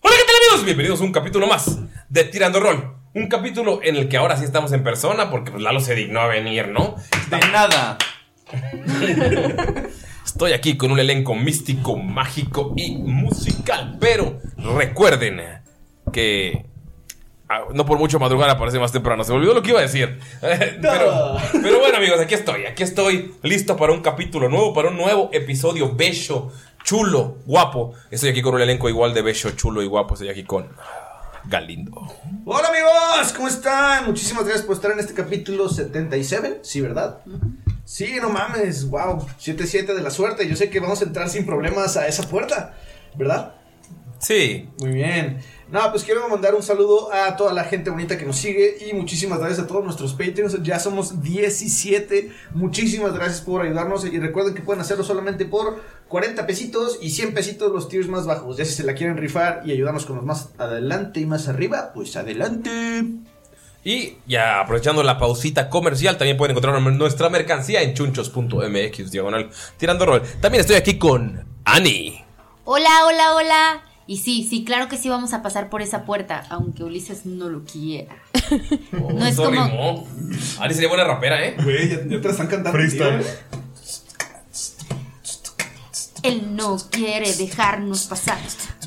Hola, ¿qué tal amigos? Bienvenidos a un capítulo más de Tirando Rol. Un capítulo en el que ahora sí estamos en persona porque pues, Lalo se dignó a venir, ¿no? De nada. Estoy aquí con un elenco místico, mágico y musical, pero recuerden que ah, no por mucho madrugar aparece más temprano. Se me olvidó lo que iba a decir. Pero, pero bueno, amigos, aquí estoy. Aquí estoy listo para un capítulo nuevo, para un nuevo episodio bello, chulo, guapo. Estoy aquí con un elenco igual de bello, chulo y guapo. Estoy aquí con Galindo. Hola amigos, ¿cómo están? Muchísimas gracias por estar en este capítulo 77, sí, ¿verdad? Sí, no mames, wow, 77 de la suerte. Yo sé que vamos a entrar sin problemas a esa puerta, ¿verdad? Sí. Muy bien. No, pues quiero mandar un saludo a toda la gente bonita que nos sigue y muchísimas gracias a todos nuestros Patreons. Ya somos 17. Muchísimas gracias por ayudarnos y recuerden que pueden hacerlo solamente por 40 pesitos y 100 pesitos los tiers más bajos. Ya si se la quieren rifar y ayudarnos con los más adelante y más arriba, pues adelante. Y ya aprovechando la pausita comercial, también pueden encontrar nuestra mercancía en chunchos.mx, diagonal, tirando rol. También estoy aquí con Ani. Hola, hola, hola. Y sí, sí, claro que sí vamos a pasar por esa puerta, aunque Ulises no lo quiera. no es Sorry, como... Mo. Ani sería buena rapera, ¿eh? Güey, ya, ya te la están cantando. Freestyle. tío. Él no quiere dejarnos pasar,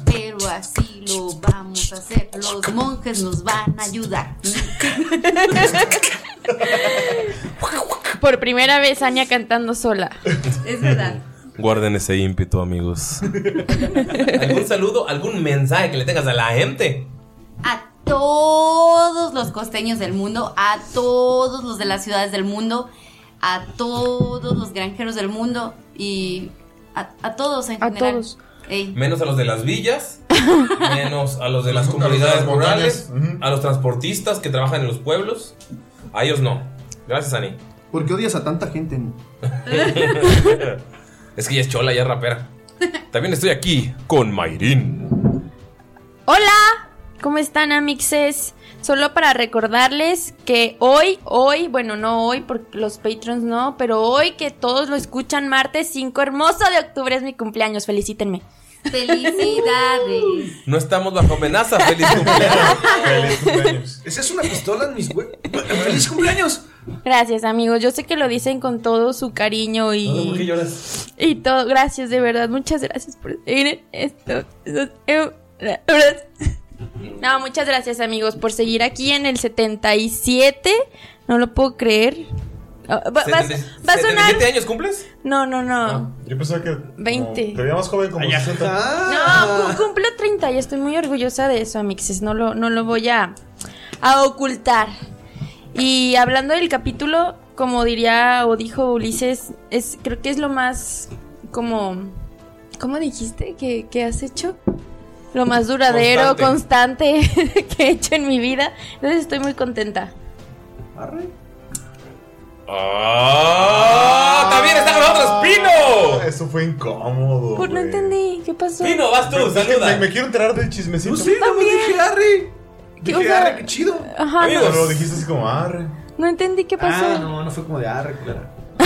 pero así lo vamos a hacer. Los monjes nos van a ayudar. Por primera vez Anya cantando sola. Es verdad. Guarden ese ímpetu, amigos. ¿Algún saludo, algún mensaje que le tengas a la gente? A todos los costeños del mundo, a todos los de las ciudades del mundo, a todos los granjeros del mundo y a, a todos en A general. todos. Ey. Menos a los de las villas, menos a los de las comunidades las rurales, montañas. a los transportistas que trabajan en los pueblos. A ellos no. Gracias, Ani. ¿Por qué odias a tanta gente? Es que ya es chola, ya es rapera. También estoy aquí con Mayrin. Hola, ¿cómo están amixes? Solo para recordarles que hoy, hoy, bueno, no hoy porque los patrons no, pero hoy que todos lo escuchan martes 5 hermoso de octubre es mi cumpleaños, felicítenme. Felicidades. No estamos bajo amenaza, feliz cumpleaños. Feliz cumpleaños. Esa es una pistola en mis güey. ¡Feliz cumpleaños! Gracias amigos, yo sé que lo dicen con todo su cariño y, y todo, gracias de verdad, muchas gracias por este seguir esto. esos- eh, la- verdad. No, muchas gracias amigos por seguir aquí en el 77, no lo puedo creer. Ah, va- vas- ¿Setenta- va a sonar. 77 años cumples? No, no, no. Yo pensaba que. como- 20. Te veía más joven como Ah. 60. No, cu- cumplo 30 y estoy muy orgullosa de eso, Amixes. No lo, no lo voy a, a ocultar. Y hablando del capítulo, como diría o dijo Ulises, es, creo que es lo más como... ¿Cómo dijiste que, que has hecho? Lo más duradero, constante. que he hecho en mi vida. Entonces estoy muy contenta. ¡Ah! ¡También está con nosotros Pino! Ah, Eso fue incómodo. Por no güey. entendí, ¿qué pasó? Pino, vas tú, Es que me, saluda. me quiero enterar del chismecito. No sé, no me dije Harry. ¿Qué, Dije o sea- Harry, qué chido. Ajá, Pues no, Amigos. Pero lo dijiste así como arre. no entendí qué pasó. Ah, no, no fue como de Harry, claro.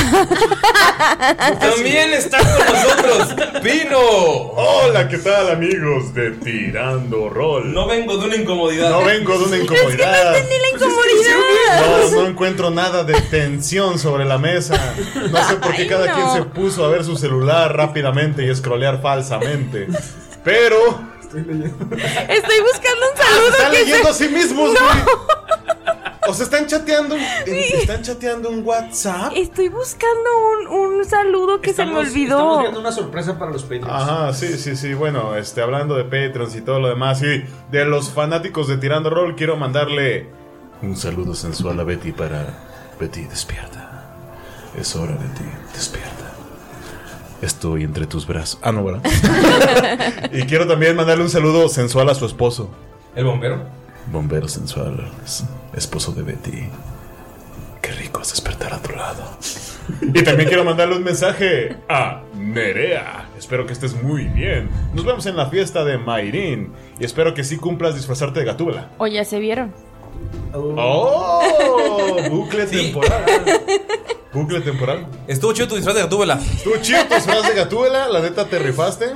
También está con nosotros Pino. Hola, ¿qué tal amigos de Tirando Rol? No vengo de una incomodidad. No vengo de una incomodidad. Pues No, no encuentro nada de tensión sobre la mesa. No sé por qué Ay, cada no. quien se puso a ver su celular rápidamente y scrollear falsamente. Pero. Estoy buscando un saludo Están que leyendo a sí mismos, güey. O sea, están chateando. Están chateando un WhatsApp. Estoy buscando un, un saludo que se me Estamos olvidó. viendo una sorpresa para los Patreons. Ajá, sí, sí, sí. Bueno, este, hablando de Patreons y todo lo demás, y de los fanáticos de Tirando Roll, quiero mandarle un saludo sensual a Betty para. Betty, despierta. Es hora de ti, despierta. Estoy entre tus brazos. Ah, no, ¿verdad? y quiero también mandarle un saludo sensual a su esposo. El bombero. Bombero sensual, es- esposo de Betty. Qué rico es despertar a tu lado. Y también quiero mandarle un mensaje a Nerea. Espero que estés muy bien. Nos vemos en la fiesta de Mayrin. Y espero que sí cumplas disfrazarte de Gatúbela. O ya se vieron. ¡Oh! Bucle Sí. temporal. Bucle temporal. Estuvo chido tu disfraz de gatúbela. Tú chido tu disfraz de Gatúbela. La neta te rifaste.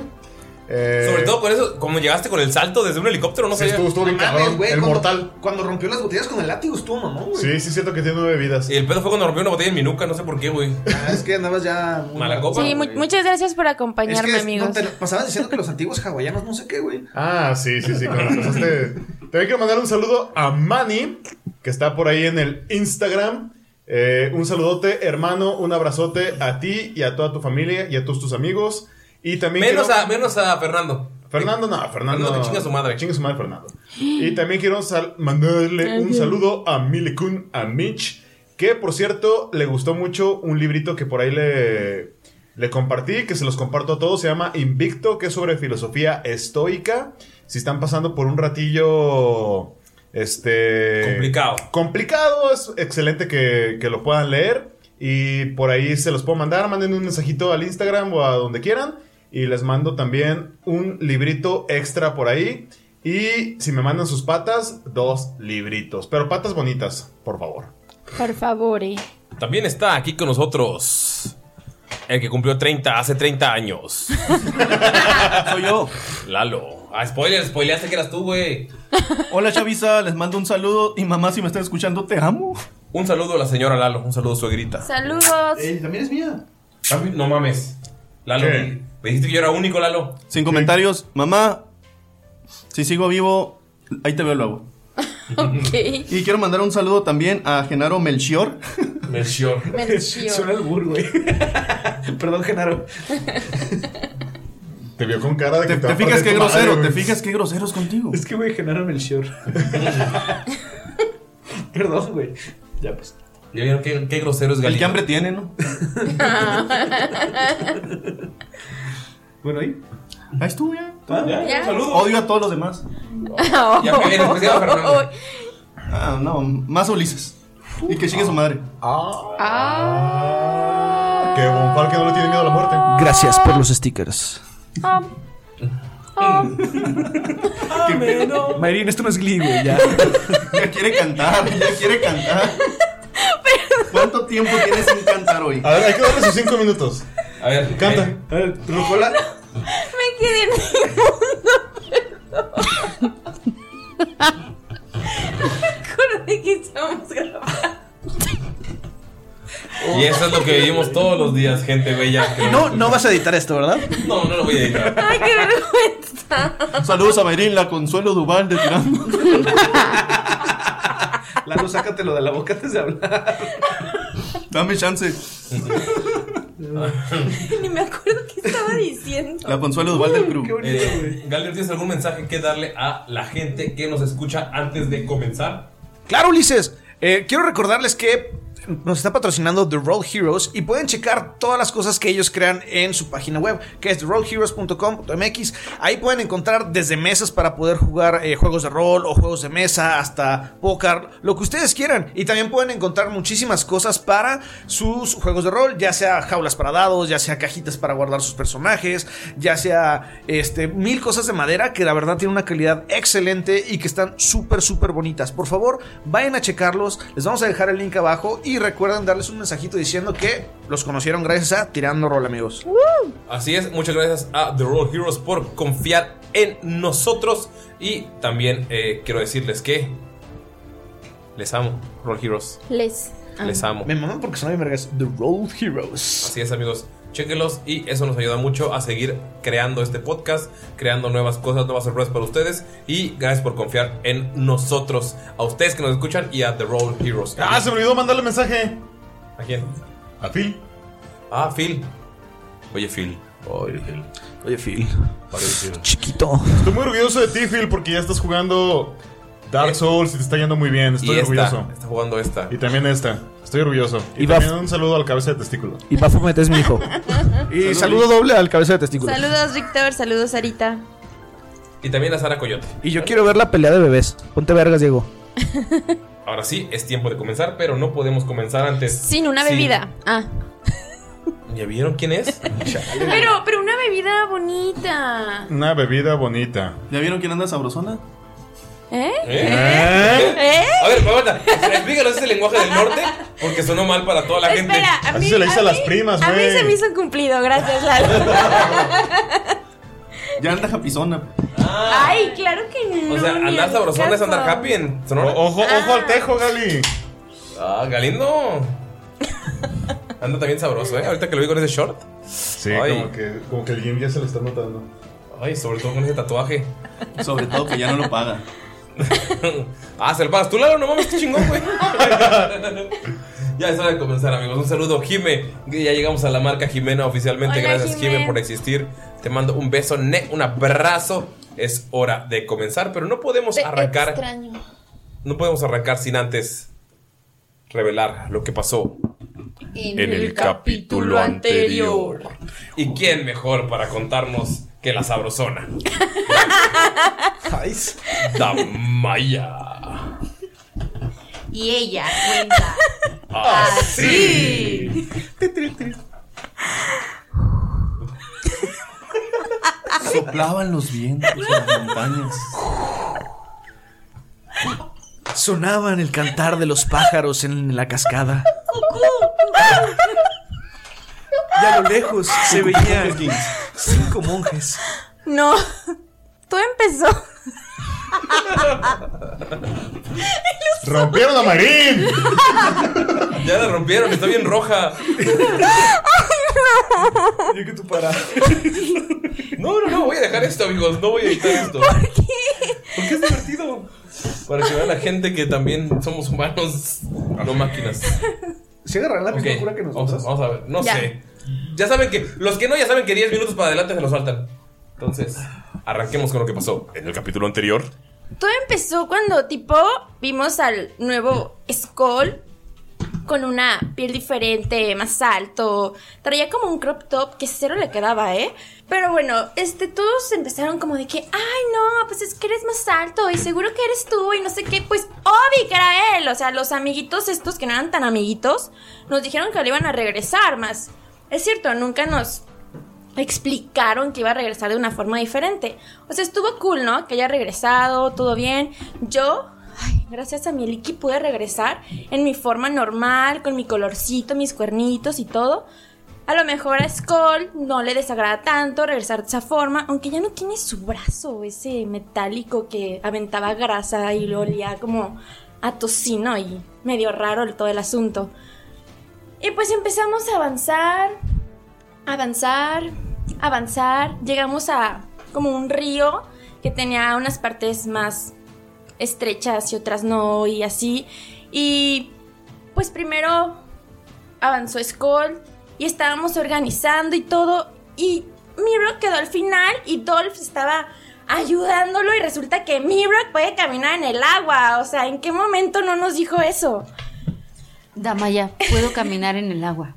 Eh, Sobre todo por eso, como llegaste con el salto desde un helicóptero, no sí, sé. estuvo, estuvo bien cabrón. güey, El cuando- mortal. Cuando rompió las botellas con el látigo estuvo mamón, güey. Sí, sí, es cierto que tiene nueve vidas. Y el pedo fue cuando rompí una botella en mi nuca, no sé por qué, güey. Ah, es que andabas ya. muy- Mala copa. Sí, mu- muchas gracias por Es acompañarme, que es- amigos. no te pasabas diciendo que los antiguos hawaianos no sé qué, güey. Ah, sí, sí, sí. cuando empezaste. También quiero mandar un saludo a Manny, que está por ahí en el Instagram. Eh, un saludote, hermano, un abrazote a ti y a toda tu familia y a todos tus amigos. Y también Menos quiero- a, menos a Fernando. Fernando, no, Fernando. Fernando, que chinga su madre. Chinga su madre, Fernando. Y también quiero sal- mandarle un saludo a Milikun, a Mitch, que por cierto le gustó mucho un librito que por ahí le, le compartí, que se los comparto a todos. Se llama Invicto, que es sobre filosofía estoica. Si están pasando por un ratillo. Este. Complicado. Complicado, es excelente que, que lo puedan leer. Y por ahí se los puedo mandar. Manden un mensajito al Instagram o a donde quieran. Y les mando también un librito extra por ahí. Y si me mandan sus patas, dos libritos. Pero patas bonitas, por favor. Por favor, eh. También está aquí con nosotros el que cumplió 30 hace 30 años. Soy yo. Lalo. Ah, spoiler, spoileaste que eras tú, güey. Hola Chavisa, les mando un saludo y mamá si me estás escuchando, te amo. Un saludo a la señora Lalo, un saludo a su grita. Saludos. Eh, también es mía. No mames. Lalo, ¿Qué? me dijiste que yo era único, Lalo. Sin comentarios, mamá, si sigo vivo, ahí te veo luego. Ok. Y quiero mandar un saludo también a Genaro Melchior. Melchior. Melchior. Suena el burro, güey. Perdón, Genaro. Te vio con cara de que Te, te va te a fijas partir qué tu madre, grosero, güey. te fijas qué grosero es contigo. Es que, güey, Genaro Melchior. Perdón, güey. Ya, pues. Ya vieron qué, qué grosero es El que Galindo. hambre tiene, ¿no? Bueno, ahí. Ahí estuvo ya. Ah, Ya, Ya. Un saludo. Odio a todos los demás. Ya, en especial a Fernando. Ah, no, más Ulises. Y que sigue su madre. Ah. Que Bonfal que no le tiene miedo a la muerte. Gracias por los stickers. Mayrin, esto no es Glee, güey, ya. Ya quiere cantar, ya quiere cantar. ¿Cuánto tiempo tienes sin cantar hoy? A ver, hay que darle sus cinco minutos. A ver, Canta. eh, A ver, Rucola. Me quedé en el mundo. Me acordé que estábamos grabando. Y eso es lo que vivimos todos los días, gente bella. que- No, no vas a editar esto, ¿verdad? no, no lo voy a editar. Ay, qué vergüenza. Saludos a Mayrin, la Consuelo Duval de Tirando. Lalo, sácatelo de la boca antes de hablar. Dame chance. Ni me acuerdo qué estaba diciendo. La Consuelo Duval Uh, del crew. Eh, Galder, ¿tienes algún mensaje que darle a la gente que nos escucha antes de comenzar? Claro, Ulises. Eh, quiero recordarles que nos está patrocinando The Roll Heroes y pueden checar todas las cosas que ellos crean en su página web, que es therollheroes.com.mx. Ahí pueden encontrar desde mesas para poder jugar eh, juegos de rol o juegos de mesa hasta póker, lo que ustedes quieran. Y también pueden encontrar muchísimas cosas para sus juegos de rol, ya sea jaulas para dados, ya sea cajitas para guardar sus personajes, ya sea este, mil cosas de madera que la verdad tienen una calidad excelente y que están súper, súper bonitas. Por favor, vayan a checarlos. Les vamos a dejar el link abajo y recuerden darles un mensajito diciendo que los conocieron gracias a Tirando Rol, amigos. Así es, muchas gracias a The Roll Heroes por confiar en nosotros. Y también eh, quiero decirles que les amo, Roll Heroes. Les. Ah. Les amo. Me maman porque son bien vergas. The Roll Heroes. Así es, amigos. Chequenlos y eso nos ayuda mucho a seguir creando este podcast, creando nuevas cosas, nuevas sorpresas para ustedes. Y gracias por confiar en nosotros, a ustedes que nos escuchan y a The Roll Heroes. Ah, se me olvidó mandarle mensaje. ¿A quién? A Phil. Ah, Phil. Oye, Phil. Oye, Phil. Oye, Phil. Chiquito. Estoy muy orgulloso de ti, Phil, porque ya estás jugando Dark Souls y te está yendo muy bien. Estoy Eh, y esta, orgulloso. está jugando esta. Y también esta. Estoy orgulloso. Y, Y va- también un saludo al cabeza de testículo. Y Bafo Mete es mi hijo. Y saludo doble al cabeza de testículo. Saludos, Víctor. Saludos, Sarita. Y también a Sara Coyote. Y yo quiero ver la pelea de bebés. Ponte vergas, Diego. Ahora sí, es tiempo de comenzar, pero no podemos comenzar antes. Sin una bebida. Ah. ¿Ya vieron quién es? Chale. Pero, pero una bebida bonita. Una bebida bonita. ¿Ya vieron quién anda sabrosona? ¿Eh? ¿Eh? ¿Eh? A ver, Pavata, explícanos ese lenguaje del norte porque sonó mal para toda la gente. Espera, a mí, Así se le dice a mí- las primas, a mí güey. se me hizo un cumplido, gracias, Lalo. Ya anda japizona. Ay, claro que no. Ah. O sea, ni andar al sabrosón es caso. andar happy en Sonora. O- Ojo, ojo al tejo, Gali. Ah, Galindo. Anda también sabroso, ¿eh? Ahorita que lo vi con ese short. Sí, Ay. como que, como que el gym ya se lo está notando. Ay, sobre todo con ese tatuaje. Sobre todo que ya no lo paga. Ah, se lo pagas tú, Lalo, no mames, qué chingón, güey. ya es hora de comenzar, amigos. Un saludo, Jime. Ya llegamos a la marca Jimena oficialmente. Hola, Gracias, Jime. Jime. por existir. Te mando un beso, ne, un abrazo. Es hora de comenzar, pero no podemos Te arrancar. extraño. No podemos arrancar sin antes revelar lo que pasó En, ¿Y quién mejor para contarnos que la sabrosona? Damaya. Y ella cuenta. Así. Soplaban los vientos pues, en las montañas. Sonaban el cantar de los pájaros en la cascada. Y a lo lejos se veían cinco monjes. No, todo empezó. ¡Rompieron a Marín! Ya la rompieron, está bien roja. Yo que tú paras. No, no, no, voy a dejar esto, amigos. No voy a editar esto. ¿Por qué? Porque es divertido. Para que vea la gente que también somos humanos, no máquinas. Si agarran la Ok, misma cura que nos vamos, a- vamos a ver. No Ya. sé. Ya saben que. Los que no, ya saben que 10 minutos para adelante se los saltan. Entonces, arranquemos con lo que pasó en el capítulo anterior. Todo empezó cuando, tipo, vimos al nuevo Skull con una piel diferente, más alto. Traía como un crop top que cero le quedaba, ¿eh? Pero bueno, este, todos empezaron como de que, ay, no, pues es que eres más alto y seguro que eres tú y no sé qué. Pues obvio que era él. O sea, los amiguitos estos que no eran tan amiguitos nos dijeron que lo iban a regresar más. Es cierto, nunca nos explicaron que iba a regresar de una forma diferente. O sea, estuvo cool, ¿no? Que haya regresado, todo bien. Yo, ay, gracias a mi Eliki pude regresar en mi forma normal, con mi colorcito, mis cuernitos y todo. A lo mejor a Skull no le desagrada tanto regresar de esa forma, aunque ya no tiene su brazo ese metálico que aventaba grasa y lo olía como a tocino y medio raro el- todo el asunto. Y pues empezamos a avanzar, avanzar, avanzar. Llegamos a como un río que tenía unas partes más estrechas y otras no y así. Y pues primero avanzó Skull y estábamos organizando y todo. Y Miro quedó al final y Dolph estaba ayudándolo y resulta que Miro puede caminar en el agua. O sea, ¿en qué momento no nos dijo eso? Damaya, puedo caminar en el agua.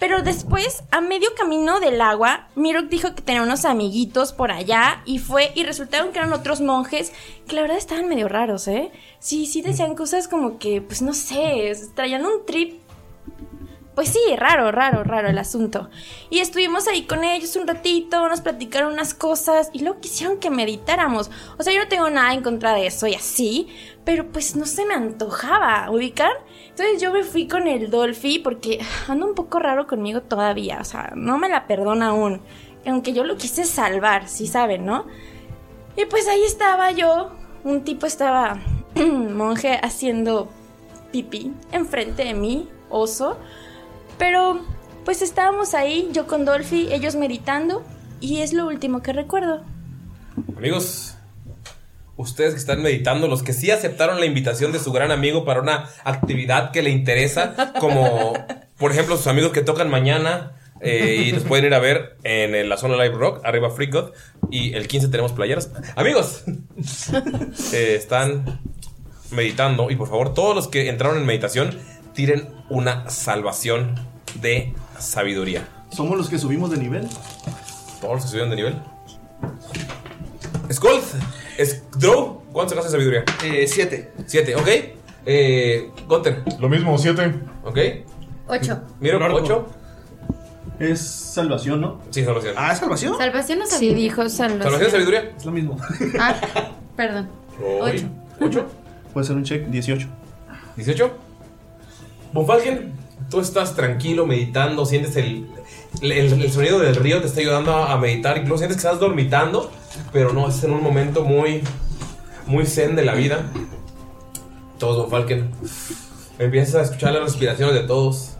Pero después, a medio camino del agua, Mirok dijo que tenía unos amiguitos por allá y fue y resultaron que eran otros monjes que la verdad estaban medio raros, ¿eh? Sí, sí decían cosas como que, pues no sé, es- traían un trip. Pues sí, raro, raro, raro el asunto. Y estuvimos ahí con ellos un ratito, nos platicaron unas cosas y luego quisieron que meditáramos. O sea, yo no tengo nada en contra de eso y así, pero pues no se me antojaba, ¿ubican? Entonces yo me fui con el Dolphy porque anda un poco raro conmigo todavía, o sea, no me la perdona aún. Aunque yo lo quise salvar, si saben, ¿no? Y pues ahí estaba yo, un tipo estaba monje haciendo pipí enfrente de mí, oso. Pero pues estábamos ahí, yo con Dolphy, ellos meditando, y es lo último que recuerdo. Amigos, ustedes que están meditando, los que sí aceptaron la invitación de su gran amigo para una actividad que le interesa, como por ejemplo sus amigos que tocan mañana eh, y los pueden ir a ver en eh, la zona Live Rock, arriba Free God, y el 15 tenemos playeras. Amigos, eh, están meditando y por favor todos los que entraron en meditación, tiren una salvación de sabiduría. Somos los que subimos de nivel. Todos los que subieron de nivel. Skull, es Drow, ¿cuánto sacaste de sabiduría? Eh, siete. Siete, ok. Eh, Gunter. Lo mismo, siete. Ok. Ocho. Miro, Norco. ocho. Es salvación, ¿no? Sí, salvación. Ah, es salvación. Salvación o Sí, sabiduría. dijo salvación. ¿Salvación de sabiduría? Es lo mismo. Ah, perdón. Ocho. Puede ser un check 18. 18. Bonfalken, tú estás tranquilo, meditando, sientes el, el, el sonido del río, te está ayudando a, a meditar, incluso sientes que estás dormitando, pero no, es en un momento muy, muy zen de la vida. Todos, Bonfalken, empiezas a escuchar las respiraciones de todos,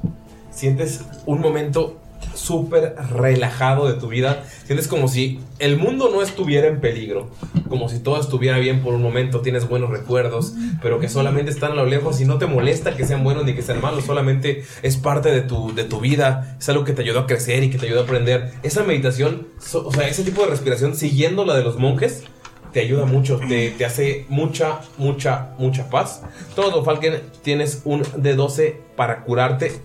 sientes un momento súper relajado de tu vida, sientes como si el mundo no estuviera en peligro, como si todo estuviera bien por un momento, tienes buenos recuerdos, pero que solamente están a lo lejos y no te molesta que sean buenos ni que sean malos, solamente es parte de tu, de tu vida, es algo que te ayudó a crecer y que te ayudó a aprender. Esa meditación, so- o sea, ese tipo de respiración siguiendo la de los monjes, te ayuda mucho, te, te hace mucha, mucha, mucha paz. Todo, Falken, tienes un D12 para curarte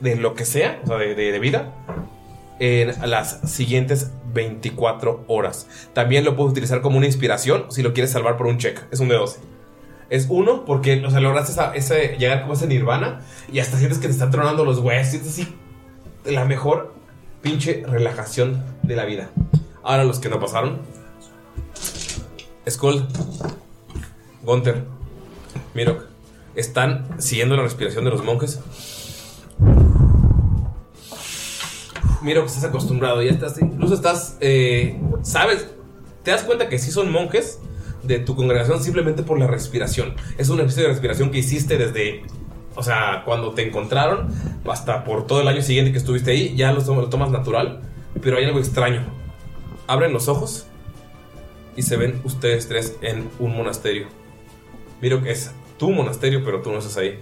de lo que sea, o sea, de, de- de vida, en las siguientes 24 horas. También lo puedes utilizar como una inspiración si lo quieres salvar por un check. Es un D12. Es uno porque, o sea, lograste esa- ese- llegar como a ese nirvana y hasta sientes que te están tronando los huesos. Sientes así la mejor pinche relajación de la vida. Ahora los que no pasaron. Skull, Gunther, Mirok, están siguiendo la respiración de los monjes. Mirok, pues estás acostumbrado, ya estás, incluso estás, eh, sabes, te das cuenta que sí son monjes de tu congregación simplemente por la respiración. Es un ejercicio de respiración que hiciste desde, o sea, cuando te encontraron hasta por todo el año siguiente que estuviste ahí, ya lo, tom- lo tomas natural, pero hay algo extraño. Abren los ojos y se ven ustedes tres en un monasterio. Mirok, es tu monasterio, pero tú no estás ahí.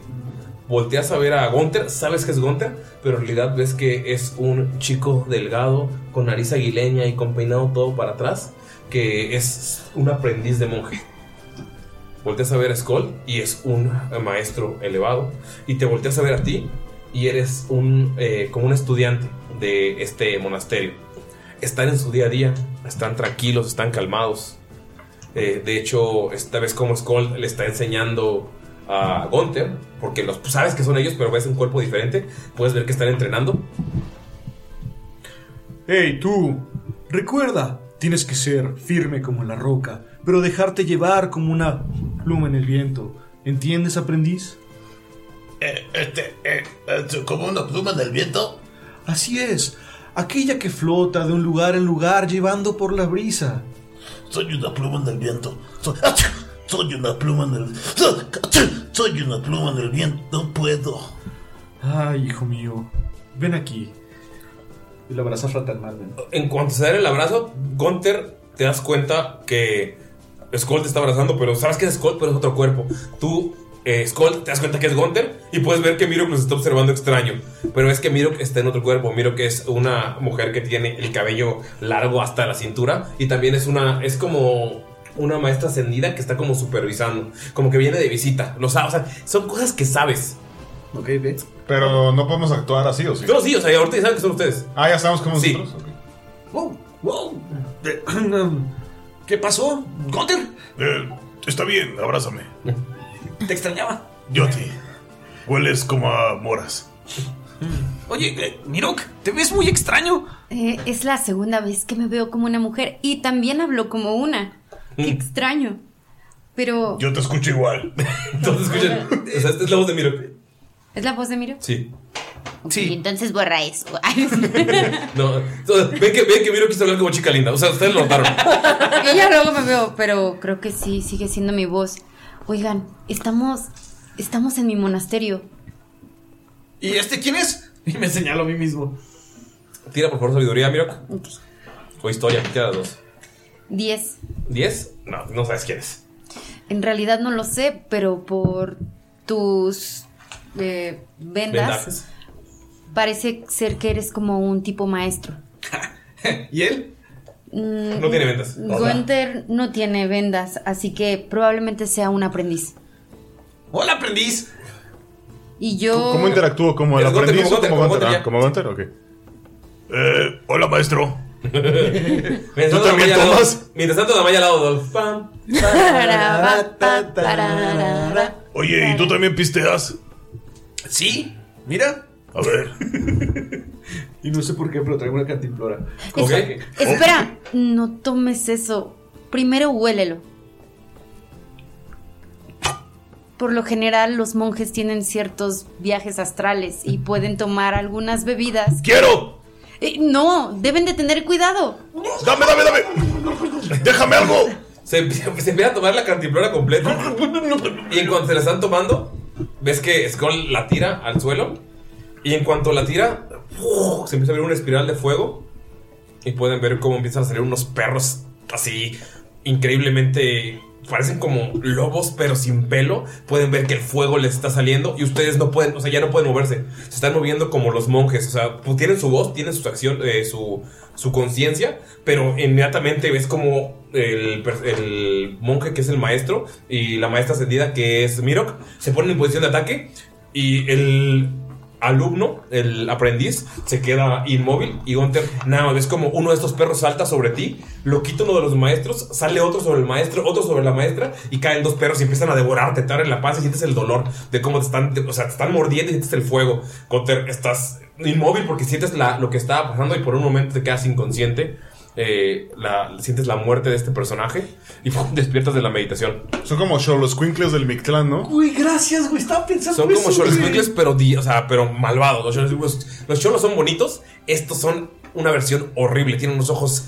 Volteas a ver a Gunther, sabes que es Gunther, pero en realidad ves que es un chico delgado, con nariz aguileña y con peinado todo para atrás, que es un aprendiz de monje. Volteas a ver a Skull y es un eh, maestro elevado. Y te volteas a ver a ti y eres un, eh, como un estudiante de este monasterio. Están en su día a día, están tranquilos, están calmados. Eh, de hecho, esta vez como Skull le está enseñando a Gunther, porque los pues, sabes que son ellos, pero ves un cuerpo diferente, puedes ver que están entrenando. Hey, tú, recuerda, tienes que ser firme como la roca, pero dejarte llevar como una pluma en el viento. ¿Entiendes, aprendiz? Este, eh, eh, como una pluma del viento. Así es, aquella que flota de un lugar en lugar llevando por la brisa. Soy una pluma en el viento. Soy, ¡Achú! soy una pluma en el. ¡Achú! Soy una pluma en el viento. No puedo. Ay, hijo mío, ven aquí. Y lo abraza fraternal. En cuanto se da el abrazo, Gunther te das cuenta que Skull te está abrazando, pero sabes que es Skull, pero es otro cuerpo. Tú eh, Skull, te das cuenta que es Gunther y puedes ver que Miro los está observando extraño. Pero es que Miro está en otro cuerpo. Miro que es una mujer que tiene el cabello largo hasta la cintura y también es una es como una maestra ascendida que está como supervisando, como que viene de visita. Lo sa- o sea, son cosas que sabes. Ok, Pero no podemos actuar así, ¿o sí? No, sí, o sea, ahorita ya saben que son ustedes. Ah, ya sabemos cómo Sí. nosotros. Wow, wow. Eh, ¿Qué pasó? ¿Gotter? Eh, está bien, abrázame. Te extrañaba. Yo a ti. Hueles como a moras. Oye, eh, Mirok, te ves muy extraño. Eh, es la segunda vez que me veo como una mujer y también hablo como una. Qué extraño. Pero Yo te escucho igual. Entonces escuchen, o sea, esta es la voz de Miro. es la voz de Miro. Sí. Y entonces borra eso. No, entonces, ven que ven que Miro quiso hablar como chica linda, o sea, ustedes lo notaron. Y ya luego me veo, pero creo que sí, sigue siendo mi voz. Oigan, estamos, estamos en mi monasterio. ¿Y este quién es? Y me señalo a mí mismo. Tira por favor sabiduría, Miro. O historia, cualquiera de las dos. 10. ¿Diez? No, no sabes quién es. En realidad no lo sé, pero por tus eh, vendas, Vendajes. parece ser que eres como un tipo maestro. ¿Y él? No No tiene vendas. Mm, Gunther no tiene vendas, así que probablemente sea un aprendiz. Hola, aprendiz. Y yo. ¿Cómo interactúo? ¿Como el Es Gunter, aprendiz o como como Gunter, Gunter? Ah, como ¿Como Gunter? Ok. Eh, hola, maestro. Mientras tanto, también Damaya al lado- tomas? Mientras tanto, Damaya al lado de Adolf. Pam. Oye, ¿y tú también pisteas? Sí, mira. A ver. Y no sé por qué, pero traigo una cantimplora. Ok. Espera, no tomes eso. Primero huélelo. Por lo general, los monjes tienen ciertos viajes astrales y pueden tomar algunas bebidas. ¡Quiero! Eh, no, deben de tener cuidado. ¡Dame, dame, dame! ¡Déjame algo! Se, se, se empieza a tomar la cantimplora completa. Y en cuanto se la están tomando, ves que Skull la tira al suelo. Y en cuanto la tira, ¡fuu! se empieza a abrir una espiral de fuego. Y pueden ver cómo empiezan a salir unos perros así increíblemente. Parecen como lobos, pero sin pelo. Pueden ver que el fuego les está saliendo y ustedes no pueden, o sea, ya no pueden moverse. Se están moviendo como los monjes. O sea, pues, tienen su voz, tienen su acción, eh, su, su conciencia, pero inmediatamente ves como el, per- el monje que es el maestro y la maestra ascendida que es Mirok se ponen en posición de ataque y el alumno, el aprendiz, se queda inmóvil y Gunter, nada, más ves como uno de estos perros salta sobre ti, lo quita uno de los maestros, sale otro sobre el maestro, otro sobre la maestra y caen dos perros y empiezan a devorarte, te en la panza y sientes el dolor de cómo te están, o sea, te están mordiendo y sientes el fuego. Gunter, estás inmóvil porque sientes la- lo que estaba pasando y por un momento te quedas inconsciente. eh, la- sientes la muerte de este personaje y ¡pum! despiertas de la meditación. Son como los Quinkles del Mictlán, ¿no? Uy, gracias, güey. Estaba pensando Son en como eso, cholos güey. squinkles, pero, di- o sea, pero malvados. Los cholos, los- los cholos son bonitos. Estos son una versión horrible. Tienen unos ojos.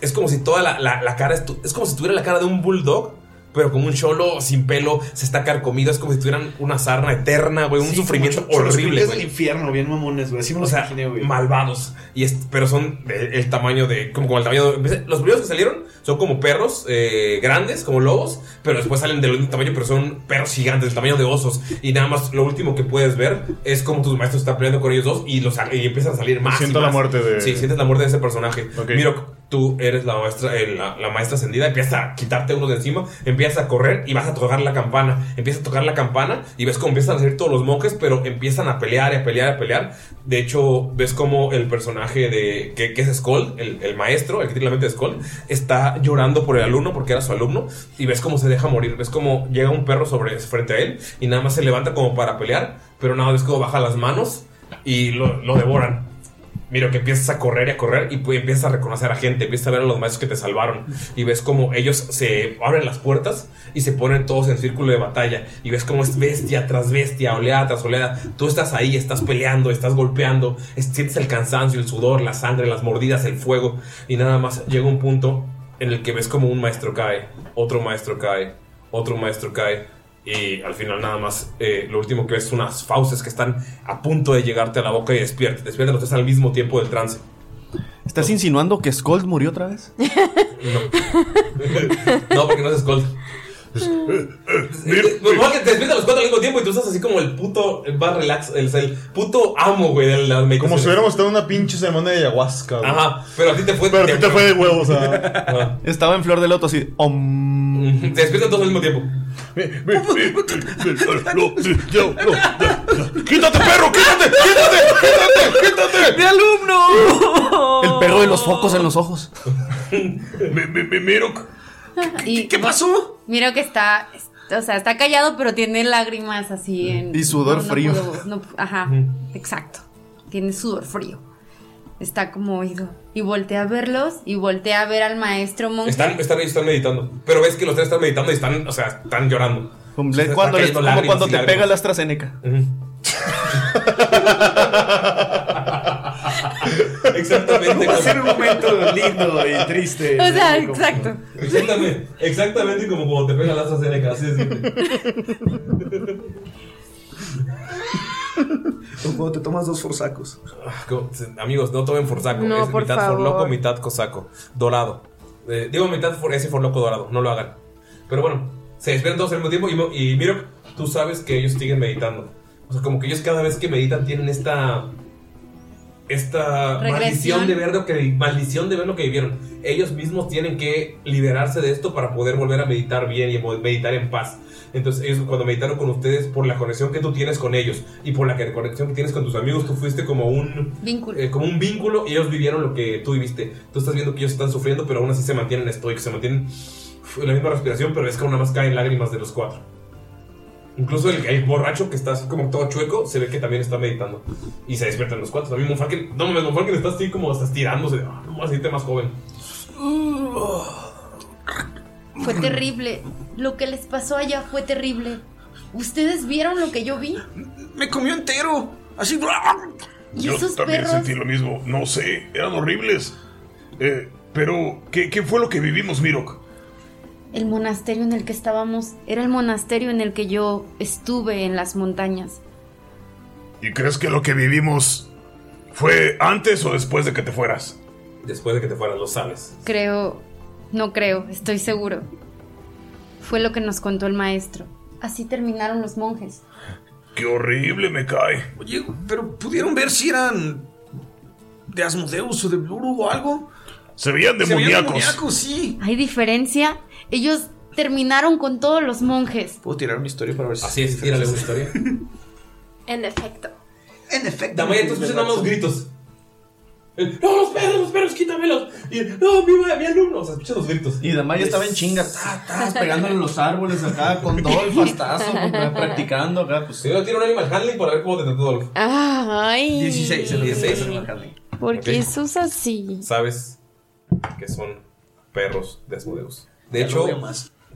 Es como si toda la, la- la cara. estu- Es como si tuviera la cara de un bulldog. Pero como un cholo sin pelo. Se está carcomido. Es como si tuvieran una sarna eterna, güey. Un sufrimiento Son los horrible, Quinkles del güey. infierno, bien mamones, güey. Así me O los sea, imaginé, güey. malvados. Y es- pero son de- el tamaño de. Como, como el tamaño de- Los primeros que salieron son como perros eh, grandes, como lobos. Pero después salen del mismo tamaño, pero son perros gigantes, del tamaño de osos. Y nada más lo último que puedes ver es como tus maestros están peleando con ellos dos y, los, y empiezan a salir más. Siento y la más. muerte de- Sí, sientes la muerte de ese personaje. Miro, tú eres la maestra, eh, la, la maestra ascendida. Empiezas a quitarte uno de encima, empiezas a correr y vas a tocar la campana. Empiezas a tocar la campana y ves cómo empiezan a salir todos los monjes, pero empiezan a pelear y a pelear y a pelear. De hecho, ves como el personaje de que, que es Skull, el, el maestro, el que tiene la mente de Skull, está llorando por el alumno porque era su alumno y ves cómo se deja morir. Ves cómo llega un perro sobre frente a él y nada más se levanta como para pelear, pero nada, ves cómo baja las manos y lo, lo devoran. Miro que empiezas a correr y a correr y pues, empiezas a reconocer a gente, empiezas a ver a los maestros que te salvaron y ves como ellos se abren las puertas y se ponen todos en círculo de batalla y ves como es bestia tras bestia, oleada tras oleada, tú estás ahí, estás peleando, estás golpeando, es- sientes el cansancio, el sudor, la sangre, las mordidas, el fuego y nada más llega un punto en el que ves como un maestro cae, otro maestro cae, otro maestro cae y al final nada más eh, lo último que ves son unas fauces que están a punto de llegarte a la boca y despierta. Despierta los tres al mismo tiempo del trance. ¿Estás insinuando que Scold murió otra vez? No, porque no es Skull. eh, Normal que te despierta a los cuatro al mismo tiempo y tú estás así como el puto bar relax, el, el puto amo, güey, de las Como meditaciones. si hubiéramos estado en una pinche ceremonia de ayahuasca, güey. Ajá, pero a ti te fue. Pero a ti te fue de huevos, o sea. Estaba en flor de loto así. Om. Te despiertan todos al mismo tiempo. ¡Quítate, perro! ¡Quítate! ¡Quítate! ¡Quítate! ¡Quítate! ¡Mi alumno! El perro de los focos en los ojos. me, me, me miro. ¿Qué, pasó? Miro que está, o sea, está callado, pero tiene lágrimas así en. Y sudor frío. puedo- no- ajá, exacto. Tiene sudor frío. Está como oído. Y voltea a verlos y voltea a ver al maestro monje. Están, están, ellos están meditando. Pero ves que los tres están meditando y están, o sea, están llorando. Le- Cuando, les- como cuando te pega la AstraZeneca. Exactamente. Va a ser un momento lindo y triste. O sea, exacto. Exactamente, exactamente como cuando te pega la AstraZeneca. Así es. O cuando te tomas dos forsacos. Co- Ah, Amigos, no tomen forzaco. No, es por mitad favor. forloco, mitad cosaco. Dorado. Eh, digo mitad for- ese forloco dorado. No lo hagan. Pero bueno, se despiertan todos al mismo tiempo. Y, mo- y miro, tú sabes que ellos siguen meditando. O sea, como que ellos cada vez que meditan tienen esta. Esta Regresión. maldición de, ver lo que, maldición de ver lo que vivieron. Ellos mismos tienen que liberarse de esto para poder volver a meditar bien y mo- meditar en paz. Entonces ellos cuando meditaron con ustedes por la conexión que tú tienes con ellos y por la que- conexión que tienes con tus amigos, tú fuiste como un Vínculo. eh, como un vínculo y ellos vivieron lo que tú viviste. Tú estás viendo que ellos están sufriendo, pero aún así se mantienen estoicos, se mantienen uf, en la misma respiración, pero es que aún nada más caen lágrimas de los cuatro. Incluso el, el borracho que está así como todo chueco, se ve que también está meditando. Y se despiertan los cuatro. También Monfalken, no mames, Monfalken está así como hasta estirándose. Ah, no, así te más joven. Fue terrible. Lo que les pasó allá fue terrible. ¿Ustedes vieron lo que yo vi? Me comió entero. Así. ¿Y Yo esos también perros? sentí lo mismo. No sé, eran horribles. Eh, pero, ¿qué, ¿qué fue lo que vivimos, Mirok? El monasterio en el que estábamos era el monasterio en el que yo estuve en las montañas. ¿Y crees que lo que vivimos fue antes o después de que te fueras? Después de que te fueras, lo sabes. Creo, no creo, estoy seguro. Fue lo que nos contó el maestro. Así terminaron los monjes. Qué horrible me cae. Oye, pero pudieron ver si eran. de Asmodeus o de Bluru o algo. Se veían Se veían demoníacos. demoníacos, sí. ¿Hay diferencia? Ellos terminaron con todos los monjes. ¿Puedo tirar una historia para ver si.? Así es, tírale una historia. En efecto. En efecto. Damaya, tú escuchas nada más los gritos. El, no, los perros, los perros, quítamelos. Y el, no, mi, mi alumno. O sea, escuchas los gritos. Y Damaya estaba en chingas, ta, ta, pegándole en los árboles acá con Dolph, astazo, practicando acá, pues. Yo tiro un animal handling para ver cómo te trató Dolph. Ay. 16, el 16 animal handling. ¿Por qué Ok. eso es así? sabes que son perros de Asmodeus. De Ya lo hecho, veo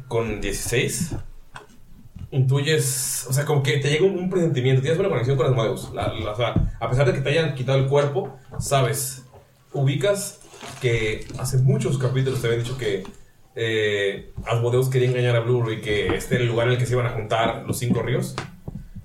con 16, intuyes, o sea, como que te llega un, un presentimiento, tienes una conexión con Asmodeus. La- la- o sea, a pesar de que te hayan quitado el cuerpo, sabes, ubicas que hace muchos capítulos te habían dicho que eh, Asmodeus quería engañar a Blue y que este era el lugar en el que se iban a juntar los cinco ríos.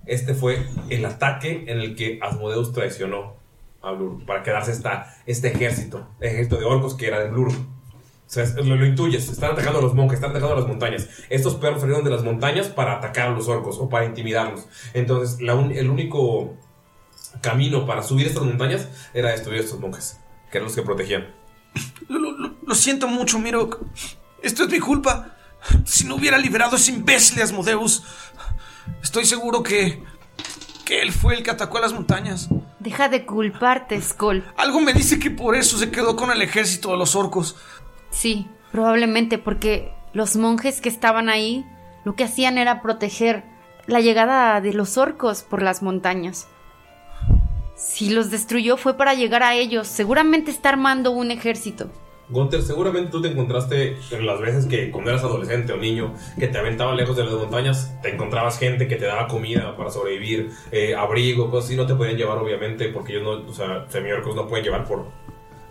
Este fue el ataque en el que Asmodeus traicionó a Blur para quedarse esta, este ejército, el ejército de orcos que era de Blur. O sea, es- lo, lo intuyes, están atacando a los monjes, están atacando a las montañas. Estos perros salieron de las montañas para atacar a los orcos o para intimidarlos. Entonces, la un- el único camino para subir estas montañas era destruir a estos monjes, que eran los que protegían. Lo, lo- lo- lo siento mucho, Mirok. Esto es mi culpa. Si no hubiera liberado a ese imbécil de Asmodeus, estoy seguro que. que él fue el que atacó a las montañas. Deja de culparte, Skull. Algo me dice que por eso se quedó con el ejército de los orcos. Sí, probablemente porque los monjes que estaban ahí lo que hacían era proteger la llegada de los orcos por las montañas. Si los destruyó fue para llegar a ellos. Seguramente está armando un ejército. Gunter, seguramente tú te encontraste en las veces que cuando eras adolescente o niño, que te aventaba lejos de las montañas, te encontrabas gente que te daba comida para sobrevivir, eh, abrigo, cosas así, no te podían llevar obviamente, porque ellos no, o sea, semiorcos no pueden llevar por,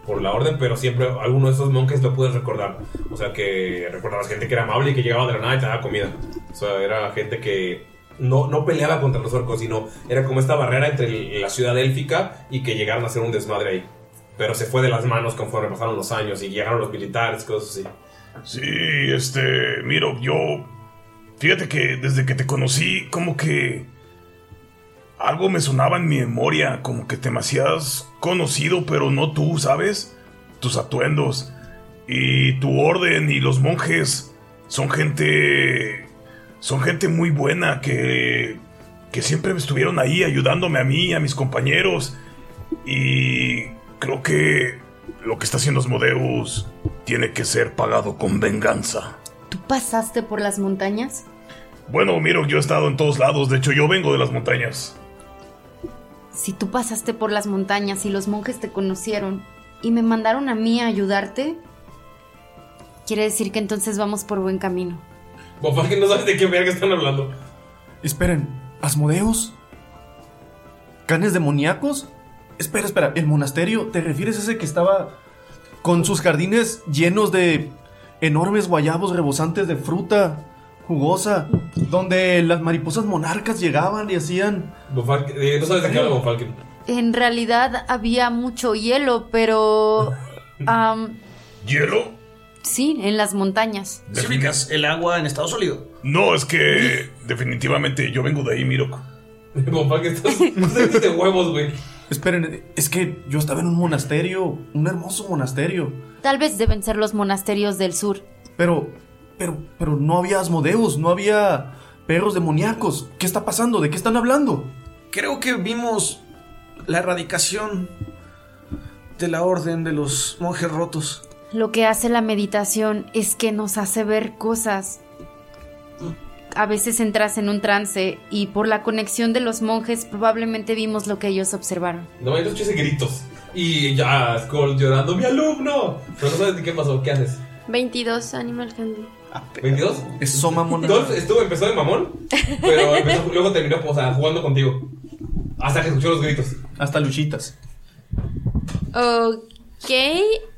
por la orden, pero siempre alguno de esos monjes lo puedes recordar. O sea, que recordabas gente que era amable y que llegaba de la nada y te daba comida. O sea, era gente que no, no peleaba contra los orcos, sino era como esta barrera entre el- la ciudad élfica y que llegaron a hacer un desmadre ahí. Pero se fue de las manos conforme pasaron los años y llegaron los militares, cosas así. Sí, este, Mirok, yo Fíjate que desde que te conocí, como que algo me sonaba en mi memoria, como que te me hacías conocido, pero no tú, ¿sabes? Tus atuendos y tu orden y los monjes son gente son gente muy buena que que siempre estuvieron ahí ayudándome a mí y a mis compañeros y creo que lo que está haciendo Asmodeus tiene que ser pagado con venganza. ¿Tú pasaste por las montañas? Bueno, miro, yo he estado en todos lados, de hecho yo vengo de las montañas. Si tú pasaste por las montañas y los monjes te conocieron y me mandaron a mí a ayudarte, quiere decir que entonces vamos por buen camino. Papá, que no sabes de qué verga están hablando. Esperen, ¿Asmodeus? ¿Canes demoníacos? Espera, espera, ¿el monasterio? ¿Te refieres a ese que estaba con sus jardines llenos de enormes guayabos rebosantes de fruta jugosa? Donde las mariposas monarcas llegaban y hacían... Bofalken, eh, no sabes de qué habla Bofalken. En realidad había mucho hielo, pero... am, ¿Hielo? sí, en las montañas. ¿Sí ubicas el agua en estado sólido? No, es que definitivamente yo vengo de ahí, Mirok. Bofalken, estás, estás de huevos, güey. Esperen, es que yo estaba en un monasterio, un hermoso monasterio. Tal vez deben ser los monasterios del sur. Pero, pero, pero no había Asmodeus, no había perros demoníacos. ¿Qué está pasando? ¿De qué están hablando? Creo que vimos la erradicación de la orden de los monjes rotos. Lo que hace la meditación es que nos hace ver cosas. A veces entras en un trance y por la conexión de los monjes probablemente vimos lo que ellos observaron. No, yo escuché gritos. Y ya, Skull llorando, mi alumno. Pero no sabes de qué pasó, ¿qué haces? 22 Animal Candy. ¿22? Es so mamón. Dolph estuvo, empezó de mamón, pero empezó- luego terminó o sea, jugando contigo. Hasta que escuchó los gritos. Hasta luchitas. Ok,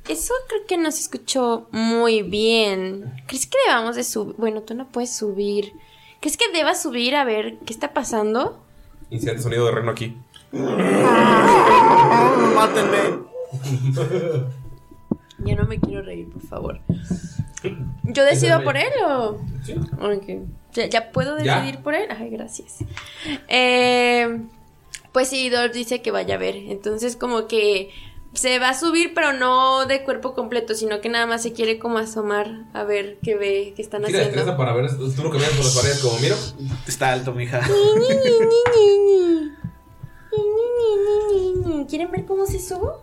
eso creo que no se escuchó muy bien. ¿Crees que debamos de subir? Bueno, tú no puedes subir. ¿Crees que deba subir a ver qué está pasando? Incidente sonido de reno aquí. Ah, Mátenme. Yo no me quiero reír, por favor. ¿Yo decido por él o...? Ok. ¿Ya, ya puedo ¿Ya? decidir por él? Ay, gracias. Eh, pues sí, Dolph dice que vaya a ver. Entonces como que se va a subir, pero no de cuerpo completo, sino que nada más se quiere como asomar a ver qué ve, qué están Tira haciendo. destreza para ver, tú lo que veas por las paredes como miro. Está alto, mija. Ni, ni, ni, ni, ni. Ni, ni, ni, ni, ni. ¿Quieren ver cómo se subo?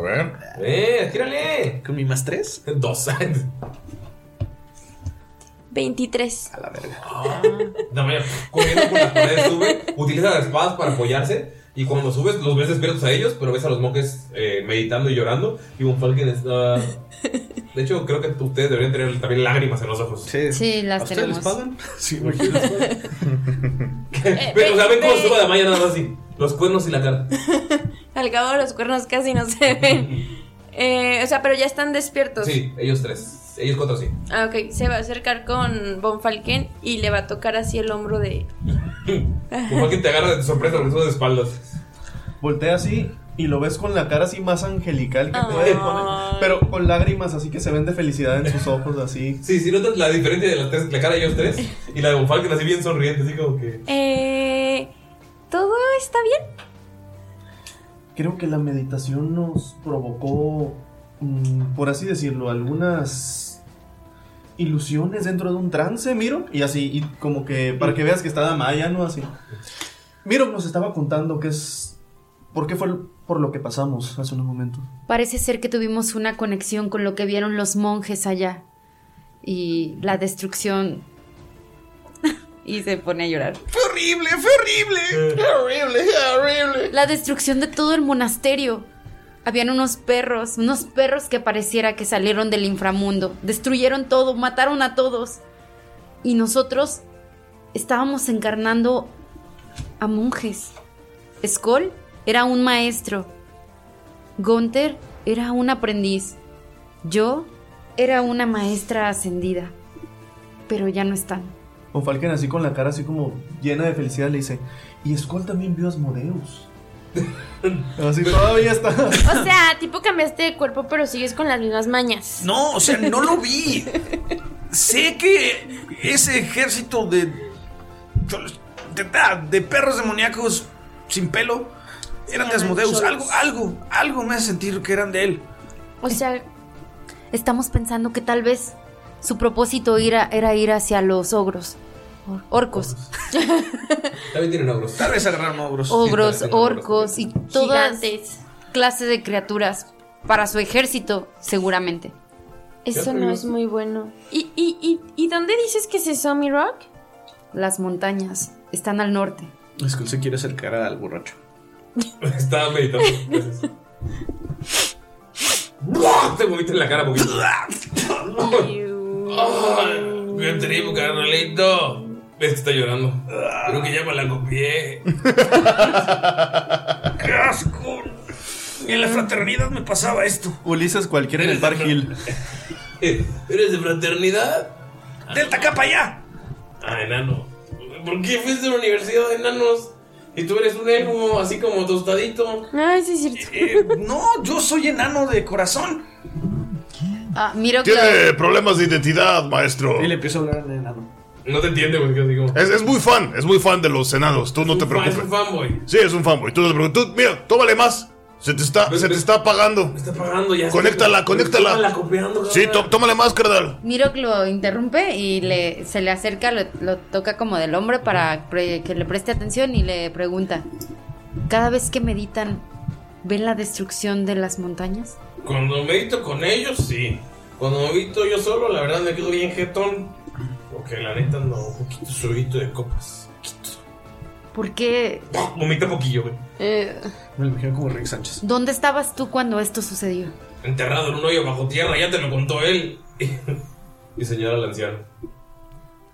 ver. Eh, tírale. ¿Con mi más tres? Dos. 23. No, vaya, corriendo por las paredes sube, utiliza las espadas para apoyarse. Y cuando subes, los ves despiertos a ellos, pero ves a los monjes eh, meditando y llorando. Y Bonfalken está. De hecho, creo que ustedes deberían tener también lágrimas en los ojos. Sí, Sí, las tenemos. Eh, Sí, Pero, o sea, ven cómo sube de Maya nada más así. Los cuernos y la cara. Al cabo los cuernos casi no se ven. Eh, o sea, pero ya están despiertos. Sí, ellos tres. Ellos cuatro sí. Ah, ok. Se va a acercar con Von Falken y le va a tocar así el hombro de. Bonfalken te agarra de sorpresa porque subes de espaldas. Voltea así y lo ves con la cara así más angelical que puede poner, pero con lágrimas así que se ven de felicidad en sus ojos así. Sí, sí, notas la diferencia de las tres, la cara de ellos tres y la de Bonfalken así bien sonriente, así como que. Eh, ¿Todo está bien? Creo que la meditación nos provocó, mm, por así decirlo, algunas ilusiones dentro de un trance, Miro. Y así, y como que para que veas que está Damaya, ¿no? Así. Miro nos estaba contando que es. ¿Por qué fue el- por lo que pasamos hace unos momentos? Parece ser que tuvimos una conexión con lo que vieron los monjes allá. Y la destrucción. y se pone a llorar. ¡Fue horrible! ¡Fue horrible! ¡Fue horrible! ¡Fue horrible! La destrucción de todo el monasterio. Habían unos perros, unos perros que pareciera que salieron del inframundo. Destruyeron todo, mataron a todos. Y nosotros estábamos encarnando a monjes. Skoll era un maestro. Gunther era un aprendiz. Yo era una maestra ascendida. Pero ya no están. Con Falken así con la cara así como llena de felicidad le dice, y Skull también vio a Asmodeus. así todavía está. O sea, tipo cambiaste de cuerpo, pero sigues con las mismas mañas. No, o sea, no lo vi. sé que ese ejército de, de, de perros demoníacos sin pelo eran de Asmodeus. Algo, algo, algo me hace sentir que eran de él. O sea, estamos pensando que tal vez su propósito era, era ir hacia los ogros. or- Orcos. También tienen ogros. Tal vez agarraron ogros. Ogros, orcos y todas clases de criaturas para su ejército, seguramente. Eso no es muy bueno. ¿Y, y, y, y dónde dices que es eso, mi rock? Las montañas están al norte. Es que él se quiere acercar al borracho. Estaba meditando. ¡Buah! Te vomito en la cara poquito. Me tripo, carnalito. Ves que está llorando. Creo que ya me la copié. ¡Qué asco! En la fraternidad me pasaba esto. Ulises cualquiera en el Bar Hill. Eh, ¿Eres de fraternidad? ¡Delta capa ya! Ah, enano. ¿Por qué fuiste a la universidad de enanos? Y tú eres un elfo así como tostadito. Ay, sí, es cierto. Eh, no, yo soy enano de corazón. Ah, miro que. Tiene problemas de identidad, maestro. Y le empiezo a hablar en enano. No te entiende, güey. que así como- Es, es muy fan, es muy fan de los enanos. Tú no te preocupes. es un fanboy. Sí, es un fanboy. Tú no te preocupes. Tú, mira, tómale más. Se te está, se te está apagando. está apagando ya. Conéctala, Está- conéctala. Tómala, copiando, Sí, carnal. tó- tómale más, carnal. Mirok lo interrumpe y le, se le acerca, lo, lo toca como del hombro para pre- que le preste atención y le pregunta, ¿cada vez que meditan ven la destrucción de las montañas? Cuando medito con ellos, sí. Cuando medito yo solo, la verdad me quedo bien jetón. Porque la neta no, un poquito subito de copas. ¿Por qué? Vomita poquillo, güey. eh, Me lo imagino como Rick Sánchez. ¿Dónde estabas tú cuando esto sucedió? Enterrado en un hoyo bajo tierra, ya te lo contó él. y señala al anciano.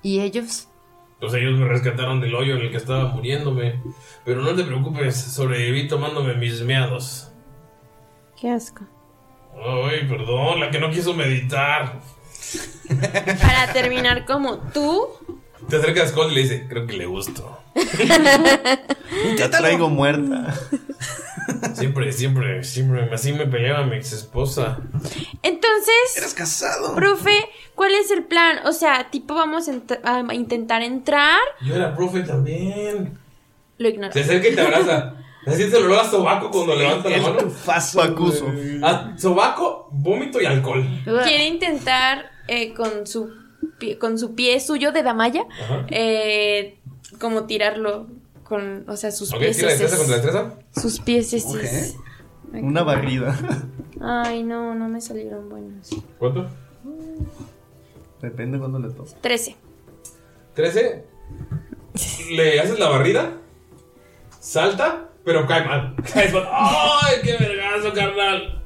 ¿Y ellos? Pues ellos me rescataron del hoyo en el que estaba muriéndome. Pero no te preocupes, sobreviví tomándome mis meados. Qué asco. Ay, perdón, la que no quiso meditar. Para terminar como tú. Te acercas a Scott y le dice, creo que le gusto. Ya traigo muerta. Siempre, siempre, siempre, así me peleaba mi ex esposa. Entonces. Eres casado. Profe, ¿cuál es el plan? O sea, tipo, vamos a, ent- a intentar entrar. Yo era profe también. Lo ignoro. Se acerca y te abraza. Así te lo a sobaco cuando levanta la mano. Pacuso. Ah, sobaco, vómito y alcohol. Quiere intentar eh, con su pie, con su pie suyo de Damaya. Ajá. eh, como tirarlo con. O sea, sus Ok, pies. tira destreza contra destreza. Sus pies. es- Una barrida. Ay, no, no me salieron buenos. ¿Cuánto? Depende cuando le toque. 13. 13. Le haces la barrida. Salta, pero cae mal. Caes mal. ¡Ay, qué vergazo, carnal!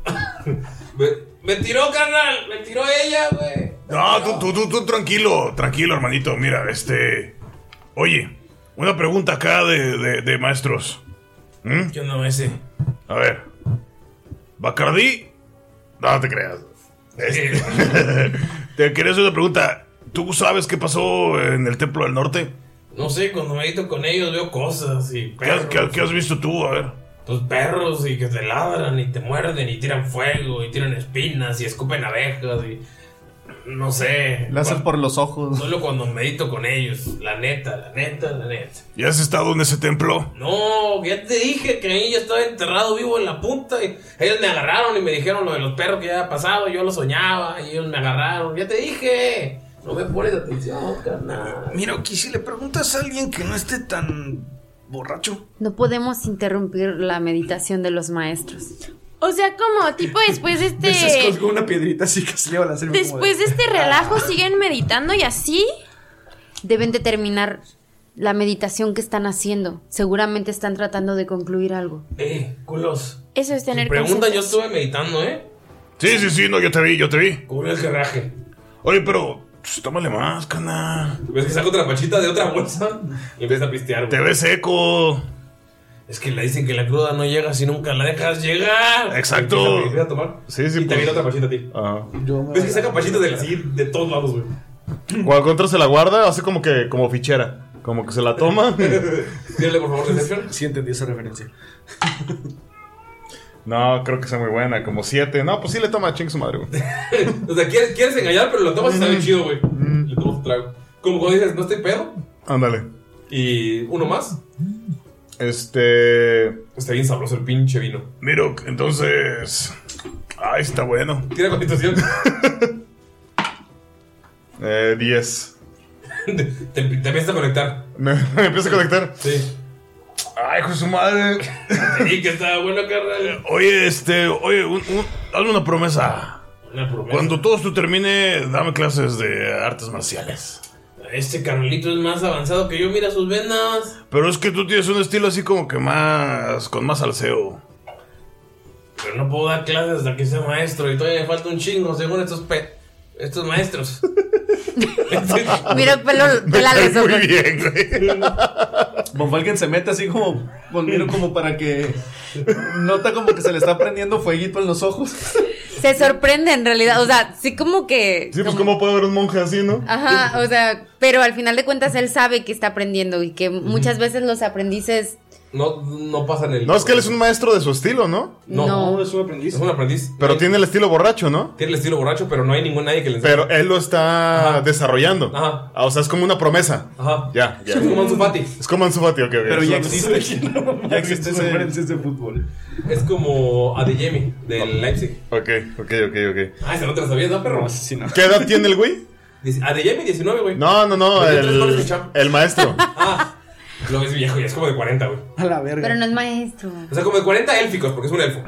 Me, me tiró, carnal. Me tiró ella, güey. No, tú, tú, tú, tú tranquilo, tranquilo, hermanito. Mira, este. Oye, una pregunta acá de, de- de maestros. ¿Mm? Yo no ese. A ver. Bacardí. No te creas. Este, te quería hacer una pregunta. ¿Tú sabes qué pasó en el Templo del Norte? No sé, cuando medito con ellos veo cosas y ¿Qué, has- perros. qué has- qué has visto tú? A ver. Los perros y que te ladran y te muerden y tiran fuego y tiran espinas y escupen abejas y... No sé. Le haces por los ojos. Solo cuando medito con ellos. La neta, la neta, la neta. ¿Ya has estado en ese templo? No, ya te dije que ahí yo estaba enterrado vivo en la punta. Y ellos me agarraron y me dijeron lo de los perros que ya había pasado. Yo lo soñaba y ellos me agarraron. Ya te dije. No me pones atención, carnal. Mira, que si le preguntas a alguien que no esté tan borracho. No podemos interrumpir la meditación de los maestros. O sea, como tipo después de Se este. colgó una piedrita así que se le va a lanzar y me como Después de este relajo, Ah, siguen meditando y así. Deben determinar la meditación que están haciendo. Seguramente están tratando de concluir algo. Eh, culos. Eso es tener Pregunta, yo estuve meditando, ¿eh? Sí, sí, sí, no, yo te vi, yo te vi. Cubre el carraje. Oye, pero. pues, tómale más, canal. ¿Ves que saco otra pachita de otra bolsa? Y empieza a pistear. Te ves seco. Es que le dicen que la cruda no llega si nunca la dejas llegar. Exacto. Y empieza- empieza a tomar. Sí, sí, Y te pues. Ah. viene otra pachita a ti. Ves que saca pachitas de, la- así de todos lados, güey. Cuando contra se la guarda, hace como que como fichera. Como que se la toma. Dile, por favor, decepción. Sí, entendí esa referencia. No, creo que sea muy buena, como siete. No, pues sí le toma ching su madre, güey. O sea, quieres, quieres engañar, pero lo tomas y sabe chido, güey. Le tomas un trago. Como cuando dices, no estoy pedo. Ándale. Y uno más. Este. Está bien sabroso el pinche vino. Miro, entonces. Ah, está bueno. Tira constitución. Eh, 10. te, te empiezas a conectar. Me, me empiezo a conectar. Sí. Ay, con su madre. Y que estaba bueno, carnal. Oye, este, oye, un- un- hazme una promesa. Una promesa. Cuando todo esto termine, dame clases de artes marciales. Este Carolito es más avanzado que yo, mira sus venas. Pero es que tú tienes un estilo así como que más. con más alceo. Pero no puedo dar clases hasta que sea maestro y todavía me falta un chingo según estos pe- estos maestros. Mira, pelo, pela los ojos. Von Falken se mete así como con miro como para que nota como que se le está prendiendo fueguito en los ojos. Se sorprende en realidad. O sea, sí como que. Sí, pues cómo puede haber un monje así, ¿no? Ajá, o sea, pero al final de cuentas él sabe que está aprendiendo y que muchas veces los aprendices No, no pasan el. No, es que él es un maestro de su estilo, ¿no? No, No. es un aprendiz. Es un aprendiz. Eh, Pero tiene el estilo borracho, ¿no? Tiene el estilo borracho, pero no hay ningún nadie que le enseñe. Pero él lo está desarrollando. Ah, o sea, es como una promesa. Ajá. Ya, ya. Es como Ansu Fati. Es como Ansu Fati, ok, ok. Pero ya existe. ya existe referencias de fútbol. Es como Adeyemi del Leipzig. Ok, ok, ok, ok. Ah, esa no te la sabías, ¿no, perro? ¿Qué edad tiene el güey? Adeyemi, 19, güey. No, no, no, Pero ya tres goles de el, Champions. Ah, el maestro. Lo ves viejo y es como de 40, güey. A la verga. Pero no es maestro. O sea, como de 40 élficos, porque es un elfo.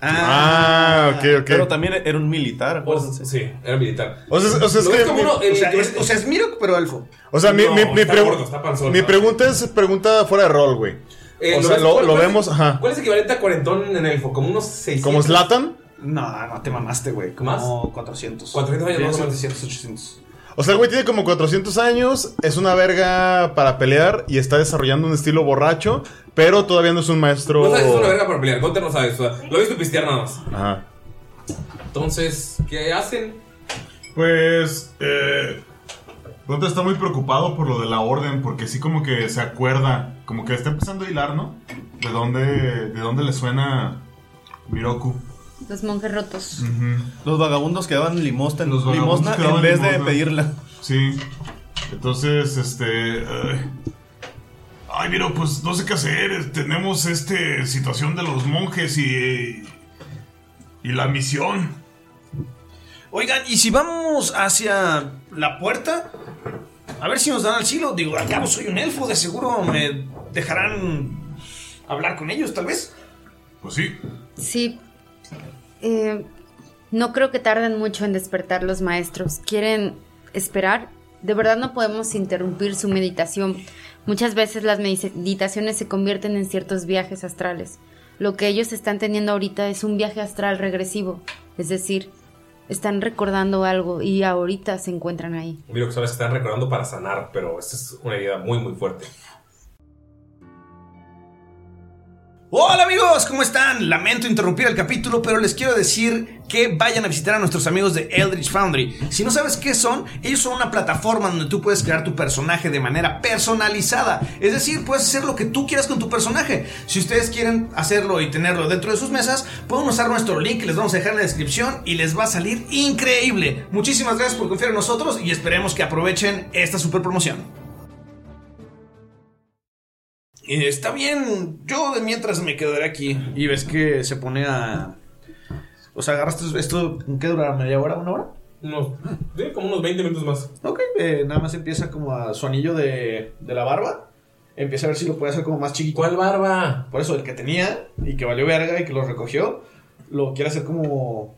Ah, ok, ok. Pero también era un militar. sí, era militar. O sea, o sea, es Lo que- ves como uno, el- o, sea, que- es, o sea, es Miro, pero elfo. O sea, mi, No, mi, mi está pregu- gordo, está panzón, mi ¿no? pregunta es pregunta fuera de rol, güey. Eh, o sea, ves- lo, ¿cuál- lo cuál es- vemos, ajá. ¿Cuál es equivalente a cuarentón en elfo? Como unos 600. ¿Como Slatan? No, no te mamaste, güey. Como 400. 400 años, más o menos. 700, 800. O sea, el güey tiene como 400 años, es una verga para pelear y está desarrollando un estilo borracho, pero todavía no es un maestro. No sabes, es una verga para pelear. Gunter no sabes. O sea, lo he visto pistear nada más. Ajá. Entonces, ¿qué hacen? Pues. Eh, Gunter está muy preocupado por lo de la orden, porque sí, como que se acuerda, como que está empezando a hilar, ¿no? De dónde, de dónde le suena Miroku. los monjes rotos. Mm. Los vagabundos que daban limosna, en- vagabundos limosna que daban en vez de limosna. pedirla. Sí. Entonces, este. ay. Ay, mira, pues no sé qué hacer. eh, Tenemos este situación de los monjes y. y la misión. Oigan, ¿y si vamos hacia la puerta? A ver si nos dan al silo. Digo, al cabo soy un elfo, de seguro me dejarán hablar con ellos, tal vez. Pues sí. Sí. Eh, no creo que tarden mucho en despertar los maestros. ¿Quieren esperar? De verdad no podemos interrumpir su meditación. Muchas veces las meditaciones se convierten en ciertos viajes astrales. Lo que ellos están teniendo ahorita es un viaje astral regresivo. Es decir, están recordando algo y ahorita se encuentran ahí. Miro que sabes que están recordando para sanar, pero esta es una herida muy, muy fuerte. Hola amigos, ¿cómo están? Lamento interrumpir el capítulo, pero les quiero decir que vayan a visitar a nuestros amigos de Eldritch Foundry. Si no sabes qué son, ellos son una plataforma donde tú puedes crear tu personaje de manera personalizada. Es decir, puedes hacer lo que tú quieras con tu personaje. Si ustedes quieren hacerlo y tenerlo dentro de sus mesas, pueden usar nuestro link que les vamos a dejar en la descripción y les va a salir increíble. Muchísimas gracias por confiar en nosotros y esperemos que aprovechen esta super promoción. Eh, Está bien, yo de mientras me quedaré aquí. Y ves que se pone a. O sea, agarras tus- esto. ¿Qué durará? ¿Media hora? ¿Una hora? No, como unos 20 minutos más. Ok, eh, nada más empieza como a su anillo de, de la barba. Empieza a ver si lo puede hacer como más chiquito. ¿Cuál barba? Por eso, el que tenía y que valió verga y que lo recogió, lo quiere hacer como.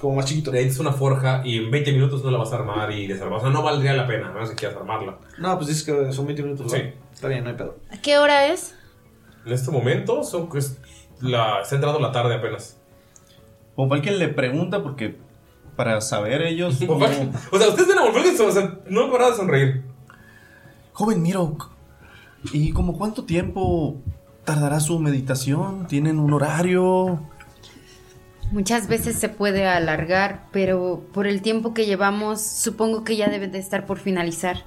Como más chiquito. Le dices una forja y en 20 minutos no la vas a armar y desarmar. O sea, no valdría la pena, a menos que quieras armarla. No, pues dices que son 20 minutos. Sí. ¿va? Está bien, no hay pedo. ¿Qué hora es? En este momento, son, es la, se ha entrado la tarde apenas. Von Falken le pregunta porque para saber ellos. Von Falken. O sea, ustedes ven a Von Falken, o sea, no han parado de sonreír. Joven Miro, ¿y como cuánto tiempo tardará su meditación? ¿Tienen un horario? Muchas veces se puede alargar, pero por el tiempo que llevamos, supongo que ya debe de estar por finalizar.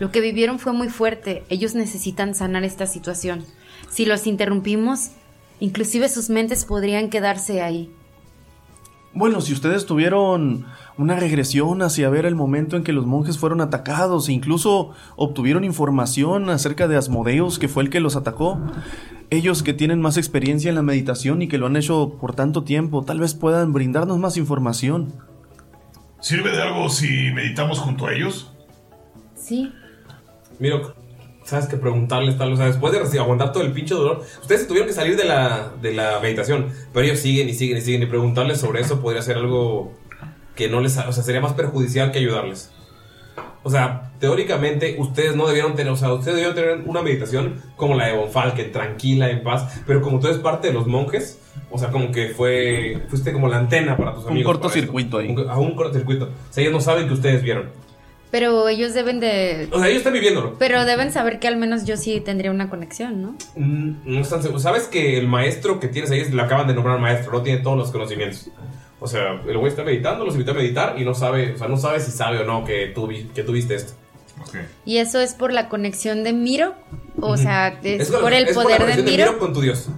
Lo que vivieron fue muy fuerte. Ellos necesitan sanar esta situación. Si los interrumpimos, inclusive sus mentes podrían quedarse ahí. Bueno, si ustedes tuvieron una regresión hacia ver el momento en que los monjes fueron atacados, e incluso obtuvieron información acerca de Asmodeus, que fue el que los atacó, ellos que tienen más experiencia en la meditación y que lo han hecho por tanto tiempo, tal vez puedan brindarnos más información. ¿Sirve de algo si meditamos junto a ellos? Sí. Miro, sabes que preguntarles tal, o sea, después de reci- aguantar todo el pinche dolor, ustedes se tuvieron que salir de la, de la meditación, pero ellos siguen y siguen y siguen, y preguntarles sobre eso podría ser algo que no les, o sea, sería más perjudicial que ayudarles. O sea, teóricamente ustedes no debieron tener, o sea, ustedes debieron tener una meditación como la de Bonfalken, tranquila, en paz, pero como tú eres parte de los monjes, o sea, como que fue, fuiste como la antena para tus Un amigos. cortocircuito ahí. Un, a un cortocircuito. O sea, ellos no saben que ustedes vieron. Pero ellos deben de... O sea, ellos están viviéndolo. Pero deben saber que al menos yo sí tendría una conexión, ¿no? Mm, No están seguros. Sabes que el maestro que tienes ahí es- lo acaban de nombrar maestro, no tiene todos los conocimientos. O sea, el güey está meditando, los invita a meditar y no sabe, o sea, no sabe si sabe o no que tú, vi- que tuviste esto. Y eso es por la conexión de Miro. O Ujú. sea, es, con- por el es con la poder de conexión Miro. con tu Dios.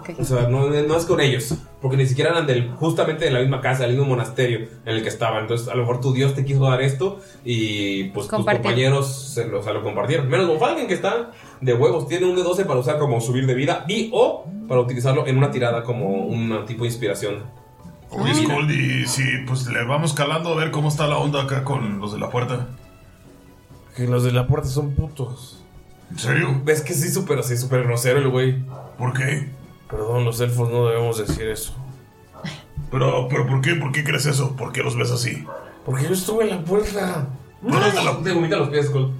Ok. O sea, no, no es con ellos, porque ni siquiera eran del, justamente de la misma casa, del mismo monasterio en el que estaban. Entonces, a lo mejor tu Dios te quiso dar esto y pues Compartir. tus compañeros se lo, o sea, lo compartieron. Menos Bonfalken que está de huevos, tiene un D12 para usar como subir de vida y o para utilizarlo en una tirada como un tipo de inspiración. Ah. Oye, Scully, sí, pues le vamos calando a ver cómo está la onda acá con los de la puerta. Que los de la puerta son putos. ¿En serio? ¿Ves que sí, súper así, súper grosero el güey? ¿Por qué? Perdón, los elfos no debemos decir eso. Pero, pero ¿por qué? ¿Por qué crees eso? ¿Por qué los ves así? Porque yo estuve en la puerta. Te vomita los pies, Col.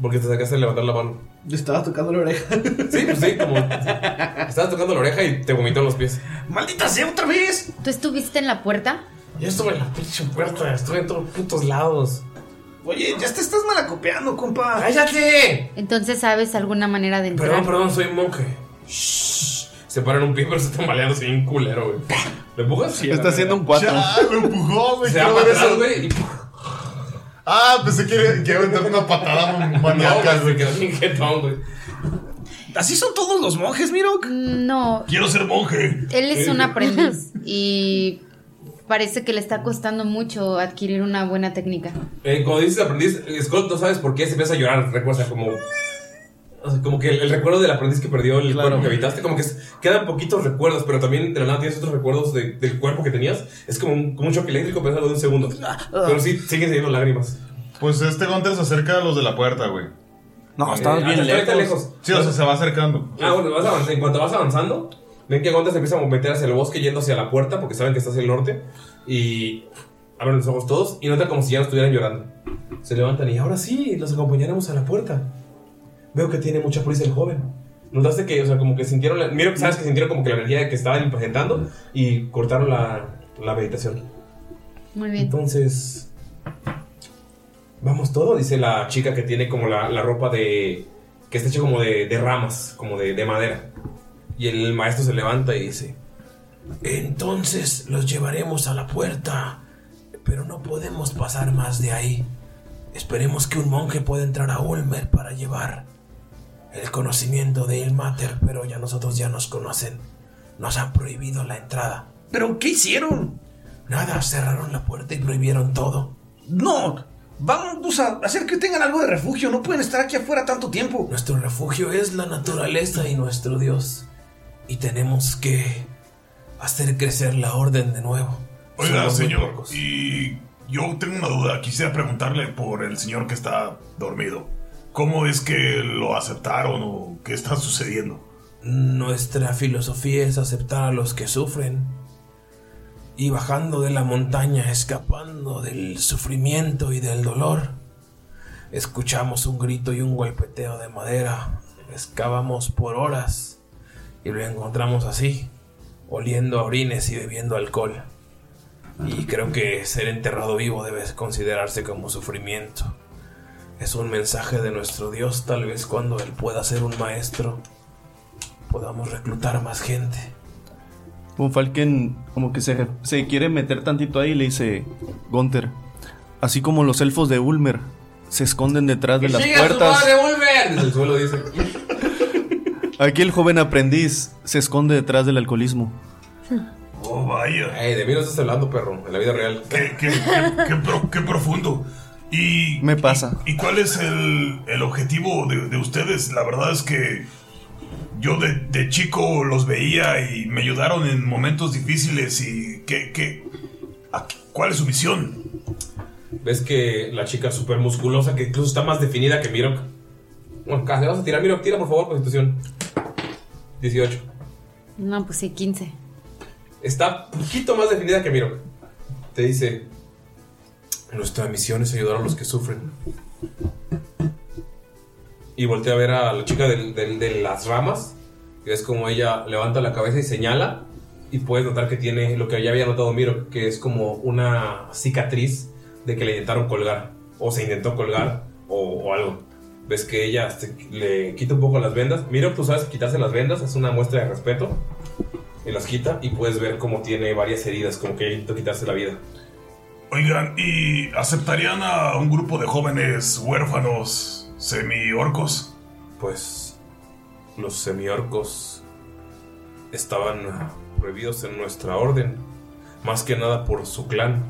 Porque te sacaste de levantar la mano. Le estaba tocando la oreja. Sí, pues sí, como. Estabas tocando la oreja y te vomitó en los pies. ¡Maldita sea otra vez! ¿Tú estuviste en la puerta? Yo estuve en la pinche puerta, estuve en todos los putos lados. Oye, ya te estás malacopeando, compa. ¡Cállate! Entonces sabes alguna manera de entrar. Perdón, perdón, soy monje. Se paran un pie, pero se están baleando así un culero, güey. ¿Le empujas? Sí, Está haciendo un cuatro. Ya, me empujó, güey. Se va quiero para ver atrás, eso. güey. y- Ah, pensé que que iba a meter una patada maníaca, güey. güey. Así son todos los monjes, Miro. Mm, No, Quiero ser monje. él es Eh. un aprendiz y parece que le está costando mucho adquirir una buena técnica. Eh, cuando dices aprendiz, Scott no sabes por qué se empieza a llorar, recuerda como. o sea, como que el, el recuerdo del aprendiz que perdió el cuerpo que habitaste, como que es- quedan poquitos recuerdos, pero también de la nada tienes otros recuerdos de- del cuerpo que tenías. Es como un, como un shock eléctrico, pero es algo de un segundo. Pero sí, siguen saliendo lágrimas. Pues este Gunter se acerca a los de la puerta, güey. No, estabas bien hasta Eh, ahorita lejos. lejos. Sí, o sea, se va acercando. Ah, bueno, vas avanzando. en cuanto vas avanzando, ven que Gonda se empieza a meter hacia el bosque yendo hacia la puerta porque saben que está hacia el norte. Y abren los ojos todos y notan como si ya no estuvieran llorando. Se levantan y ahora sí, los acompañaremos a la puerta. Veo que tiene mucha prisa el joven. Notaste que, o sea, como que sintieron, la- mira, sabes que sintieron como que la energía que estaban impacientando y cortaron la, la meditación. Muy bien. Entonces, vamos todo, dice la chica que tiene como la, la ropa de. que está hecha como de, de ramas, como de, de madera. Y el maestro se levanta y dice: Entonces los llevaremos a la puerta, pero no podemos pasar más de ahí. Esperemos que un monje pueda entrar a Ulmer para llevar el conocimiento de Ilmater, pero ya nosotros ya nos conocen. Nos han prohibido la entrada. ¿Pero qué hicieron? Nada, cerraron la puerta y prohibieron todo. No, vamos a hacer que tengan algo de refugio. No pueden estar aquí afuera tanto tiempo. Nuestro refugio es la naturaleza y nuestro Dios. Y tenemos que hacer crecer la orden de nuevo. Oiga, Somos muy señor, y yo tengo una duda. Quisiera preguntarle por el señor que está dormido. ¿Cómo es que lo aceptaron o qué está sucediendo? Nuestra filosofía es aceptar a los que sufren. Y bajando de la montaña, escapando del sufrimiento y del dolor, escuchamos un grito y un golpeteo de madera. Excavamos por horas y lo encontramos así, oliendo a orines y bebiendo alcohol. Y creo que ser enterrado vivo debe considerarse como sufrimiento. Es un mensaje de nuestro Dios, tal vez cuando Él pueda ser un maestro podamos reclutar más gente. Bonfalken como que se, se quiere meter tantito ahí y le dice, Gunther, así como los elfos de Ulmer se esconden detrás de las puertas, Ulmer! Desde el suelo dice. aquí el joven aprendiz se esconde detrás del alcoholismo. Oh, vaya. Ey, de mí no estás hablando, perro, en la vida real. ¿Qué, qué, qué, pro- qué profundo. Y, Me pasa. ¿Y cuál es el, el objetivo de, de ustedes? La verdad es que yo de, de chico los veía y me ayudaron en momentos difíciles y ¿qué, qué? ¿A qué- ¿Cuál es su misión? Ves que la chica súper musculosa, que incluso está más definida que Mirok. Bueno, casi le vas a tirar. Mirok, tira por favor, constitución. 18. No, pues sí, 15. Está poquito más definida que Mirok. Te dice: Nuestra misión es ayudar a los que sufren. Y voltea a ver a la chica del- del- de las ramas. Y ves como ella levanta la cabeza y señala. Y puedes notar que tiene lo que ya había notado Mirok, que es como una cicatriz de que le intentaron colgar. O se intentó colgar, o, o algo. Ves que ella se- le quita un poco las vendas. Mirok, tú sabes quitarse las vendas, es una muestra de respeto. Y las quita y puedes ver cómo tiene varias heridas, como que intentó quitarse la vida. Oigan, ¿y aceptarían a un grupo de jóvenes huérfanos semi-orcos? Pues los semiorcos estaban ah, prohibidos en nuestra orden, más que nada por su clan.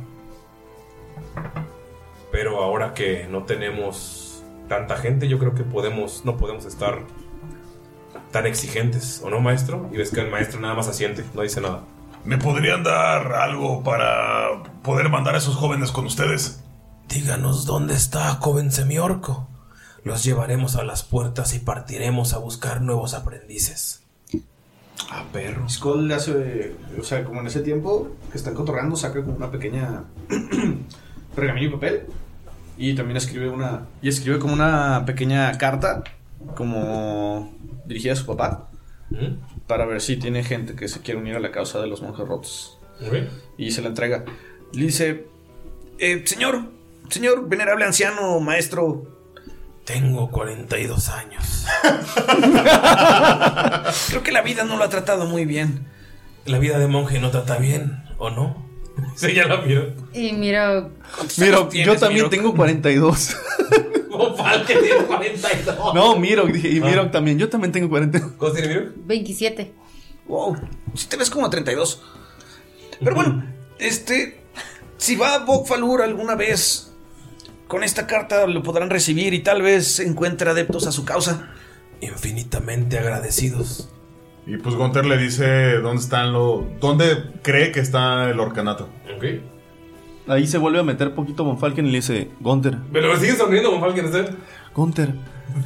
Pero ahora que no tenemos tanta gente, yo creo que podemos no podemos estar tan exigentes, ¿o no, maestro? Y ves que el maestro nada más asiente, no dice nada. ¿Me podrían dar algo para poder mandar a esos jóvenes con ustedes? Díganos dónde está, joven semiorco. Los llevaremos a las puertas y partiremos a buscar nuevos aprendices. Ah, perro. Skull le hace. O sea, como en ese tiempo que están cotorreando, saca como una pequeña. pergamino y papel. Y también escribe una. Y escribe como una pequeña carta. Como. dirigida a su papá. Para ver si tiene gente que se quiere unir a la causa de los monjes rotos. Ok. Y se la entrega. Le dice. "Eh, señor, señor, venerable anciano, maestro. Tengo 42 años. Creo que la vida no lo ha tratado muy bien. La vida de monje no trata bien, ¿o no? Sí, ya la miro. Y miro. Miro, yo también tengo 42. Bofal, Oh, que tiene 42. No, Miro, dije, Ah. y Miro también. Yo también tengo 42. ¿Cuántos tiene Miro? 27. Wow, si te ves como a 32. Pero bueno, este. Si va a Bokfalur alguna vez, con esta carta lo podrán recibir y tal vez encuentre adeptos a su causa. Infinitamente agradecidos. Y pues Gunter le dice dónde están lo. ¿Dónde cree que está el orcanato? Ahí se vuelve a meter poquito Von Falken y le dice, Gunter, Pero sigue sonriendo, Bofal, que no sé. Gunter,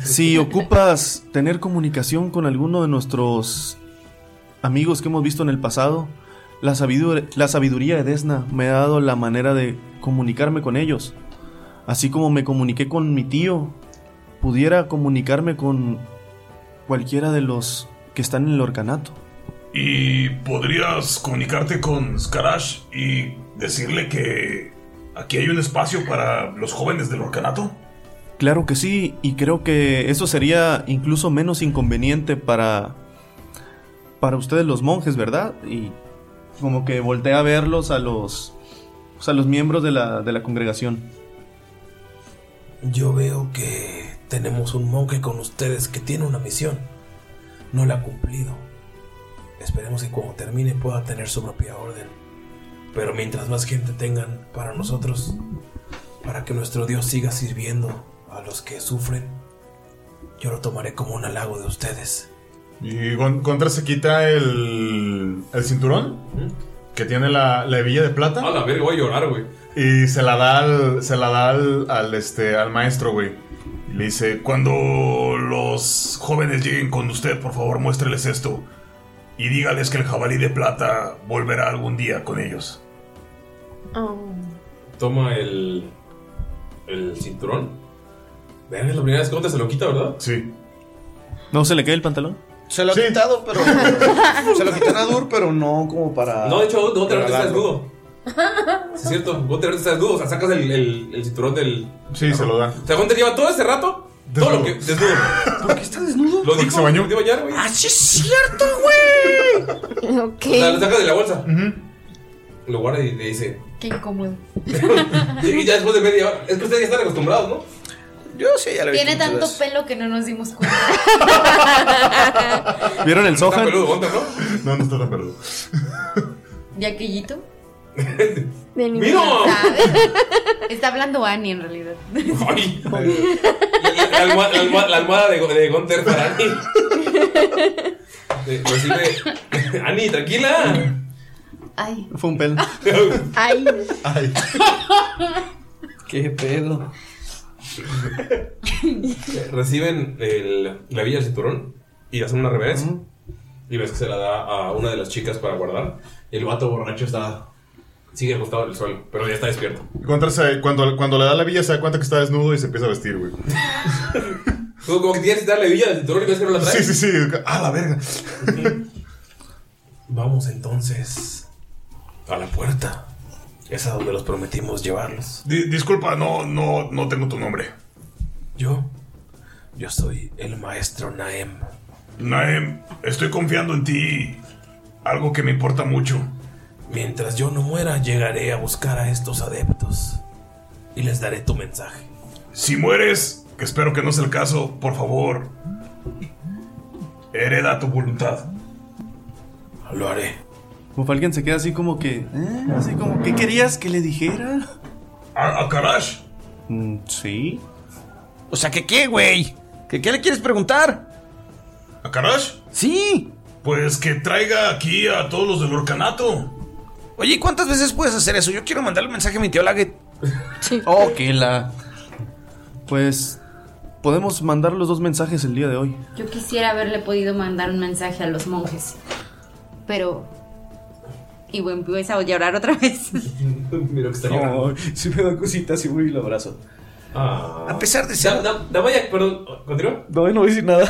si ocupas tener comunicación con alguno de nuestros amigos que hemos visto en el pasado, la, sabidur- la sabiduría de Desna me ha dado la manera de comunicarme con ellos. Así como me comuniqué con mi tío, pudiera comunicarme con cualquiera de los que están en el orcanato. ¿Y podrías comunicarte con Skarash y decirle que aquí hay un espacio para los jóvenes del orcanato? Claro que sí, y creo que eso sería incluso menos inconveniente para para ustedes los monjes, ¿verdad? Y como que voltea a verlos a los pues, a los miembros de la, de la congregación. Yo veo que tenemos un monje con ustedes que tiene una misión. No la ha cumplido. Esperemos que cuando termine pueda tener su propia orden. Pero mientras más gente tengan para nosotros, para que nuestro Dios siga sirviendo a los que sufren, yo lo tomaré como un halago de ustedes. Y Gun- Gunter se quita el. el cinturón. Que tiene la, la hebilla de plata. A la verga, voy a llorar, güey. Y se la da al. se la da al, al, este. al maestro, güey. Y le dice, cuando los jóvenes lleguen con usted, por favor, muéstreles esto. Y dígales que el jabalí de plata volverá algún día con ellos. Toma el. el cinturón. Vean, es la primera vez que Gunter se lo quita, ¿verdad? Sí. ¿No se le cae el pantalón? Se lo ha quitado, pero. se lo quitó Nadur, pero no como para. No, de hecho, Gunter ahorita está regalarlo. desnudo. Sí, es cierto. Gunter ahorita está desnudo. O sea, sacas el, el, el cinturón del. Sí, se lo da. O sea, Gunter lleva todo ese rato. Todo lo que. Desnudo. ¿Por qué está desnudo? Lo dijo. se bañó. metió a bañar, güey. ¡Ah, sí es cierto, güey! Ok. O sea, lo saca de la bolsa. Lo guarda y le dice. Qué incómodo. Y ya después de media hora. Es que ustedes ya están acostumbrados, ¿no? Yo sí, ya Tiene tanto pelo que no nos dimos cuenta. ¿Vieron el Sohan? peludo, Gunter, ¿no? No, no está tan peludo. ¿De aquellito? De mi ¡Mira! Está hablando Annie en realidad. La, almoha- la almoha- la almohada de, Go- de Gunther para Annie. Eh, lo sirve- Annie, tranquila. Ay. Fue un pedo. Ay. Ay. Qué pedo. Reciben el- la villa del cinturón y hacen una reverencia. Y ves que se la da a una de las chicas para guardar. el vato borracho está. Sigue acostado en el suelo, pero ya está despierto. Gunther se- Cuando, cuando le da la villa se da cuenta que está desnudo y se empieza a vestir, güey. Como, como que tienes que darle villa del cinturón y ves que no la traes. Sí, sí, sí. Ah, la verga. Vamos entonces a la puerta. Es a donde los prometimos llevarlos. Di- disculpa, no, no, no tengo tu nombre. Yo, yo soy el maestro Naem. Naem, estoy confiando en ti. Algo que me importa mucho. Mientras yo no muera, llegaré a buscar a estos adeptos y les daré tu mensaje. Si mueres, que espero que no sea el caso, por favor, hereda tu voluntad. Lo haré. alguien se queda así como que. ¿eh? Así como, ¿qué querías que le dijera? Mm, ¿A, a Karash? sí. O sea, ¿qué qué, güey? ¿Qué, ¿Qué le quieres preguntar? ¿A Karash? Sí. Pues que traiga aquí a todos los del orcanato. Oye, ¿y ¿cuántas veces puedes hacer eso? Yo quiero mandarle un mensaje a mi tío Laget. Oh, que la. Pues. Podemos mandar los dos mensajes el día de hoy. Yo quisiera haberle podido mandar un mensaje a los monjes. Pero. Y bueno, empieza a llorar otra vez. Mira que está llorando. si me da cositas y voy y lo abrazo. A pesar de ser. Damaya, perdón, ¿continúa? No, no voy a decir nada.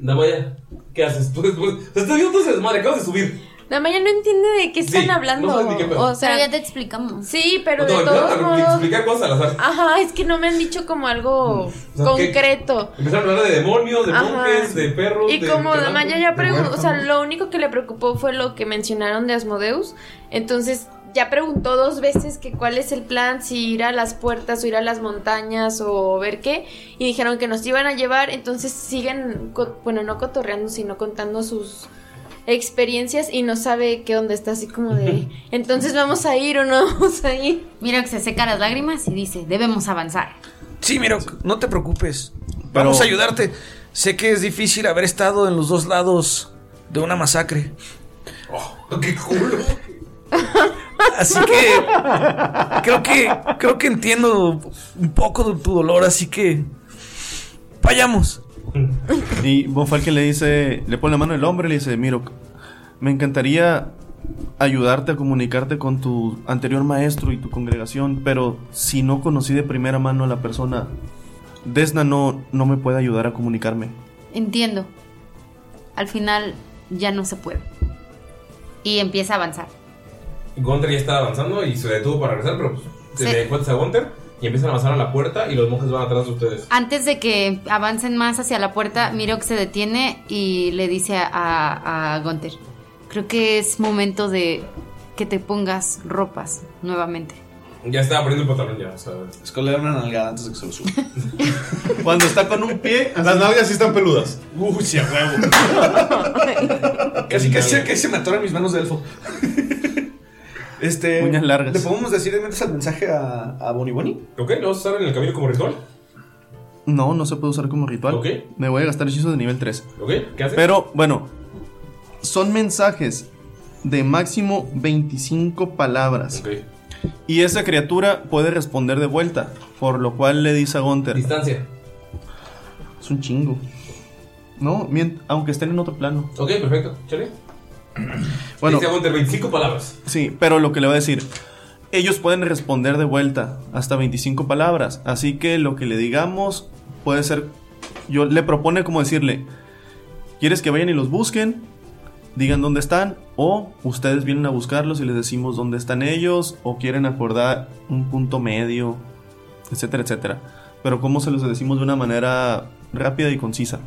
Damaya, ¿qué haces tú después? Te estás viendo todo ese desmadre, acabas de subir. La Maya no entiende de qué están Sí, hablando. no sabes ni qué pedo. o sea, ya te explicamos. Sí, pero No, de empezaron todos a repli- modos. explicar cosas al azar. Ajá, es que no me han dicho como algo Mm. O sea, concreto. Empezaron a hablar de demonios, de Ajá. monjes, de perros. Y de como de Damaya ya de preguntó, o sea, huérfanos. lo único que le preocupó fue lo que mencionaron de Asmodeus. Entonces ya preguntó dos veces que cuál es el plan, si ir a las puertas o ir a las montañas o ver qué. Y dijeron que nos iban a llevar, entonces siguen, co- bueno, no cotorreando, sino contando sus experiencias y no sabe qué onda está así como de entonces vamos a ir o no vamos a ir mira que se seca las lágrimas y dice debemos avanzar Sí, mira, no te preocupes. Pero- Vamos a ayudarte. Sé que es difícil haber estado en los dos lados de una masacre. Así que creo que creo que entiendo un poco de tu dolor, así que vayamos. Y Von Falken le dice, le pone la mano en el hombre y le dice, Miro, me encantaría ayudarte a comunicarte con tu anterior maestro y tu congregación, pero si no conocí de primera mano a la persona, Desna no, no me puede ayudar a comunicarme. entiendo al final ya no se puede y empieza a avanzar Gunther ya estaba avanzando y se detuvo para regresar, pero pues, se le cuentas a Gunther y empiezan a avanzar a la puerta y los monjes van atrás de ustedes. antes de que avancen más hacia la puerta Mirok se detiene y le dice a, a, a Gunther creo que es momento de que te pongas ropas nuevamente Ya estaba poniendo el pantalón ya, o sea. Es que le dan una nalgada antes de que se lo suba. Cuando está con un pie. Las nalgas sí están peludas. Uy, sí, a huevo. Casi, casi, casi se me atoran mis manos de elfo. Este. Uñas largas. ¿Le podemos decir de mientras el mensaje a, a Bonnie Bonnie? Ok, lo vas a usar en el camino como ritual. No, no se puede usar como ritual. Ok. Me voy a gastar hechizos de nivel 3. Ok, ¿qué haces? Pero bueno, son mensajes de máximo 25 palabras. Y esa criatura puede responder de vuelta, por lo cual le dice a Gunter. Distancia. Es un chingo. No, mien- aunque estén en otro plano. Ok, perfecto, chale. Bueno. Dice a Gunther 25 palabras. Sí, pero lo que le va a decir, ellos pueden responder de vuelta hasta 25 palabras, así que lo que le digamos puede ser, yo le propone como decirle, ¿quieres que vayan y los busquen? Digan dónde están, o ustedes vienen a buscarlos y les decimos dónde están ellos, o quieren acordar un punto medio, etcétera, etcétera. Pero cómo se los decimos de una manera rápida y concisa.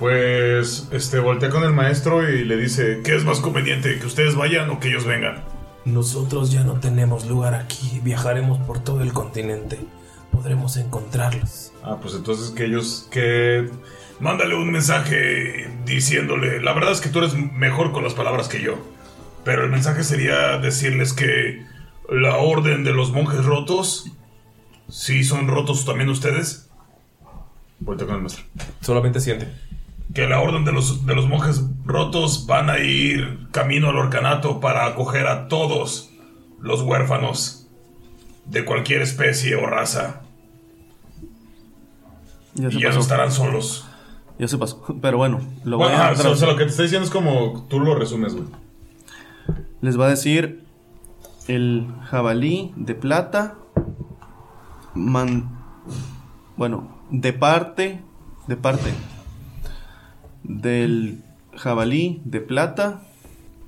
Pues, este, voltea con el maestro y le dice, ¿Qué es más conveniente? ¿Que ustedes vayan o que ellos vengan? Nosotros ya no tenemos lugar aquí. Viajaremos por todo el continente. Podremos encontrarlos. Ah, pues entonces que ellos que mándale un mensaje diciéndole, la verdad es que tú eres mejor con las palabras que yo. Pero el mensaje sería decirles que la orden de los monjes rotos, si son rotos también ustedes. Voy con el maestro. Solamente siente. Que la orden de los, de los monjes rotos van a ir camino al orcanato para acoger a todos los huérfanos de cualquier especie o raza. Ya se Y ya no pasó. estarán solos. Ya se pasó. Pero bueno, lo voy Bueno, a ajá, o sea, o sea, lo que te estoy diciendo es como tú lo resumes, güey. Les va a decir el jabalí de plata. Man. Bueno, de parte. De parte. Del jabalí de plata.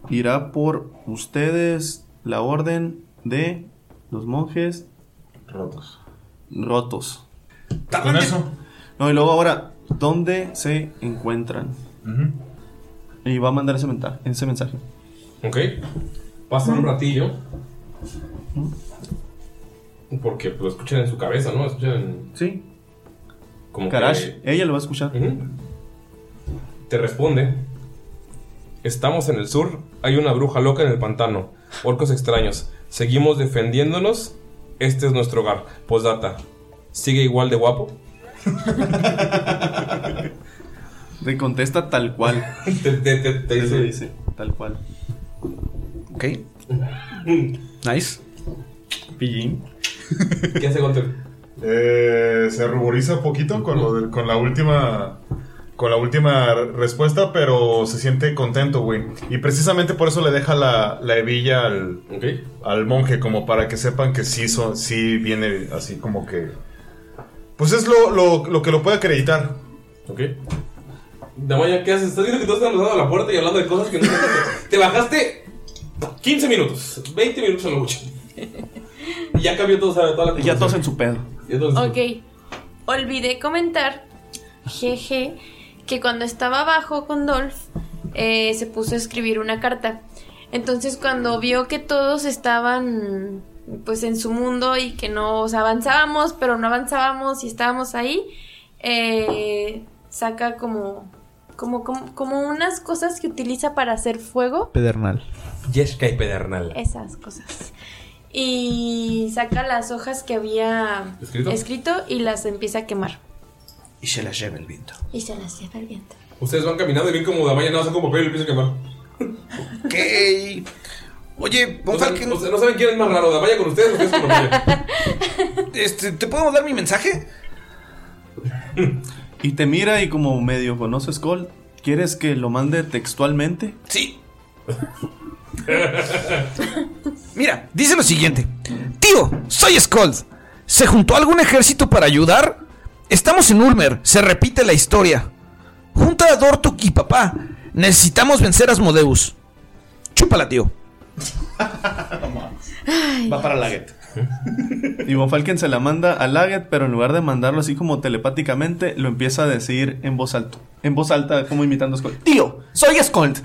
Irá por ustedes la orden de los monjes. Rotos. Rotos. ¿Con eso? No, y luego ahora, ¿dónde se encuentran? Y va a mandar ese, menta- ese mensaje. Ok. Pasa un ratillo. Porque pues, lo escuchan en su cabeza, ¿no? Escuchan. Sí. Como Karash, que ella lo va a escuchar. te responde. Estamos en el sur. Hay una bruja loca en el pantano. Orcos extraños. Seguimos defendiéndonos. Este es nuestro hogar. Postdata. Sigue igual de guapo. Te contesta tal cual. te, te- te Eso dice. dice, tal cual. Ok. Nice. Pillín. ¿Qué hace Gunter? Eh, se ruboriza un poquito con, lo del- con la última con la última respuesta, pero se siente contento, güey. Y precisamente por eso le deja la, la hebilla al, al monje, como para que sepan que sí, son, sí viene así como que... Pues es lo, lo- lo que lo puede acreditar. Ok. Damaya, ¿qué haces? Estás viendo que todos están rozando la puerta y hablando de cosas que no. te bajaste 15 minutos, 20 minutos a lo mucho. Y ya cambió todo, o sea, toda la Ya todos en su pedo. Ya todos en su Ok, olvidé comentar, jeje, que cuando estaba abajo con Dolph, eh, se puso a escribir una carta. Entonces cuando vio que todos estaban pues en su mundo y que no o sea, avanzábamos, pero no avanzábamos y estábamos ahí, eh, saca como, como, como, como unas cosas que utiliza para hacer fuego. Pedernal. Yeshka y Pedernal. Esas cosas. Y saca las hojas que había ¿Escrito? escrito, y las empieza a quemar. Y se las lleva el viento. Y se las lleva el viento. Ustedes van caminando y ven como Damaya nada más saca un papel y lo empieza a quemar. Ok. Oye, no saben, o sea, no saben quién es más raro, Damaya con ustedes o ustedes con Damaya. Este, ¿te puedo dar mi mensaje? Y te mira y como medio conoces Cole, ¿quieres que lo mande textualmente? Sí. Mira, dice lo siguiente. Tío, soy Scold. ¿Se juntó algún ejército para ayudar? Estamos en Ulmer, se repite la historia. Junta a Dortuk y papá. Necesitamos vencer a Asmodeus. Chúpala, tío. Va para Laget. Y Von Falken se la manda a Laget, pero en lugar de mandarlo así como telepáticamente, lo empieza a decir en voz alto. En voz alta, como imitando a Skold. ¡Tío! ¡Soy Skold!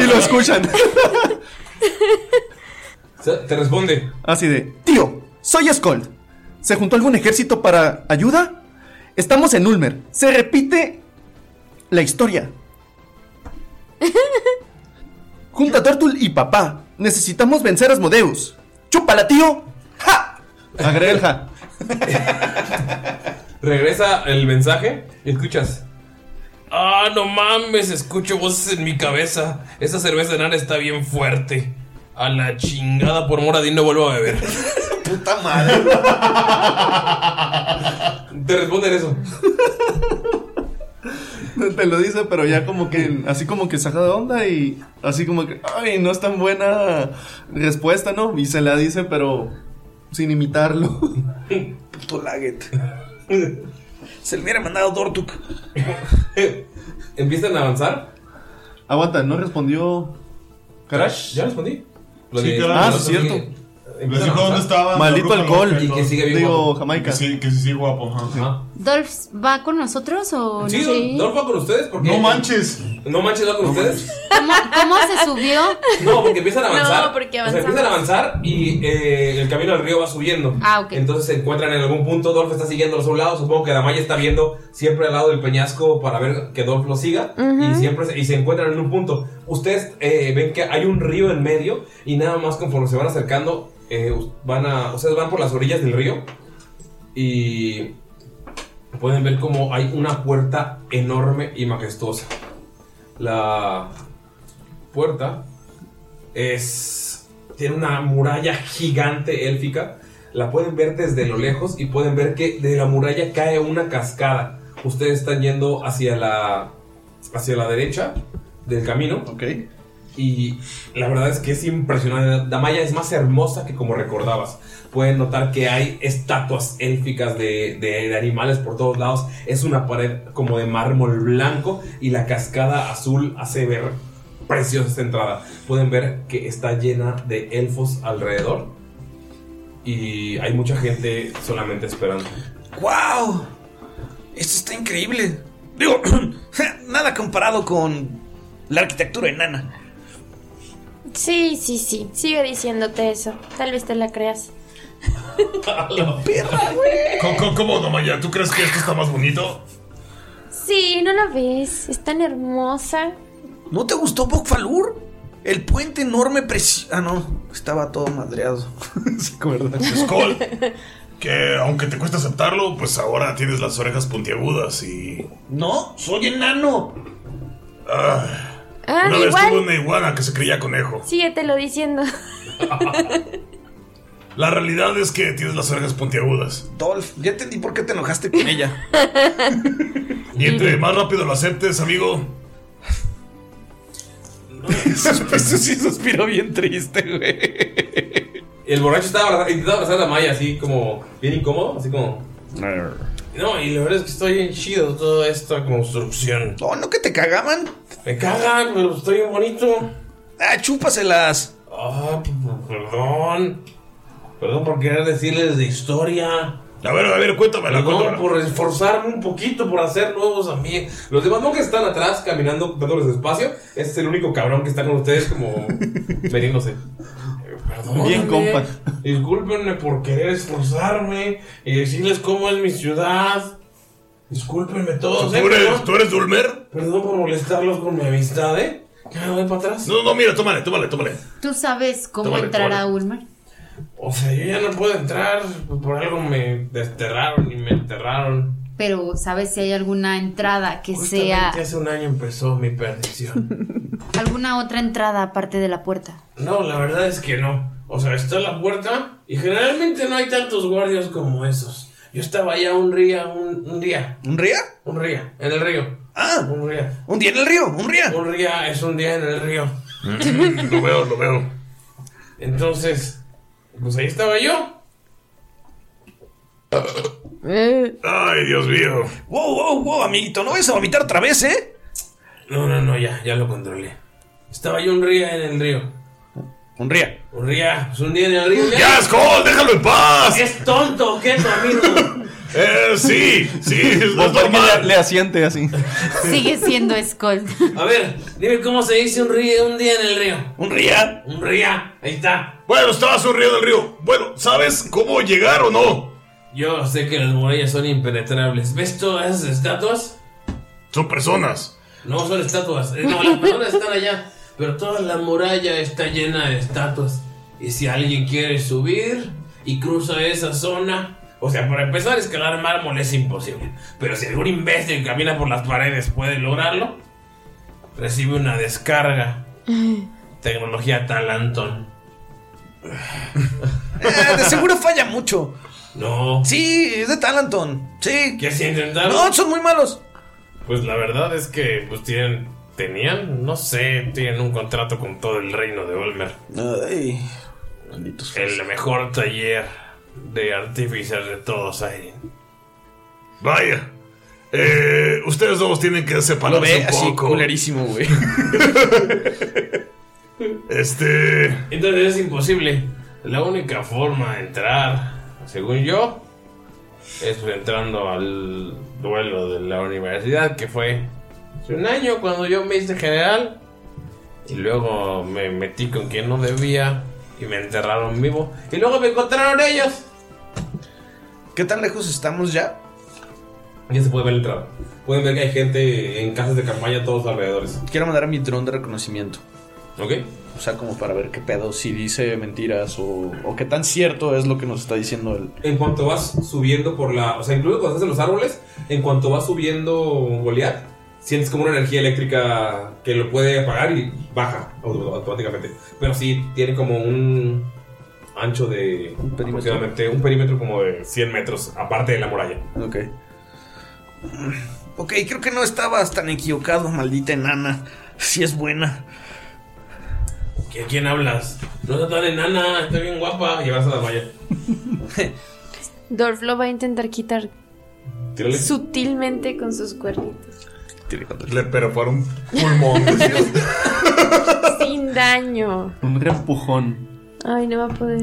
y lo escuchan. Te responde. Así de, tío, soy Skold. ¿Se juntó algún ejército para ayuda? Estamos en Ulmer. Se repite la historia. Junta a Tortul y papá. Necesitamos vencer a Asmodeus. ¡Chúpala, tío! ¡Ja! Agrega el ja. Regresa el mensaje y escuchas. Ah, no mames, escucho voces en mi cabeza. Esa cerveza enana está bien fuerte. A la chingada por moradín no vuelvo a beber. Puta madre. Te responden eso. Te lo dice, pero ya como que, así como que saca de onda y así como que, ay, no es tan buena respuesta, ¿no? Y se la dice, pero sin imitarlo. Puto Laget. Se le hubiera mandado Dortuk. ¿Empiezan a avanzar? Aguanta, no respondió. Crash, ya respondí. Lo Sí, de- lo claro. Ah, de- sí, cierto. eh, Les dijo dónde estaba. Maldito la bruja alcohol. loca Y que todo. sigue bien Digo, guapo. Jamaica. Que sí, que sí sigue guapo. ajá. Ah, ¿Dolph va con nosotros o Sí, no? Dol- Dolph va con ustedes porque. No manches. ¿No manches va con ustedes? ¿Cómo, cómo se subió? No, porque empiezan a No, avanzar. porque O sea, empiezan a avanzar y eh, el camino al río va subiendo. Ah, ok. Entonces se encuentran en algún punto, Dolph está siguiéndolos a un lado, supongo que Damaya está viendo siempre al lado del peñasco para ver que Dolph lo siga Ujú. y siempre se- y se encuentran en un punto. Ustedes eh, ven que hay un río en medio y nada más conforme se van acercando, eh, us- van a, ustedes van por las orillas del río y pueden ver como hay una puerta enorme y majestuosa. La puerta es tiene una muralla gigante élfica. La pueden ver desde lo lejos y pueden ver que de la muralla cae una cascada. Ustedes están yendo hacia la hacia la derecha del camino. Ok. Y la verdad es que es impresionante. Damaya es más hermosa que como recordabas. Pueden notar que hay estatuas élficas de, de- de animales por todos lados. Es una pared como de mármol blanco y la cascada azul hace ver preciosa esta entrada. Pueden ver que está llena de elfos alrededor y hay mucha gente solamente esperando. ¡Wow! Esto está increíble. Digo, nada comparado con la arquitectura enana. Sí, sí, sí. Sigue diciéndote eso. Tal vez te la creas. ¿Cómo, cómo, cómo, Damaya? ¿Tú crees que esto está más bonito? Sí, ¿no la ves? Es tan hermosa. ¿No te gustó Bokfalur? El puente enorme preci... Ah, no. Estaba todo madreado. ¿Se acuerdan? Skull, que aunque te cuesta aceptarlo, pues ahora tienes las orejas puntiagudas y. No, soy enano. Ah, Ah, una vez tuve igual. una iguana que se creía conejo. Síguetelo diciendo. La realidad es que tienes las orejas puntiagudas. Dolph, ya entendí por qué te enojaste con ella. Y entre más rápido lo aceptes, amigo. Eso sí suspiro bien triste, güey. El borracho estaba abra- intentaba abrazar a Maya así como bien incómodo, así como... No, y la verdad es que estoy bien chido toda esta construcción. Oh, No, no que te cagaban. Me cagan, pero estoy bien bonito. Ah, chúpaselas. Ah, perdón. Perdón por querer decirles de historia. A ver, a ver, cuéntamela, Perdón cuéntamela. por esforzarme un poquito por hacer nuevos amigos. Los demás monjes están atrás caminando, dándoles espacio. Este es el único cabrón que está con ustedes como metiéndose. Perdón. Bien, compa. Discúlpenme por querer esforzarme y decirles cómo es mi ciudad. Discúlpenme todos. ¿eh? ¿Tú eres- tú eres Dulmer? Perdón por molestarlos con mi amistad, ¿eh? Ya me voy para atrás. No, no, mira, tómale, tómale, tómale. ¿Tú sabes cómo Tómale, entrar tómale. a Ulmer? O sea, yo ya no puedo entrar. pues, Por algo me desterraron y me enterraron. Pero ¿sabes si hay alguna entrada que sea Justamente hace un año empezó mi perdición. alguna otra entrada aparte de la puerta? No, la verdad es que no. O sea, está la puerta y generalmente no hay tantos guardias como esos. Yo estaba allá un día, un, un día. ¿Un ría? Un ría, en el río. Ah, un ría. Un día en el río, un ría. Mm, Un ría es un día en el río. lo veo, lo veo. Entonces, pues ahí estaba yo. Ay, Dios mío. Wow, wow, wow, amiguito, no vayas a vomitar otra vez, ¿eh? No, no, no, ya, ya lo controlé. Estaba yo un ría en el río. Un ría. Un ría, es un día en el río. ¡Ya, Skull! ¡Déjalo en paz! Es tonto, ¿qué tu amigo? Eh, sí, sí, es normal. Le, le asiente así. Sigue siendo Skull. A ver, dime cómo se dice un río, un día en el río. ¿Un ría? Un ría, ahí está. Bueno, estabas un río del río. Bueno, ¿sabes cómo llegar o no? Yo sé que las murallas son impenetrables. ¿Ves todas esas estatuas? Son personas. No son estatuas. Eh, No, las personas están allá. Pero toda la muralla está llena de estatuas. Y si alguien quiere subir y cruza esa zona. O sea, para empezar, escalar mármol es imposible. Pero si algún imbécil camina por las paredes puede lograrlo, recibe una descarga. Tecnología Talantón. Eh, Ah, de seguro falla mucho. No. Sí, es de Talanton. Sí. ¿Qué se intentaron? No, son muy malos. Pues la verdad es que pues tienen tenían, no sé, tienen un contrato con todo el reino de Olmer. el mejor taller de artífices de todos eh. ahí. Vaya. Eh, ustedes dos tienen que Lo separarse ve un así, poco. culerísimo, güey. Este. Entonces es imposible. La única forma de entrar, según yo, es entrando al duelo de la universidad que fue Hace un año cuando yo me hice general y luego me metí con quien no debía y me enterraron vivo y luego me encontraron ellos. ¿Qué tan lejos estamos ya? Ya se puede ver el trabajo. Pueden ver que hay gente en casas de campaña a todos alrededores. Quiero mandar a mi dron de reconocimiento. ¿Ok? O sea, como para ver qué pedo, si dice mentiras o, o qué tan cierto es lo que nos está diciendo él. En cuanto vas subiendo por la. O sea, incluso cuando estás en los árboles, en cuanto vas subiendo Goliath, sientes como una energía eléctrica que lo puede apagar y baja auto- automáticamente. Pero sí tiene como un ancho de aproximadamente un perímetro como de 100 metros, aparte de la muralla. Ok. Mm. Ok, creo que no estabas tan equivocado, maldita enana. Si es buena. ¿A quién hablas? No está tan enana, estoy bien guapa. Llevas a la malla. Dorf lo va a intentar quitar Tírale. sutilmente con sus cuernitos. Le perfora un pulmón. Sin daño. Un reempujón. Ay, no va a poder.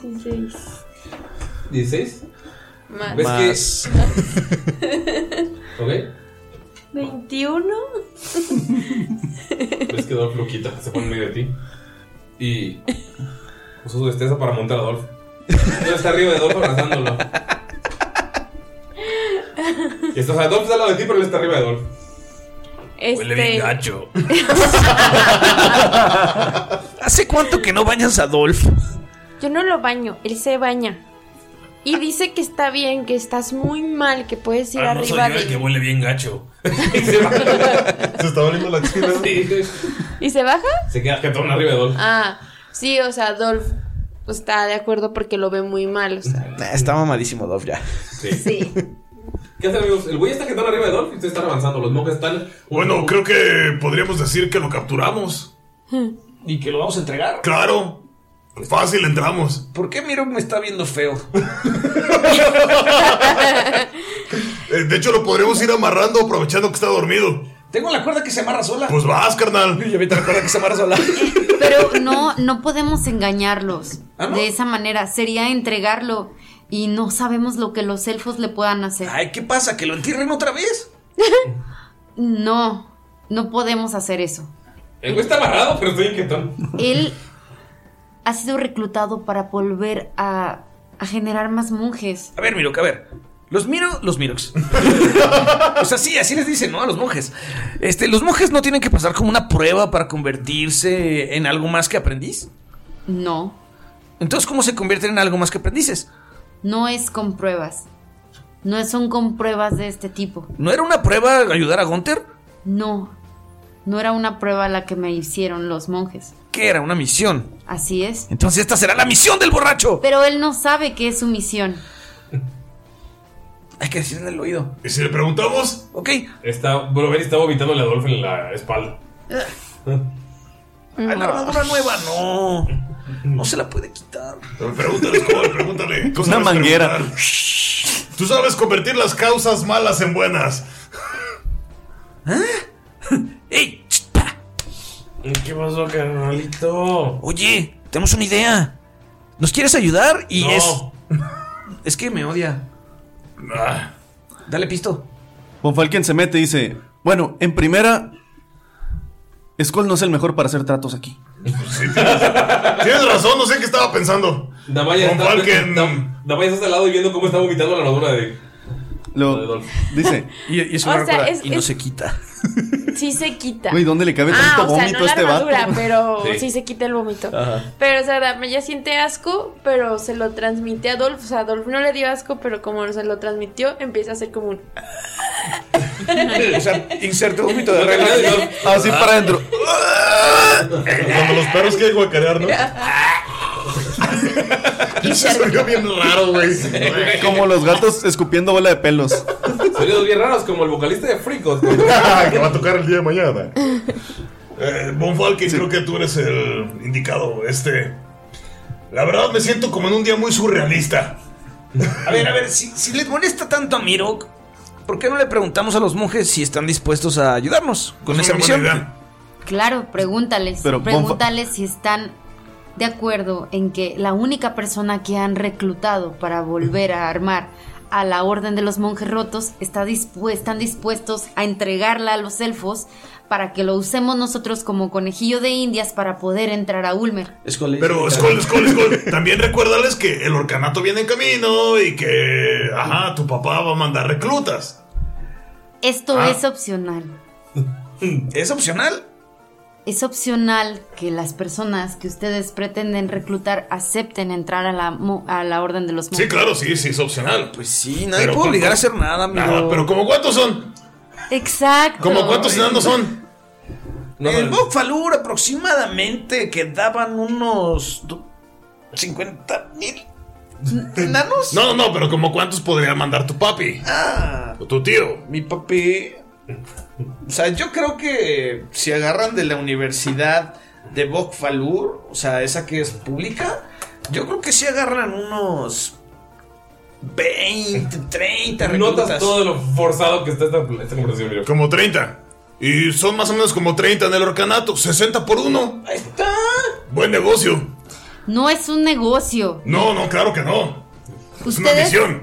16. 16. Más. ¿Ves Más. que.? ok. 21. ¿Ves que Dolph lo quita? Se pone en medio de ti. Y. Usa su destreza para montar a Dolph. Él está arriba de Dolph abrazándolo. Y esto, o sea, Dolph está al lado de ti, pero él está arriba de Dolph. Este... gacho. ¿Hace cuánto que no bañas a Dolph? Yo no lo baño, él se baña. Y dice que está bien, que estás muy mal, que puedes ir Ah, no soy arriba yo el de... que huele bien gacho. Se está oliendo la axila. ¿Y se baja? Se queda jetón arriba de Dolph. Ah, sí, o sea, Dolph está de acuerdo porque lo ve muy mal, o sea. está mamadísimo Dove ya. Sí. ¿Qué hacen, amigos? El güey está jetón arriba de Dolph y ustedes están avanzando. Los monjes están. Bueno, creo que podríamos decir que lo capturamos. Y que lo vamos a entregar. Claro. Fácil entramos. ¿Por qué Miro me está viendo feo? Eh, De hecho, lo podríamos ir amarrando aprovechando que está dormido. Tengo la cuerda que se amarra sola. Pues vas, carnal. Yo vi la cuerda que se amarra sola. Pero no, no podemos engañarlos Ah, de esa manera. Sería entregarlo y no sabemos lo que los elfos le puedan hacer. Ay, ¿qué pasa? ¿Que lo entierren otra vez? No, no podemos hacer eso. El güey está amarrado, pero estoy inquietón. Él ha sido reclutado para volver a, a generar más monjes. A ver, Mirok, a ver. Los miro, los mirox. O sea, sí, así les dicen, ¿no? A los monjes. Este, los monjes no tienen que pasar como una prueba para convertirse en algo más que aprendiz. No, Entonces, ¿cómo se convierten en algo más que aprendices? no es con pruebas. No son con pruebas de este tipo. ¿No era una prueba ayudar a Gunther? No, no era una prueba la que me hicieron los monjes. ¿Qué era? Una misión. Así es. Entonces, esta será la misión del borracho. Pero él no sabe que es su misión. Hay que decirle en el oído. ¿Y si le preguntamos? Ok. Está, Broveri está vomitándole a Dolph en la espalda. Ay, la armadura nueva, no. No se la puede quitar. Pregúntale, Escobar, pregúntale. Tú Una eh? sabes manguera. preguntar. Tú sabes convertir las causas malas en buenas. ¿Ah? ¿Qué pasó, carnalito? Oye, tenemos una idea. ¿Nos quieres ayudar? Y No. es. Es que me odia. Ah. Dale pisto. Von Falken se mete y dice: Bueno, en primera, Skull no es el mejor para hacer tratos aquí. Tienes razón, no sé qué estaba pensando. Damaya Von está, Falken. Dam- Damaya está al lado y viendo cómo está vomitando la armadura de. Lo- dice: Y, y es una O sea, armadura, es- y no es- se quita. Sí se quita. Güey, ¿dónde le cabe ah, tanto o sea, vómito no a este la vato? armadura, pero Sí. sí. se quita el vómito. Ajá. Pero, o sea, Damaya siente asco, pero se lo transmite a Dolph. O sea, Dolph no le dio asco, pero como se lo transmitió, empieza a hacer como un... o sea, inserte vómito de regla. Así para adentro. Cuando los perros quieren guacarear, ¿no? Eso sonó bien raro, güey. Como los gatos escupiendo bola de pelos. Sonidos bien raros, como el vocalista de Freakos. Ah, que va a tocar el día de mañana. Eh, Von Falken, creo que tú eres el indicado. Este. La verdad me siento como en un día muy surrealista. A ver, a ver, si, si les molesta tanto a Mirok, ¿por qué no le preguntamos a los monjes si están dispuestos a ayudarnos con esa misión? Claro, pregúntales. Pero, pregúntales si están de acuerdo en que la única persona que han reclutado para volver a armar a la orden de los monjes rotos, está dispu- están dispuestos a entregarla a los elfos para que lo usemos nosotros como conejillo de indias para poder entrar a Ulmer. Pero Skull, Skull, Skull, también recuérdales que el orcanato viene en camino y que, ajá, tu papá va a mandar reclutas. Esto Ah. es opcional. Mm, ¿Es opcional? Es opcional que las personas que ustedes pretenden reclutar acepten entrar a la, mo- a la orden de los monjes. Sí, claro, sí, sí, es opcional. Pues sí, nadie puede obligar a hacer nada, amigo. pero ¿como cuántos son? Exacto. ¿Como cuántos enanos son? en Bokfalur aproximadamente quedaban unos 50 mil enanos. No, no, pero ¿como cuántos podría mandar tu papi? Ah. O tu tío. Mi papi. O sea, yo creo que si agarran de la universidad de Bokfalur, o sea, esa que es pública, yo creo que si agarran unos 20, 30 Notas reclutas. todo lo forzado que está esta, esta conversación, mira. Como 30. Y son más o menos como 30 en el orcanato, 60 por uno. Ahí está. Buen negocio. No es un negocio. No, no, claro que no. Es una Ustedes- misión.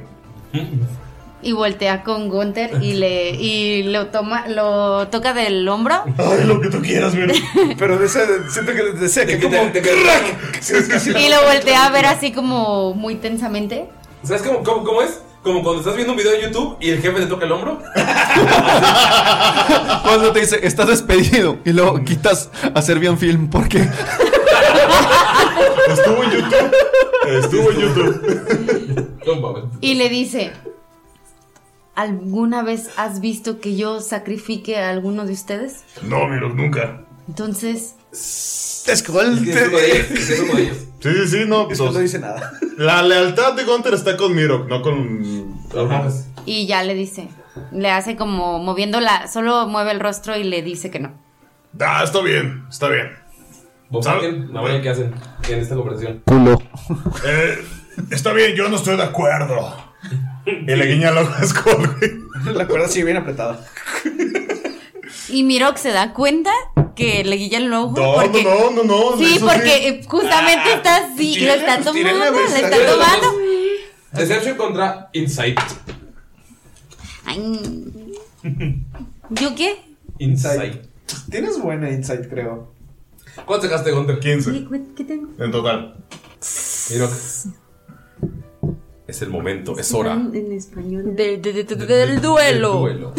Y voltea con Gunther y le y lo toma, lo toca del hombro. Ay, lo que tú quieras, mira. Pero de esa, siento que desea que como... ¡Crack! Y lo voltea a ver así como muy tensamente. ¿Sabes cómo, cómo, cómo es? Como cuando estás viendo un video en YouTube y el jefe te toca el hombro. Cuando te dice, estás despedido. Y Mm. luego quitas a Serbian Film porque. Estuvo en YouTube. Estuvo en YouTube. Y le dice: ¿Alguna vez has visto que yo sacrifique a alguno de ustedes? No, miro, nunca. Entonces, Sí, sí, sí, no. pues, no dice nada. La lealtad de Gunter está con Mirok, no con. y ya le dice. Le hace como moviendo la. Solo mueve el rostro y le dice que no. Ah, está bien, está bien. ¿Saben? La manera que hacen en esta conversación. Culo. Eh, está bien, yo no estoy de acuerdo. Y le guiña el ojo a Skull, güey. La cuerda sigue bien apretada. Y Mirok se da cuenta que le guilla el ojo. No, porque- Oh, no, no, no, no, Sí, eso porque sí. eh, justamente está así. Lo está Tírenle, Ah, pues, tomando, le tírenle, está pues, tomando. Deception contra Insight. Ay. ¿Yo qué? Insight. Tienes buena insight, creo. ¿Cuánto sacaste, Gunter? 15. ¿Qué tengo? En total. Mirok. Es el momento, es hora. En español. del duelo. Duelo.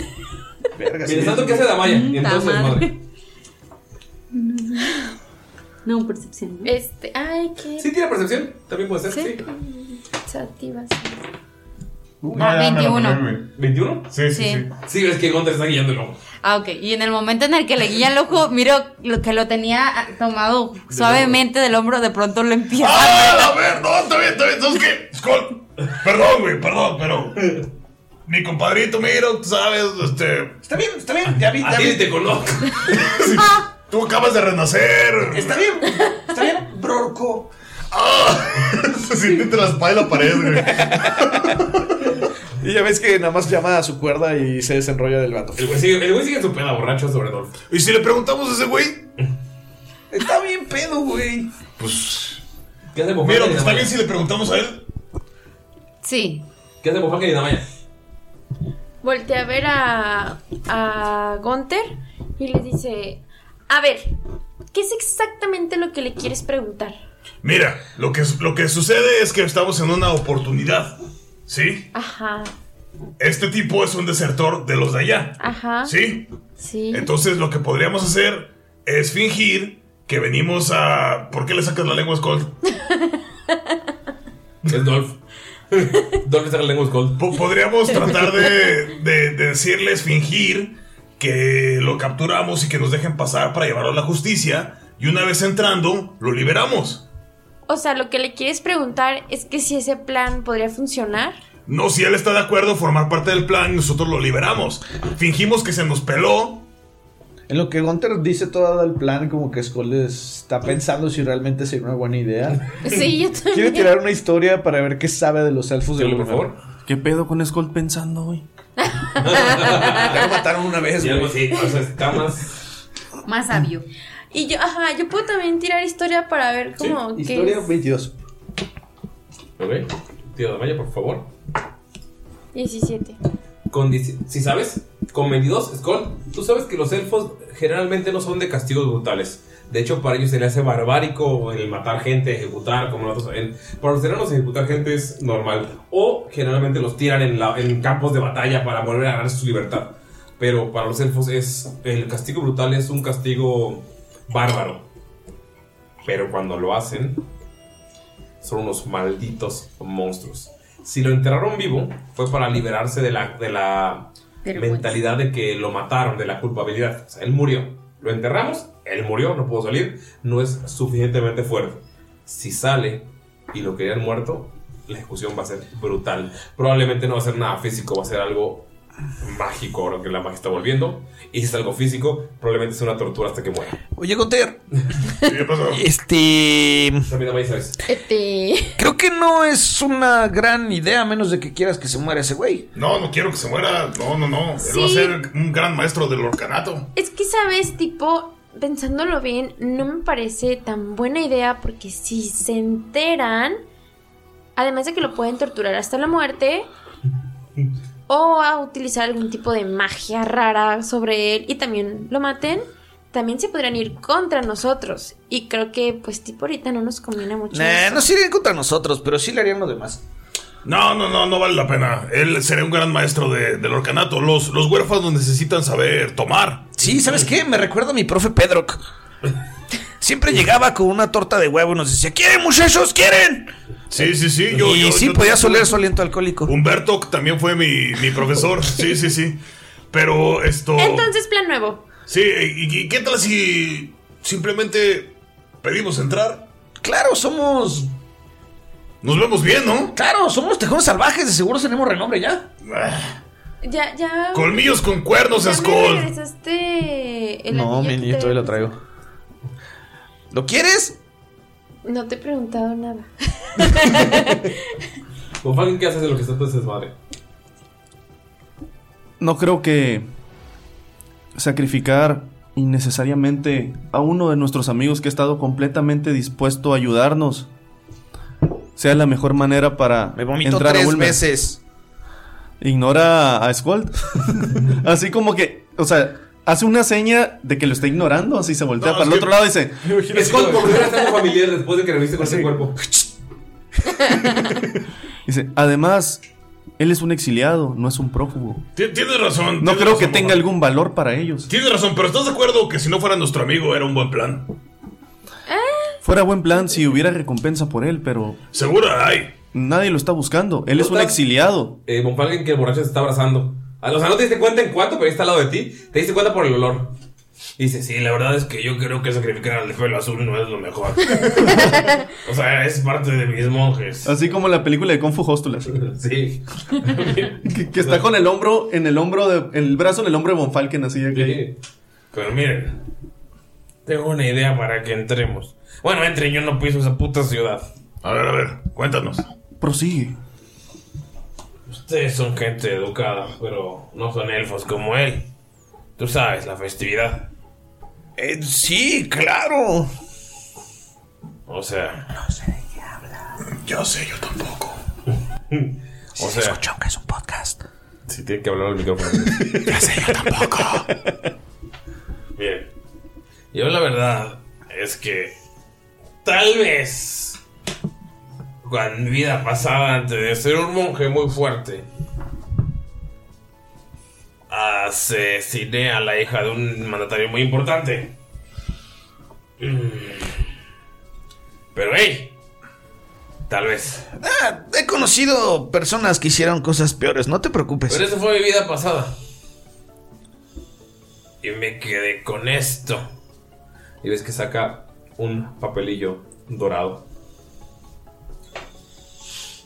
Mientras tanto, ¿qué hace Damaya? Y entonces, Puta madre. No, percepción. Este, ay, qué. ¿Sí tiene percepción? También puede ser, sí. Sativas. No, 21. ¿21? Sí, sí, Sí. sí. Sí, es que Gunter está guiando el ojo. Ah, ok. Y en el momento en el que le guía el ojo, miro lo que lo tenía ah, tomado suavemente del hombro, de pronto lo empieza ¡Ah! A ver, no, está bien, está bien. Entonces, ¿qué? Skull. Perdón, güey, perdón, pero. Mi compadrito, Mirok, tú sabes, este. Está bien, está bien, ya vi. A ya ti vi. te conozco. ah. Tú acabas de renacer. Está bien, está bien, Brorco. Ah. Se siente entre la espalda y la pared, güey. Y ya ves que nada más llama a su cuerda y se desenrolla del gato. El güey sigue, el güey sigue en su peda borracho sobre Dolph. ¿Y si le preguntamos a ese güey? Está bien pedo, güey. Pues. ¿Qué hace Mofaca? Mirok, ¿está bien si le preguntamos a él? Sí. ¿Qué hace Mofaca y Damaya? Voltea a ver a, a Gunther y le dice: A ver, ¿qué es exactamente lo que le quieres preguntar? Mira, lo que, lo que sucede es que estamos en una oportunidad. ¿Sí? Ajá, Este tipo es un desertor de los de allá. ajá. ¿Sí? Sí. Entonces lo que podríamos hacer es fingir que venimos a... ¿Por qué le sacas la lengua a Skull? Es Dolph. Dolph le saca la lengua a Skull. Podríamos tratar de, de- de decirles, fingir que lo capturamos y que nos dejen pasar para llevarlo a la justicia. Y una vez entrando, lo liberamos. O sea, lo que le quieres preguntar es que si ese plan podría funcionar. No, si él está de acuerdo, formar parte del plan, nosotros lo liberamos. Fingimos que se nos peló. En lo que Gunter dice todo el plan, como que Skull está pensando si realmente sería una buena idea. Sí, yo también. Quiere tirar una historia para ver qué sabe de los elfos de Ulmer. ¿Qué pedo con Skull pensando, güey? Ya lo mataron una vez, Y algo güey. así, o sea, está más... Más sabio. Y yo, ajá, yo puedo también tirar historia para ver cómo. qué Historia es. 22. Ok. Tío Damaya, por favor. 17. Con dieci- si sabes, con 22, Skull, tú sabes que los elfos generalmente no son de castigos brutales. De hecho, para ellos se le hace barbárico el matar gente, ejecutar, como nosotros. en- para los tiranos, ejecutar gente es normal. O generalmente los tiran en, la- en campos de batalla para volver a ganar su libertad. Pero para los elfos es. El castigo brutal es un castigo bárbaro. Pero cuando lo hacen, son unos malditos monstruos. Si lo enterraron vivo, fue para liberarse de la, de la Vergüenza. mentalidad de que lo mataron, de la culpabilidad. O sea, él murió. Lo enterramos, él murió, no pudo salir, no es suficientemente fuerte. Si sale y lo querían muerto, la ejecución va a ser brutal. Probablemente no va a ser nada físico, va a ser algo mágico ahora que la magia está volviendo. Y si es algo físico, probablemente sea una tortura hasta que muera. Oye, Gunter. Este. También ahí sabes. Este. Creo que no es una gran idea, a menos de que quieras que se muera ese güey. No, no quiero que se muera. No, no, no. Él va Sí. a ser un gran maestro del orcanato. Es que, ¿sabes? Tipo, pensándolo bien, no me parece tan buena idea porque si se enteran, además de que lo pueden torturar hasta la muerte, o a utilizar algún tipo de magia rara sobre él y también lo maten, también se podrían ir contra nosotros. Y creo que, pues, tipo, ahorita no nos conviene mucho. Nah, eso. no serían contra nosotros, pero sí le harían lo demás. No, no, no, no vale la pena. Él sería un gran maestro de- del orcanato. Los, los huérfanos necesitan saber tomar. Sí, ¿sabes qué? Me recuerda a mi profe Pedrock. Siempre llegaba con una torta de huevo y nos decía, ¿quieren muchachos? ¿Quieren? Sí, sí, sí. Yo, y yo- sí, yo- podía oler su aliento alcohólico. Humberto también fue mi, mi profesor. Sí, sí, sí. Pero esto. Entonces, plan nuevo. Sí, ¿y, y qué tal si simplemente pedimos entrar? Claro, somos. Nos vemos bien, ¿no? Claro, somos tejones salvajes, de seguro tenemos renombre ya. Ah. Ya, ya. Colmillos con cuernos, Ya me Skull. regresaste el No, anillo mi que niño, te- todavía lo traigo. ¿Lo quieres? No te he preguntado nada. Con Falcon, ¿qué haces de lo que está tu desmadre? No creo que sacrificar innecesariamente a uno de nuestros amigos que ha estado completamente dispuesto a ayudarnos sea la mejor manera para Me vomitó entrar a tres Ulmer. veces. Ignora a Scold. así como que, o sea, hace una seña de que lo está ignorando, así se voltea No, para es el que- otro lado y dice, Skull, por primera vez algo familiar después de que reviste con ese cuerpo. dice, además, él es un exiliado, no es un prófugo. Ti- Tienes razón. No tienes creo razón, que tenga algún valor para ellos. Tienes razón, pero ¿estás de acuerdo que si no fuera nuestro amigo era un buen plan? Fuera buen plan si hubiera recompensa por él, pero... Seguro hay. Nadie lo está buscando, él es un ¿Notas? exiliado. Eh, Von Falken, que el borracho se está abrazando. Ah, O sea, no te diste cuenta en cuánto, pero ahí está al lado de ti. Te diste cuenta por el olor. Dice, sí, la verdad es que yo creo que sacrificar al de pelo azul no es lo mejor. o sea, es parte de mis monjes. Así como la película de Kung Fu Hostula. Sí. que, que está con el hombro, en el hombro, de, el brazo en el hombro de Von Falken, así. de que- Pero miren, tengo una idea para que entremos. Bueno, entren, yo no piso esa puta ciudad. A ver, a ver, cuéntanos. Prosigue. Ustedes son gente educada, pero no son elfos como él. Tú sabes, la festividad. Eh, sí, claro. O sea. No sé de qué habla. Yo sé, yo tampoco. o sea. Escuchó que es un podcast. Si tiene que hablar al micrófono. ya sé, yo tampoco. Bien. Yo la verdad es que tal vez con mi vida pasada antes de ser un monje muy fuerte asesiné a la hija de un mandatario muy importante. Mm. Pero hey, tal vez. Ah, he conocido personas que hicieron cosas peores, no te preocupes. Pero esa fue mi vida pasada. Y me quedé con esto. Y ves que saca un papelillo dorado.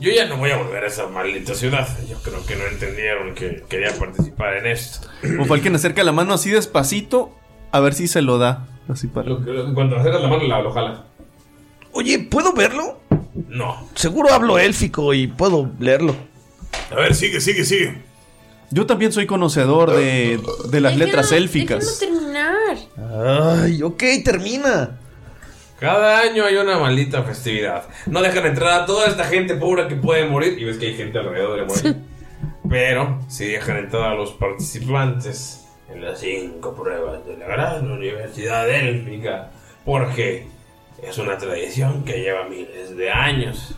Yo ya no voy a volver a esa maldita ciudad. Yo creo que no entendieron que quería participar en esto. Von Falken acerca la mano así despacito, a ver si se lo da. Así para. Cuando acercas la mano, la, lo jala. Oye, ¿puedo verlo? No. Seguro hablo élfico y puedo leerlo. A ver, sigue, sigue, sigue. Yo también soy conocedor de, de las letras Déjalo élficas. terminar. Ay, ok, termina. Cada año hay una maldita festividad. No dejan entrar a toda esta gente pobre que puede morir. Y ves que hay gente alrededor de la muerte. Pero si dejan entrar a los participantes en las cinco pruebas de la gran Universidad Élfica, porque es una tradición que lleva miles de años.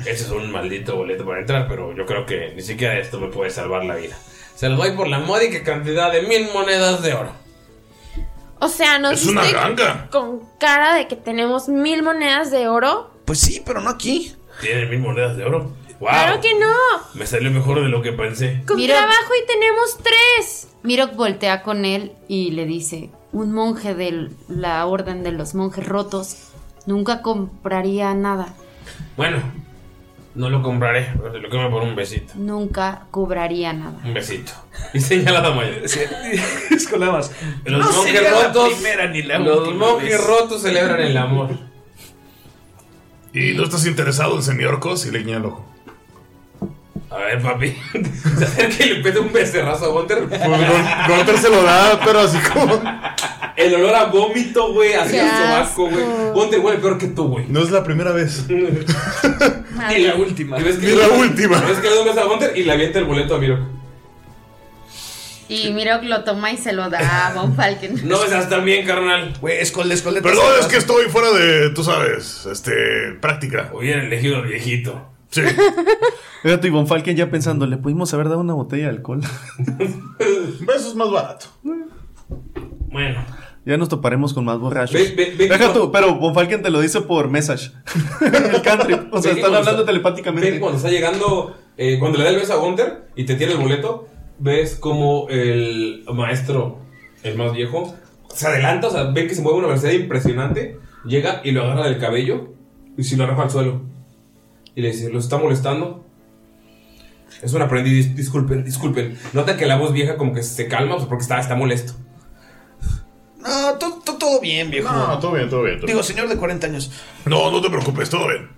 Ese es un maldito boleto para entrar, pero yo creo que ni siquiera esto me puede salvar la vida. Se lo doy por la módica cantidad de mil monedas de oro. O sea, nos Es una diste ganga. con cara de que tenemos mil monedas de oro. Pues sí, pero no aquí. ¿Tienen mil monedas de oro? ¡Wow! Claro que no. Me salió mejor de lo que pensé. Con trabajo y tenemos tres. Mirok voltea con él y le dice, un monje de la orden de los monjes rotos nunca compraría nada, Bueno, no lo compraré, pero se lo quemo por un besito. nunca cobraría nada. Un besito. Y señala a Damaya. Es con la más. Los No monjes sería la rotos. primera ni la los última monjes vez. rotos celebran el amor. ¿Y no estás interesado en semiorcos? Y le guiña el ojo. A ver, papi. Se acerca y le pide un becerrazo a Gunter. Gunter se lo da, pero así como. El olor a vómito, güey. Así Qué un sobaco, güey. Gunter huele peor que tú, güey. No es la primera vez. Ni la última. Ves que Ni la última. Ves que le da un beso a Gunter y le avienta el boleto a Miro. Y Mirok lo toma y se lo da a Von Falken. No besas tan bien, carnal. Güey, escolde, escolde. Perdón, es que estoy fuera de, tú sabes, este, práctica. Hubiera elegido al viejito. Sí. Fíjate, y Von Falken ya pensando, le pudimos haber dado una botella de alcohol. Besos más barato. Bueno. Ya nos toparemos con más borrachos. Ve- ve- ve- Deja tú, pero Von Falken te lo dice por message. El country. O sea, Ve que están cuando hablando está- telepáticamente. Ven cuando está llegando, eh, cuando le da el beso a Gunter y te tiene el boleto, ves como el maestro, el más viejo, se adelanta, o sea, ven que se mueve una velocidad impresionante, llega y lo agarra del cabello y se lo arroja al suelo. Y le dice, ¿lo está molestando? Es un aprendiz, dis- disculpen, disculpen. Nota que la voz vieja como que se calma o sea, porque está, está molesto. No, to- to- todo bien, viejo. No, todo bien, todo bien. todo Digo, bien. señor de 40 años. No, no te preocupes, todo bien.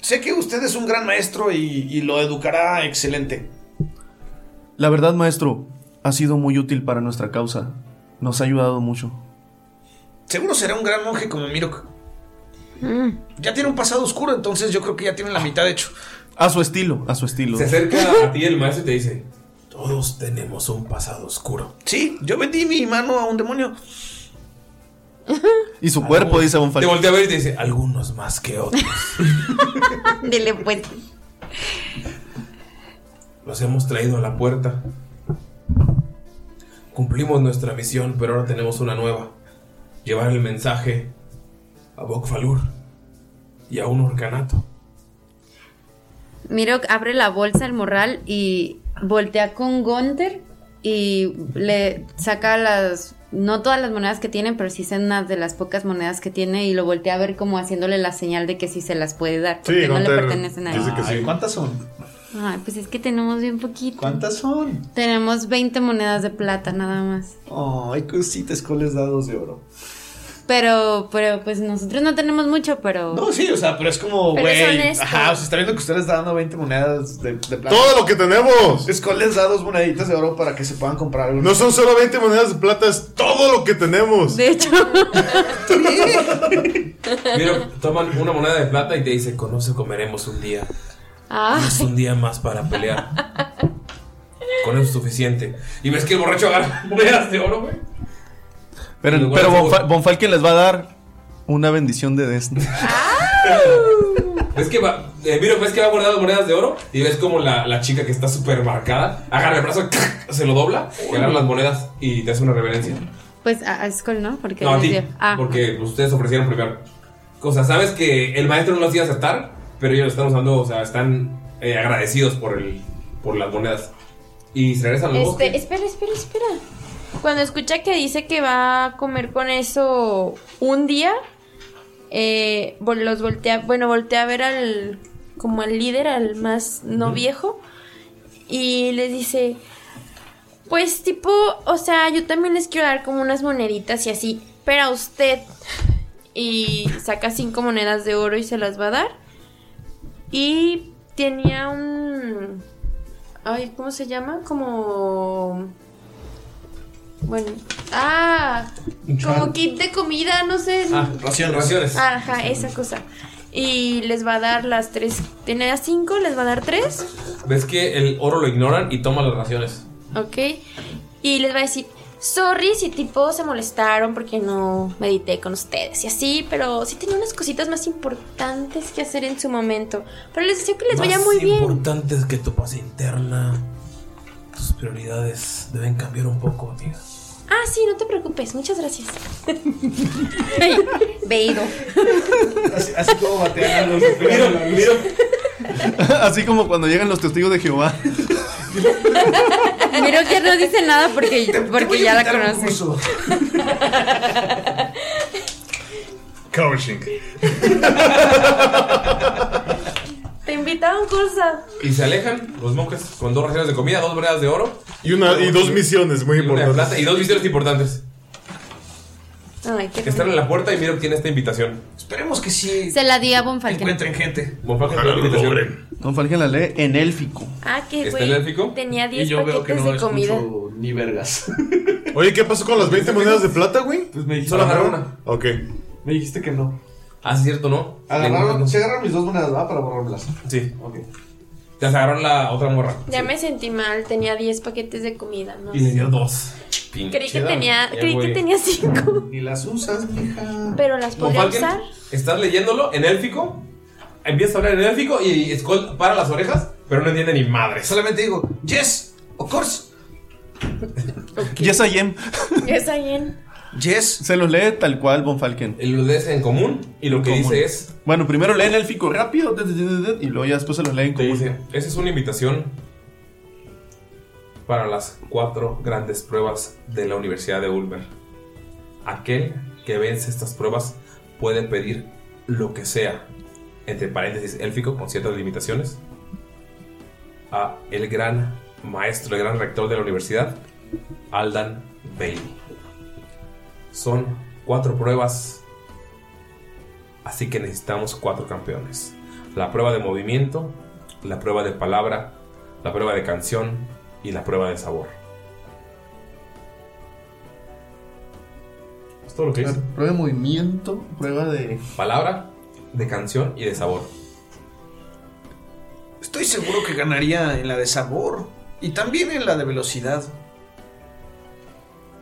Sé que usted es un gran maestro y, y lo educará excelente. La verdad, maestro, ha sido muy útil para nuestra causa. Nos ha ayudado mucho. Seguro será un gran monje como Mirok. Mm. Ya tiene un pasado oscuro, entonces yo creo que ya tiene la mitad hecho. A su estilo, a su estilo. Se acerca a ti el maestro y te dice, Todos tenemos un pasado oscuro. Sí, yo vendí mi mano a un demonio. Y su cuerpo, dice Von te Falken. voltea a ver y te dice, algún... Unos más que otros. Dele pues. Los hemos traído a la puerta. Cumplimos nuestra misión, pero ahora tenemos una nueva. Llevar el mensaje a Bokfalur y a un orcanato. Mirok abre la bolsa al morral y voltea con Gunter y le saca las, no todas las monedas que tiene, pero sí son unas de las pocas monedas que tiene y lo voltea a ver como haciéndole la señal de que sí se las puede dar, porque no le pertenecen a nadie. ¿Cuántas son? Ay, pues es que tenemos bien poquito. ¿Cuántas son? Tenemos 20 monedas de plata nada más. Ay, cositas con los dados de oro. Pero, pero pues nosotros no tenemos mucho, pero... No, sí, o sea, pero es como, Pero es güey. honesto. Ajá, o sea, está viendo que usted le está dando 20 monedas de, de plata. ¡Todo lo que tenemos! Es con les da dos moneditas de oro para que se puedan comprar algo. No son solo 20 monedas de plata, es todo lo que tenemos. De hecho. Miro, toman una moneda de plata y te dice, con eso comeremos un día. Ah, No es un día más para pelear. Con eso es suficiente. Y ves que el borracho agarra monedas de oro, güey. Pero, pero Von Fa- Von Falken les va a dar una bendición de Destiny. Ves que va, eh, Miro, ves que va guardando monedas de oro y ves como la, la chica que está súper marcada agarra el brazo, se lo dobla, y agarra las monedas y te hace una reverencia. pues a, a Skull, ¿no? Porque No, a les ti, dio- Ah, porque pues, ustedes ofrecieron primero. O sea, sabes que el maestro no los iba a aceptar, pero ellos lo están usando, o sea, están eh, agradecidos por, el, por las monedas. Y se regresan al bosque. Este, espera, espera, espera. Cuando escucha que dice que va a comer con eso un día, eh, vol- los voltea, bueno, voltea a ver al como al líder, al más no viejo, y les dice, pues tipo, o sea, yo también les quiero dar como unas moneditas y así, pero a usted y saca cinco monedas de oro y se las va a dar. Y tenía un Ay, ¿cómo se llama? Como. Bueno. Ah, como kit de comida, no sé. Ah, raciones. Raciones. Ajá, esa cosa. Y les va a dar las tres. Tenía cinco, les va a dar tres. Ves que el oro lo ignoran y toman las raciones. ¿ok? Y les va a decir, sorry si tipo se molestaron porque no medité con ustedes y así, pero sí tenía unas cositas más importantes que hacer en su momento. Pero les deseo que les vaya Más muy bien. importantes que tu paz interna. Tus prioridades deben cambiar un poco, amiga. Ah, sí, no te preocupes, muchas gracias. Veido. Así, así como batean a los Así como cuando llegan los testigos de Jehová. Miro que no dice nada porque, porque ya la conoce. Coaching. Te invitaron, Cursa. Y se alejan los monjes con dos raciones de comida, dos veredas de oro. Y, una, y dos misiones muy una de importantes. plata y dos misiones importantes. Ay, qué Que están en bonito. la puerta y Miro tiene esta invitación. Esperemos que sí. Se la di a Bonfalken. Encuentren gente. Ojalá lo logren. Don Falgen la lee en élfico. Ah, qué ¿Está güey. elérgico? Tenía 10 paquetes de comida. ni vergas. Oye, ¿qué pasó con las 20 monedas de plata, güey? Pues me dijiste Solo que agarró no. una. Ok. Me dijiste que no. Ah, sí, cierto, ¿no? Agarraron, se agarraron mis dos monedas, ¿va? Para borrarlas. Sí. Ya se agarraron la otra morra. Ya me sentí mal, tenía 10 paquetes de comida, ¿no? Y le dio dos. Eh, Creí que tenía, creí que tenía 5, Ni las usas, mija. pero las podría Monfalken, usar. estás leyéndolo en élfico. Empiezas a hablar en élfico y Skull para las orejas, pero no entiende ni madre. Solamente digo, yes, of course. Yes, I am. Yes, I am. Yes. Se los lee tal cual, Bonfalken. Lo lees en común y lo que dice es. Bueno, primero leen élfico rápido te, te, te, te, y luego ya después se los leen común. Esa es una invitación para las cuatro grandes pruebas de la Universidad de Ulmer. Aquel que vence estas pruebas puede pedir lo que sea, entre paréntesis élfico, con ciertas limitaciones, a el gran maestro, el gran rector de la universidad, Aldan Bailey. Son cuatro pruebas, así que necesitamos cuatro campeones. La prueba de movimiento, la prueba de palabra, la prueba de canción y la prueba de sabor. Es todo lo que dice. Prueba de movimiento, prueba de. Palabra, de canción y de sabor. Estoy seguro que ganaría en la de sabor y también en la de velocidad.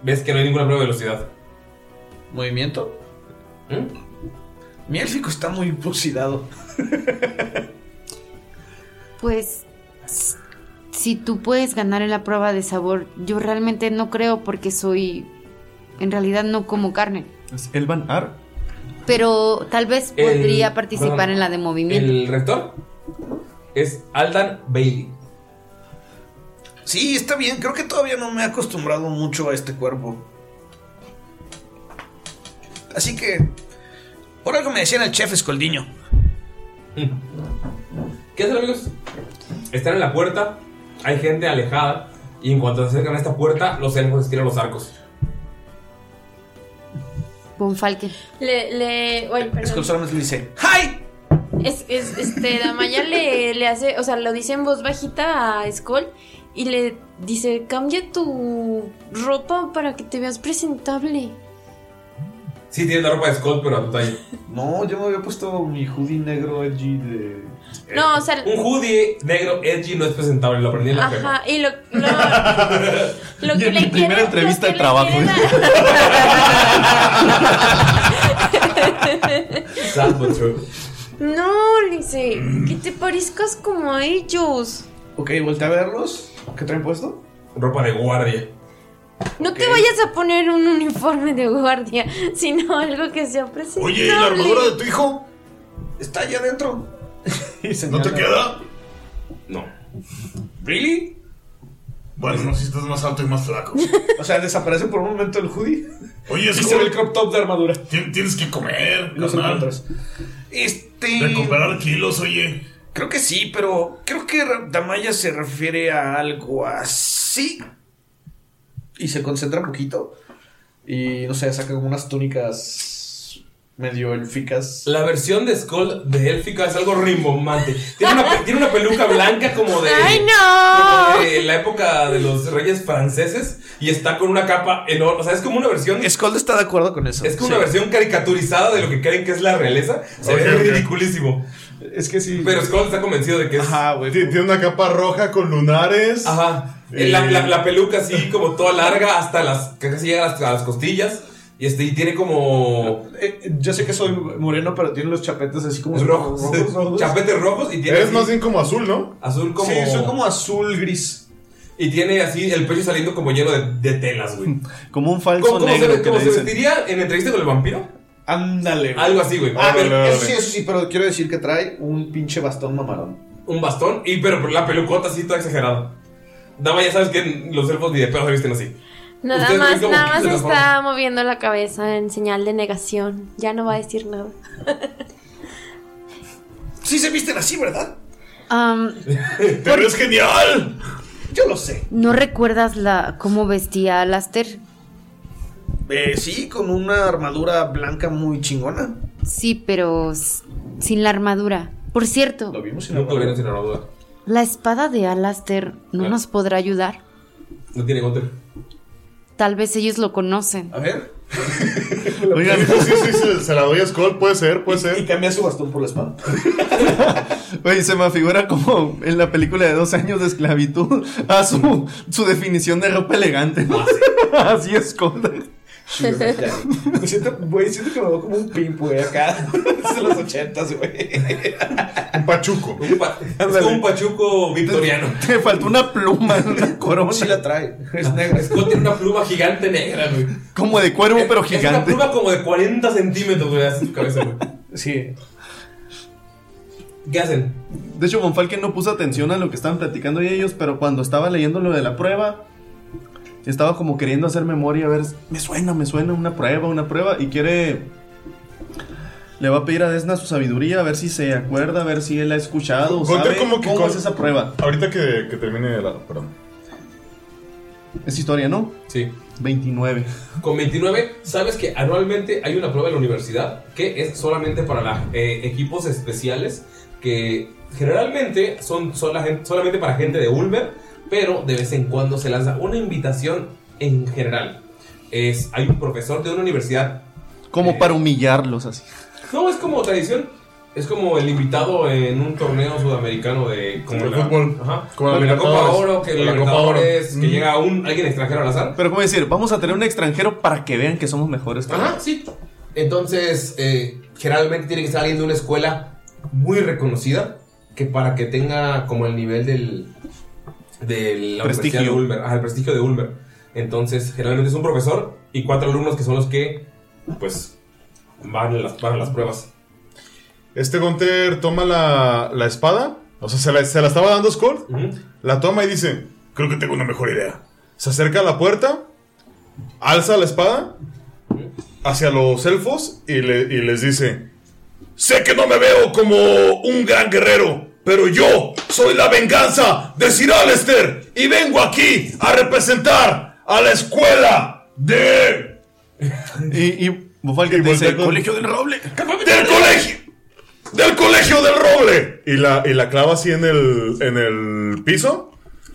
¿Ves que no hay ninguna prueba de velocidad? ¿Movimiento? ¿Mm? Mi élfico está muy oxidado. Pues s- si tú puedes ganar en la prueba de sabor, yo realmente no creo porque soy en realidad no como carne, Es Elvan Ar. pero tal vez El- podría participar perdón, en la de movimiento. El rector es Aldan Bailey. Sí, está bien. Creo que todavía no me he acostumbrado mucho a este cuerpo. Así que. Por algo me decían el chef Escoldiño. ¿Qué hacen amigos? Están en la puerta, hay gente alejada y en cuanto se acercan a esta puerta, los elfos estiran los arcos. Bonfalque. Le, le, Eh, oye, perdón. solamente dice. Es, es- este, Damaya le, le hace, o sea, lo dice en voz bajita a Skull y le dice, cambia tu ropa para que te veas presentable. Eh, Sí, tienes la ropa de Scott, pero a tu talla. No, yo me había puesto mi hoodie negro allí de. No, o sea, Un hoodie negro edgy no es presentable, lo aprendí en la prepa. ajá, y lo, lo- lo que le quiere, Primera entrevista de trabajo. Sad but true. no, le dice, que te parezcas como a ellos. Ok, volteé a verlos. ¿Qué traen puesto? Ropa de guardia. No te vayas a poner un uniforme de guardia, sino algo que sea presentable. Oye, ¿y la armadura de tu hijo? Está allá adentro. ¿No te queda? No. ¿Really? Bueno, no si estás más alto y más flaco. O sea, desaparece por un momento el hoodie. Oye, es Y se ve el crop top de armadura. Tienes que comer, Los carnal. encuentras. Este. Recuperar kilos, oye. Creo que sí, pero creo que Ra- Damaya se refiere a algo así. Y se concentra un poquito. Y no sé, saca como unas túnicas medio elficas. La versión de Skull de élfica es algo rimbombante. Tiene una, pe- tiene una peluca blanca como de. ¡Ay, no! como de la época de los reyes franceses y está con una capa enorme. O sea, es como una versión. Skull está de acuerdo con eso. Es como una versión caricaturizada de lo que creen que es la realeza. Se ve Ok, ok. ridiculísimo. Es que sí. Pero Skull está convencido de que es. Ajá, güey. Tiene una capa roja con lunares. Eh, Ajá. Eh, La, la- Eh. la peluca así como toda larga hasta las. que casi llega hasta las costillas. Y este, y tiene como. Eh, yo sé que soy moreno, pero tiene los chapetes así como Rojos. Chapetes rojos y tiene. Es más bien como azul, ¿no? Azul como. Sí, son como azul gris. Y tiene así el pecho saliendo como lleno de, de telas, güey. Como un ¿Cómo, falso cómo negro se, que cómo le se dicen. vestiría en entrevista con el vampiro? Ándale. güey. Algo así, güey. Ah, Órale, pero órale. eso sí, eso sí, pero quiero decir que trae un pinche bastón mamarón. Un bastón, y pero la pelucota así toda exagerada. Dama, ya sabes que los elfos ni de pedo se visten así. Nada Ustedes más, ven cómo nada más se está transforma. moviendo la cabeza en señal de negación. Ya no va a decir nada. Sí se visten así, ¿verdad? Am, ¡Pero es genial! Yo lo sé. ¿No recuerdas la cómo vestía Alastair? Eh, sí, con una armadura blanca muy chingona. Sí, pero s- sin la armadura. Por cierto, Lo vimos Nunca lo vieron sin armadura. la espada de Alastair no Ah. nos podrá ayudar. No tiene gote. Tal vez ellos lo conocen. A ver. Oigan, sí, sí, se, se la doy a Skull, puede ser, puede ser. Y cambia su bastón por la espada. Güey, se me figura como en la película de dos años de esclavitud a su, su definición de ropa elegante. ¿no? Ah, Así es, Conan. Me siento, güey, siento que me veo como un pimp, güey, acá. Desde los ochentas, güey. Un pachuco. Un es como un pachuco victoriano. Te faltó una pluma, una corona. Sí la trae. Es negra. Scott tiene una pluma gigante negra, güey. Como de cuervo, pero Es una gigante. pluma como de 40 centímetros, güey, así en su cabeza, güey. Sí. ¿Qué hacen? De hecho, Bonfalken no puso atención a lo que estaban platicando y ellos, pero cuando estaba leyendo lo de la prueba, estaba como queriendo hacer memoria, a ver, me suena, me suena, una prueba, una prueba, y quiere... Le va a pedir a Desna su sabiduría, a ver si se acuerda, a ver si él ha escuchado o sabe cómo es esa prueba. Ahorita que, que termine la. Perdón. Es historia, ¿no? Sí. 29. Con 29, sabes que anualmente hay una prueba en la universidad que es solamente para la- eh, equipos especiales que generalmente son sola gen- solamente para gente de Ulmer, pero de vez en cuando se lanza una invitación en general. Es, hay un profesor de una universidad. Como para humillarlos así. No, es como tradición. Es como el invitado en un torneo sudamericano de Como el la- fútbol. Ajá. Como la Como la Copa Libertadores. Oro, que Como la la Copa Libertadores, Oro. que Mm. llega un, alguien extranjero al azar. Pero como decir, vamos a tener un extranjero para que vean que somos mejores. que Ajá, ellos. sí. Entonces, eh, generalmente tiene que ser alguien de una escuela muy reconocida que para que tenga como el nivel del, del Prestigio. de Ulmer, ajá, el prestigio de Ulmer. Entonces, generalmente es un profesor y cuatro alumnos que son los que, pues, van a las, van a las pruebas. Este Gunter toma la, la espada. O sea, se la, se la estaba dando Skull. La toma y dice: Creo que tengo una mejor idea. Se acerca a la puerta, alza la espada hacia los elfos y, le- y les dice: Sé que no me veo como un gran guerrero, pero yo soy la venganza de Sir Alester y vengo aquí a representar a la escuela de. Y, y Bofalken dice: colegio del roble. ¡Del colegio! ¡Del colegio del roble! Y la, y la clava así en el, en el piso.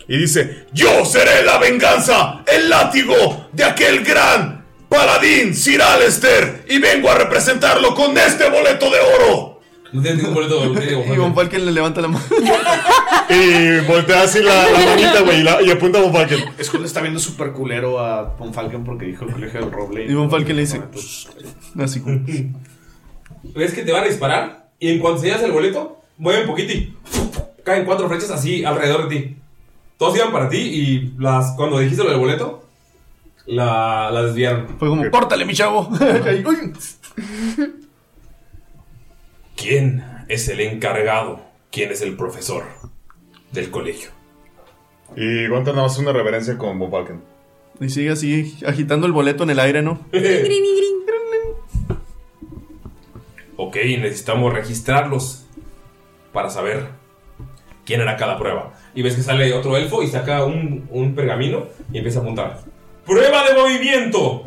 Y dice: Yo seré la venganza, el látigo de aquel gran paladín Sir Alester y vengo a representarlo con este boleto de oro. No tiene ningún boleto de Y Bonfalken le levanta la mano. Y voltea así la, la manita, güey, y, la- y apunta a Bonfalken. Skull está viendo súper culero a Bonfalken porque dijo el colegio del roble. Y Bonfalken le dice... "Pues, Así como... Ves que te van a disparar y en cuanto señalas el boleto, mueve un poquito y caen cuatro flechas así alrededor de ti. Todos iban para ti y las, cuando dijiste lo del boleto, la, la desviaron. Fue como, ¡pórtale, mi chavo! ¿Quién es el encargado? ¿Quién es el profesor del colegio? Y Gunter nada más hace una reverencia con Bonfalken. Y sigue así, agitando el boleto en el aire, ¿no? Ok, necesitamos registrarlos para saber quién era cada prueba. Y ves que sale otro elfo y saca un, un pergamino y empieza a apuntar. ¡Prueba de movimiento!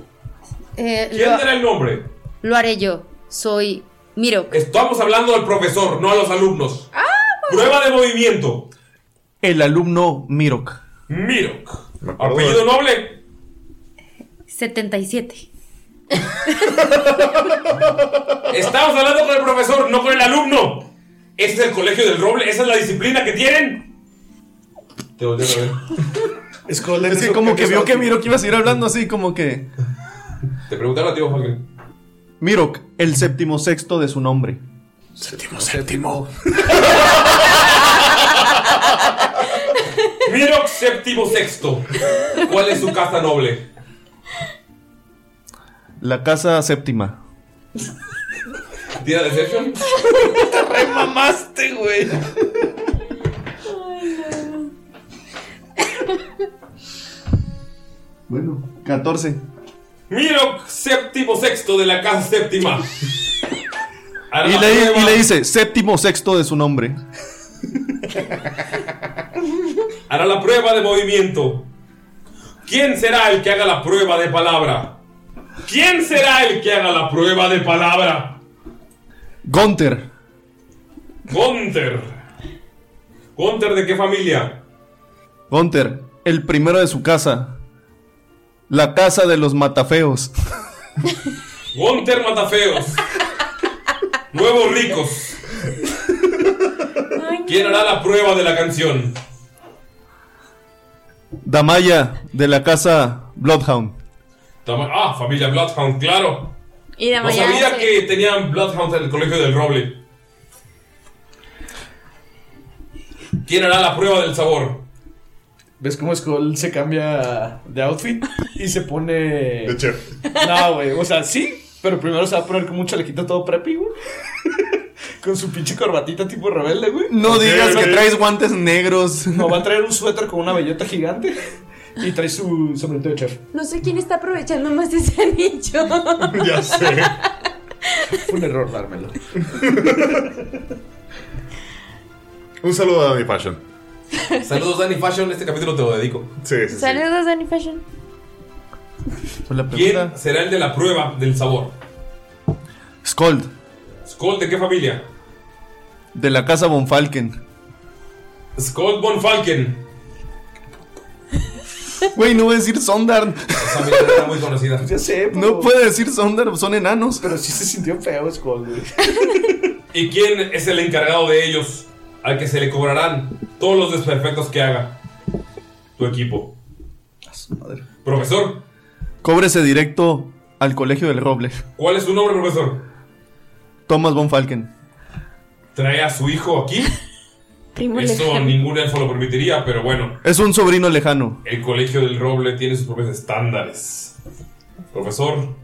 Eh, ¿Quién lo, era el nombre? lo haré yo. Soy Miro. Estamos hablando al profesor, no a los alumnos. ¡Prueba de movimiento! El alumno Mirok. Mirok. Ah, ¿Apellido noble? 77. Estamos hablando con el profesor, no con el alumno. ¿Este es el colegio del roble? ¿Esa es la disciplina que tienen? pues, Te volví a ver. Es, que como que vio que Mirok iba a seguir hablando así, como que. Te preguntaron a ti, Joaquín. Mirok, el séptimo sexto de su nombre. Séptimo, séptimo. Mirok séptimo sexto. ¿Cuál es su casa noble? La casa séptima. ¿Tira Deception? Te remamaste, güey. Bueno, 14. Mirok séptimo sexto de la casa séptima. Hará Y la le, prueba- y le dice séptimo sexto de su nombre. Hará la prueba de movimiento. ¿Quién será el que haga la prueba de palabra? ¿Quién será el que haga la prueba de palabra? Gunter. Gunter. Gunter, ¿de qué familia? Gunter, el primero de su casa. La casa de los matafeos. Gunter Matafeos. Nuevos ricos. ¿Quién hará la prueba de la canción? Damaya, de la casa Bloodhound. Tama- Ah, familia Bloodhound, claro. Y de No mañana sabía se- que tenían Bloodhounds en el colegio del Roble. ¿Quién hará la prueba del sabor? ¿Ves cómo Skull se cambia de outfit y se pone. De chef. No, güey. O sea, sí, pero primero se va a poner como un chalequito todo preppy, güey. Con su pinche corbatita tipo rebelde, güey. No digas que traes guantes guantes negros. No, va a traer un suéter con una bellota gigante y trae su sombrerito de chef. No sé quién está aprovechando más ese anillo. Ya sé. Fue un error dármelo. Un saludo a Danny Fashion. Saludos, Danny Fashion. Este capítulo te lo dedico. Sí, Saludos, Danny Fashion. ¿Quién será el de la prueba del sabor? Scold, ¿Skull de qué familia? de la casa Bonfalken. Skull von Falken. Güey, no voy a decir Sondarn. Esa mierda era muy conocida. Ya sé, No puede decir Sondarn, son enanos. Pero sí se sintió feo, Skull, güey. ¿Y quién es el encargado de ellos? Al que se le cobrarán todos los desperfectos que haga tu equipo. Profesor, Cóbrese directo al colegio del Roble. ¿cuál es su nombre, profesor? Thomas Bonfalken. ¿Trae a su hijo aquí? Eso ningún elfo lo permitiría, pero bueno, Es un sobrino lejano. el colegio del roble tiene sus propios estándares. Profesor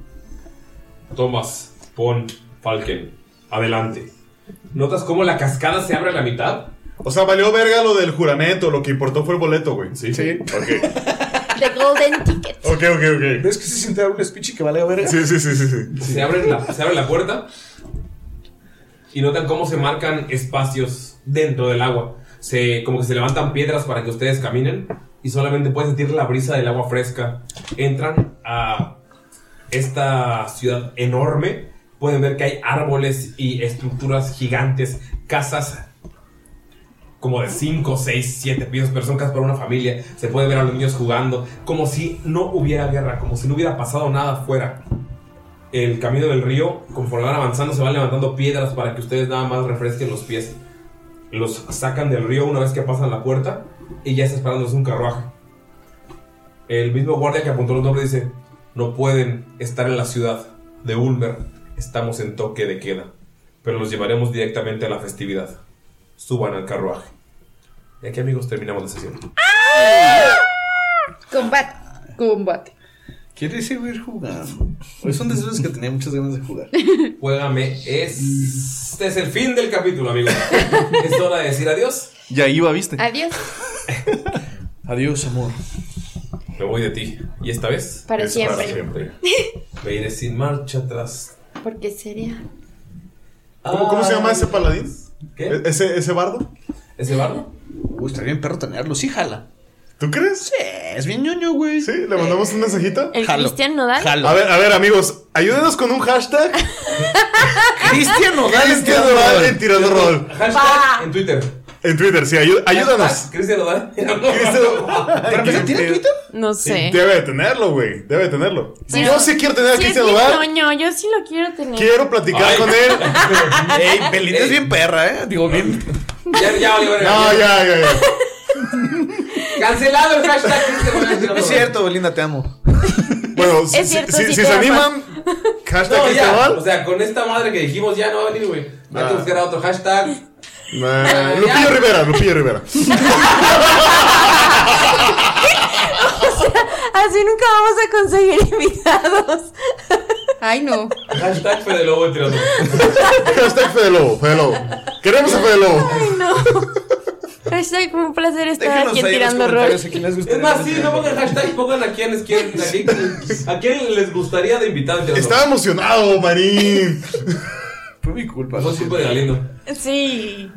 Thomas Von Falken, adelante. ¿Notas cómo la cascada se abre a la mitad? O sea, valió verga lo del juramento. Lo que importó fue el boleto, güey. Sí. Sí. Ok, The Golden Ticket. ok, ok. ¿Ves que se siente dar un speech y que vale a verga? Sí, sí, sí, sí. sí. Se abre, la, se abre la puerta y notan cómo se marcan espacios dentro del agua. Se, como que se levantan piedras para que ustedes caminen y solamente pueden sentir la brisa del agua fresca. Entran a esta ciudad enorme. Pueden ver que hay árboles y estructuras gigantes, casas como de 5, 6, 7 pisos, pero son casas para una familia. Se puede ver a los niños jugando, como si no hubiera guerra, como si no hubiera pasado nada afuera el camino del río, conforme van avanzando, se van levantando piedras para que ustedes nada más refresquen los pies. Los sacan del río una vez que pasan la puerta y ya está esperándoles un carruaje. El mismo guardia que apuntó los nombres dice: No pueden estar en la ciudad de Ulmer, estamos en toque de queda, pero los llevaremos directamente a la festividad. Suban al carruaje. Y aquí, amigos, terminamos la sesión. Combate. Combate. Quiere seguir jugando. Hoy son de esos que tenía muchas ganas de jugar. Juégame, es- este es el fin del capítulo, amigos. es hora de decir adiós. Ya iba, viste. Adiós. Adiós, amor. Me voy de ti. Y esta vez. Para es siempre. Me iré sin marcha atrás. Porque sería. ¿Cómo, cómo se llama ese paladín? ¿Qué? E-, ¿Ese, ese bardo? ¿Ese bardo? Uy, está bien perro tenerlo. Sí, jala. ¿Tú crees? Sí, es bien ñoño, güey. Sí, le mandamos un mensajito. El Cristian Nodal. A ver, a ver, amigos, ayúdenos con un hashtag. Cristian Cristian Nodal en tirando rol. Hashtag en Twitter. Ah, En Twitter, sí, ayú- ayúdanos. Cristian Odal. ¿Tiene Twitter? No sé. Debe de tenerlo, güey. Debe de tenerlo. Pero- yo sí quiero tener a Sí, es Cristian bien Odal. ñoño, yo sí lo quiero tener. Quiero platicar con él. Ey, Pelín es bien perra, ¿eh? Digo, bien. Ya, ya, vale, vale. No, ya, ya, ya. Cancelado el hashtag Cristian Odal. Es cierto, Belinda, te amo. Bueno, si- cierto, si- sí si te se amas. animan, hashtag Ah. no, Cristian ya. Odal. O sea, con esta madre que dijimos ya no va a venir, güey. Hay que buscar a otro hashtag. Eh, Lupillo Rivera, Lupillo Rivera. O sea, así nunca vamos a conseguir invitados. Ay, no. Hashtag Fede Lobo entre otros. Hashtag Fede Lobo, Fede Lobo. Queremos a Fede Lobo. Ay, no. Hashtag, fue un placer estar aquí en tirando rol. Es más, sí, no pongan hashtag, pongan a quienes quieren. A quién, a quién les gustaría de invitar. entre otros. Estaba emocionado, Marín. Fue mi culpa. Fue culpa de Galindo. Sí.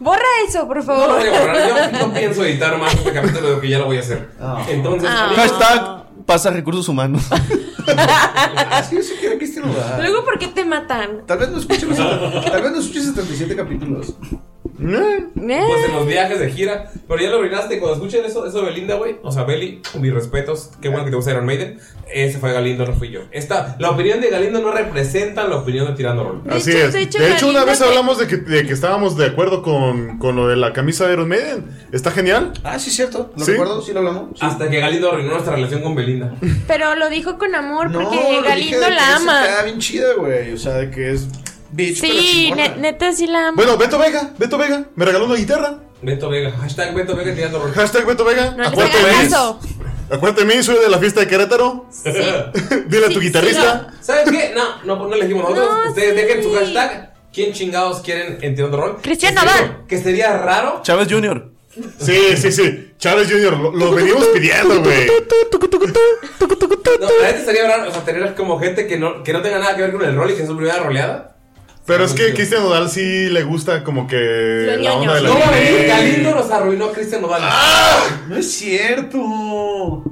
Borra eso, por No lo favor. voy a borrar, yo no pienso editar más este capítulo de lo que ya lo voy a hacer. Entonces, Ah. Hashtag pasa recursos humanos. Así yo sí quiero a Cristian Odal. Luego, ¿por qué te matan? Tal vez no escuches, los- tal vez no escuches 77 capítulos. Eh, Pues en los viajes de gira. Pero ya lo arruinaste. Cuando escuchen eso, eso de Belinda, güey. O sea, Beli, mis respetos. Qué bueno que te gusta Iron Maiden. Ese fue Galindo, no fui yo. Esta, la opinión de Galindo no representa la opinión de Tirando Rol. Así es. De hecho, una vez hablamos de que, de que estábamos de acuerdo con, con lo de la camisa de Iron Maiden. Está genial. Ah, sí, cierto. ¿Lo ¿Sí? recuerdo? Sí, lo hablamos. Hasta que Galindo arruinó nuestra relación con Belinda. Pero lo dijo con amor No, porque lo dije Galindo de que la esa ama. Está bien chida, güey. O sea, de que es. Bitch, pero Sí, chingona. ne- neta sí la ama. Bueno, Beto Vega, Beto Vega, me regaló una guitarra. Beto Vega. Hashtag Beto Vega Tirando Rol. Hashtag Beto Vega. no les acuérdate hagan de mí. caso. Acuérdate de mí, soy de la fiesta de Querétaro. Dile a tu guitarrista. No, ¿Sabes qué? No, no, no elegimos nosotros. Ustedes dejen su hashtag. ¿Quién chingados quieren en Tirando Rol? Cristian Navarro. Que sería raro Chávez Jr. Sí, sí, sí. Chávez Jr. Lo, lo venimos pidiendo, güey. No, la neta estaría raro, o sea, tener como gente que no, que no tenga nada que ver con el rol y que es su primera roleada. Pero es que Cristian Nodal sí le gusta como que Eh, la onda de la No, anime. güey, Galindo nos arruinó a Cristian Nodal. No es cierto.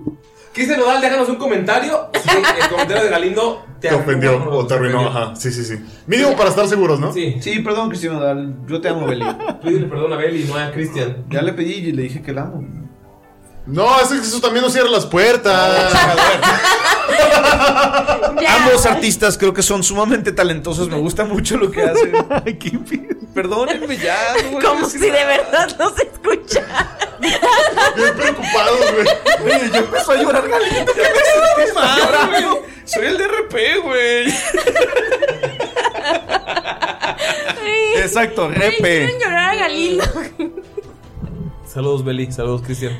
Cristian Nodal, déjanos un comentario. Si el comentario de Galindo te Te ofendió o te arruinó, ajá. Sí, sí, sí. Mínimo para estar seguros, ¿no? Sí. Sí, perdón, Cristian Odal. Yo te amo, Beli. Pídele perdón a Beli, no a Cristian. Ya le pedí y le dije que la amo. No, es que eso también nos cierra las puertas. Ambos artistas creo que son sumamente talentosos. Me gusta mucho lo que hacen. Perdónenme ya. Como si de verdad no se escuchara. Bien preocupado, güey. Yo empezó a llorar, Galindo. ¿Qué me sentí mal, güey. Soy el DRP, güey. Exacto, Quieren llorar a Galindo. Saludos, Beli. Saludos, Cristian.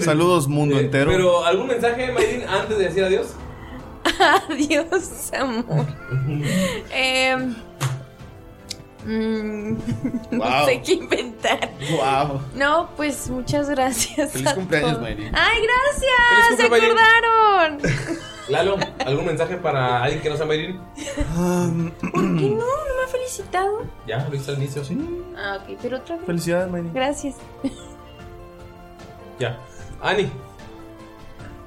Saludos, mundo entero. Eh. Pero, ¿algún mensaje, Mayrin, antes de decir adiós? Adiós, amor. Em, mm, No Wow. sé qué inventar. Wow. No, pues muchas gracias. Feliz a cumpleaños, todos. Mayrin. ¡Ay, Feliz gracias! ¡Se cumple, Mayrin. acordaron! Lalo, ¿algún mensaje para alguien que no sea Mayrin? ¿Por qué no? ¿No me ha felicitado? Ya, lo hice al inicio. Sí. Ah, ok, pero otra vez. Felicidades, Mayrin. Gracias. Ya. Ani,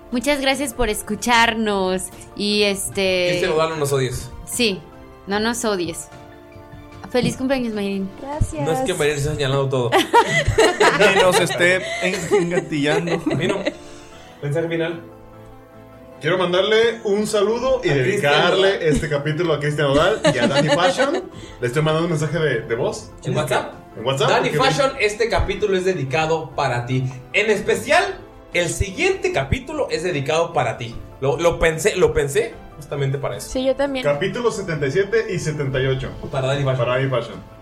Muchas gracias por escucharnos y este... Cristian Nodal, no nos odies. Sí, no nos odies. Feliz cumpleaños, Mayrin. Gracias. No es que Mayrin se ha señalado todo. Y nos esté engatillando. Vino. Mensaje final. Quiero mandarle un saludo y dedicarle este capítulo a Cristian Nodal y a Danny Fashion. Le estoy mandando un mensaje de, de voz. ¿En WhatsApp? En WhatsApp. Danny porque- Fashion, este capítulo es dedicado para ti. En especial, el siguiente capítulo es dedicado para ti. Lo, lo pensé, lo pensé justamente para eso. Sí, yo también. Capítulos 77 y 78. Para Danny Fashion.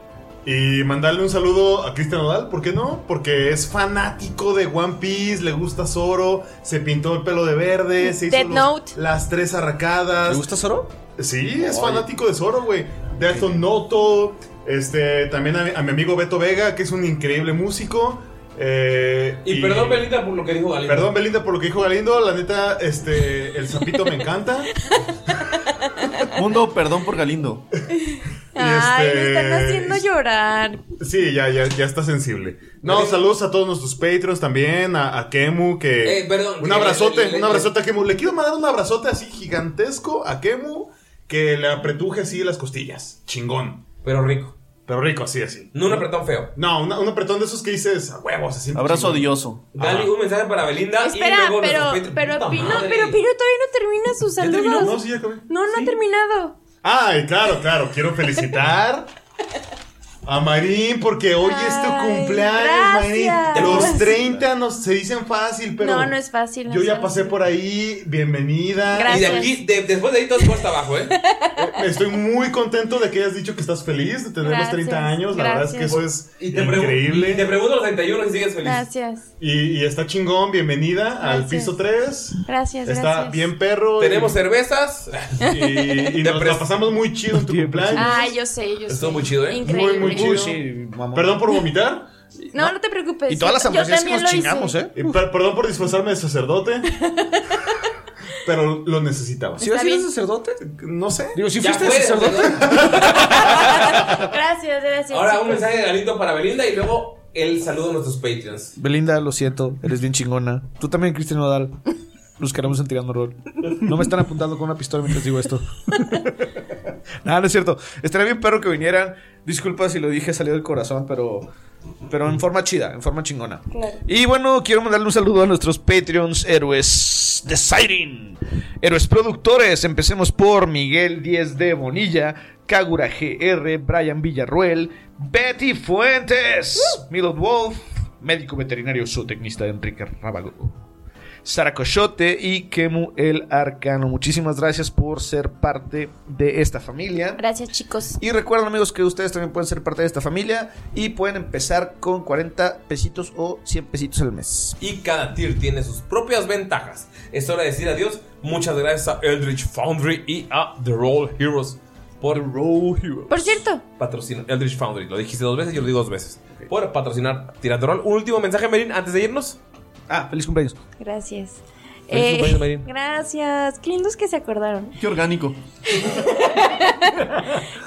Y mandarle un saludo a Cristian Nodal, ¿por qué no? Porque es fanático de One Piece, le gusta Zoro, se pintó el pelo de verde, se hizo Death los- Note. las tres arracadas. ¿Le gusta Zoro? Sí, es fanático de Zoro, güey. Death Noto, este, también a, mi- a mi amigo Beto Vega, que es un increíble músico. eh, Y, perdón, Belinda, por lo que dijo Galindo. Perdón, Belinda, por lo que dijo Galindo. La neta, este, el sapito me encanta. Mundo, perdón por Galindo. Ay, este- me están haciendo llorar. Sí, ya, ya, ya está sensible. No, saludos a todos nuestros Patreons también, a, a Kemu, que... Eh, perdón, un que- abrazote, le- le- un abrazote a Kemu. Le quiero mandar un abrazote así gigantesco a Kemu, que le apretuje así las costillas. Chingón. Pero rico. Pero rico, así, así. No un apretón feo. No, una- un apretón de esos que dices a huevos, así. Abrazo odioso. Gali, un mensaje para Belinda Espera, y luego pero, nuestros Patreon. pero, ¡Puta Pino, madre! pero Pino todavía no termina sus saludos. terminó? No, No, sí, ya acabé. no ha terminado. Ay, claro, claro. Quiero felicitar a Marín porque hoy es tu cumpleaños, Marín. gracias. Los 30 nos, se dicen fácil, pero no, no es fácil. no yo es ya fácil. pasé por ahí. Bienvenida. Gracias. Y de aquí, de- después de ahí todo es cuesta abajo, ¿eh? Estoy muy contento de que hayas dicho que estás feliz de tener Gracias, los 30 años. La verdad es que eso es Y te pregun- increíble. y te pregunto a los 31 si sigues feliz. Gracias, Y, y está chingón, bienvenida al piso 3. gracias, Está gracias. bien perro. Tenemos cervezas. Y, y nos la pasamos muy chido en tu cumpleaños. Ah, yo sé, yo sé. Estuvo muy chido, ¿eh? Increíble. Muy, muy chido. Perdón por vomitar. No, no te preocupes. Pues Yo también lo hice. Y per- perdón por disfrazarme de sacerdote. pero lo necesitaba. ¿Si vas a ir sacerdote? No sé. Digo, si Ya fuiste fue, sacerdote. eh. Gracias, gracias. Ahora un chicos. mensaje de Galito para Belinda y luego el saludo a nuestros Patreons. Belinda, lo siento, eres bien chingona. Tú también, Cristian Nodal. Nos queremos en tirando rol. No me están apuntando con una pistola mientras digo esto. Nada, no es cierto. Estaría bien perro que vinieran. Disculpa si lo dije, salió del corazón, pero. Pero en forma chida, en forma chingona. Y bueno, quiero mandarle un saludo a nuestros Patreons héroes de Siren. Héroes productores, empecemos por Miguel 10 de Bonilla, Kagura GR, Brian Villarruel, Betty Fuentes, Milot Wolf, médico veterinario zootecnista Enrique Rábago. Sara Cochote y Kemu el Arcano. Muchísimas gracias por ser parte de esta familia. Gracias, chicos. Y recuerden, amigos, que ustedes también pueden ser parte de esta familia y pueden empezar con 40 pesitos o 100 pesitos al mes. y cada tier tiene sus propias ventajas. Es hora de decir adiós. Muchas gracias a Eldritch Foundry y a The Roll Heroes por Roll Heroes. Por cierto, Patrocina Eldritch Foundry, lo dijiste dos veces, yo lo digo dos veces. Por patrocinar Tirando Roll. Un último mensaje, Merin, antes de irnos. Ah, feliz cumpleaños. gracias. Eh, Feliz cumpleaños, Marín. gracias. Qué lindos que se acordaron. Qué orgánico.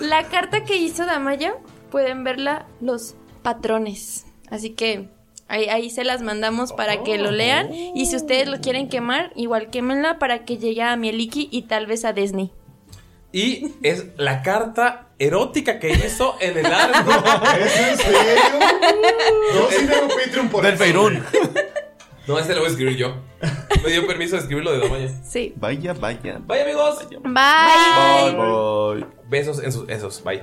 La carta que hizo Damaya pueden verla los patrones. Así que ahí, ahí se las mandamos para que lo lean. Y si ustedes lo quieren quemar, igual quémenla para que llegue a Mieliki y tal vez a Disney. Y es la carta erótica que hizo en el largo. ¿Es en serio? No, sí tengo Patreon por Del Feirún. No, este lo voy a escribir yo. Me dio permiso de escribirlo de Damaya. Sí. Vaya, vaya. Bye, amigos. Bye. Besos en sus esos. Bye.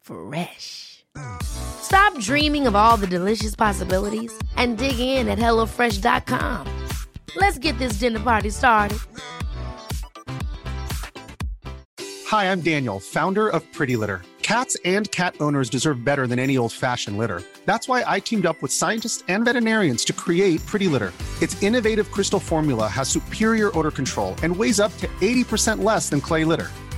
Fresh. Stop dreaming of all the delicious possibilities and dig in at HelloFresh.com. Let's get this dinner party started. Hi, I'm Daniel, founder of Pretty Litter. Cats and cat owners deserve better than any old fashioned litter. That's why I teamed up with scientists and veterinarians to create Pretty Litter. Its innovative crystal formula has superior odor control and weighs up to 80% less than clay litter.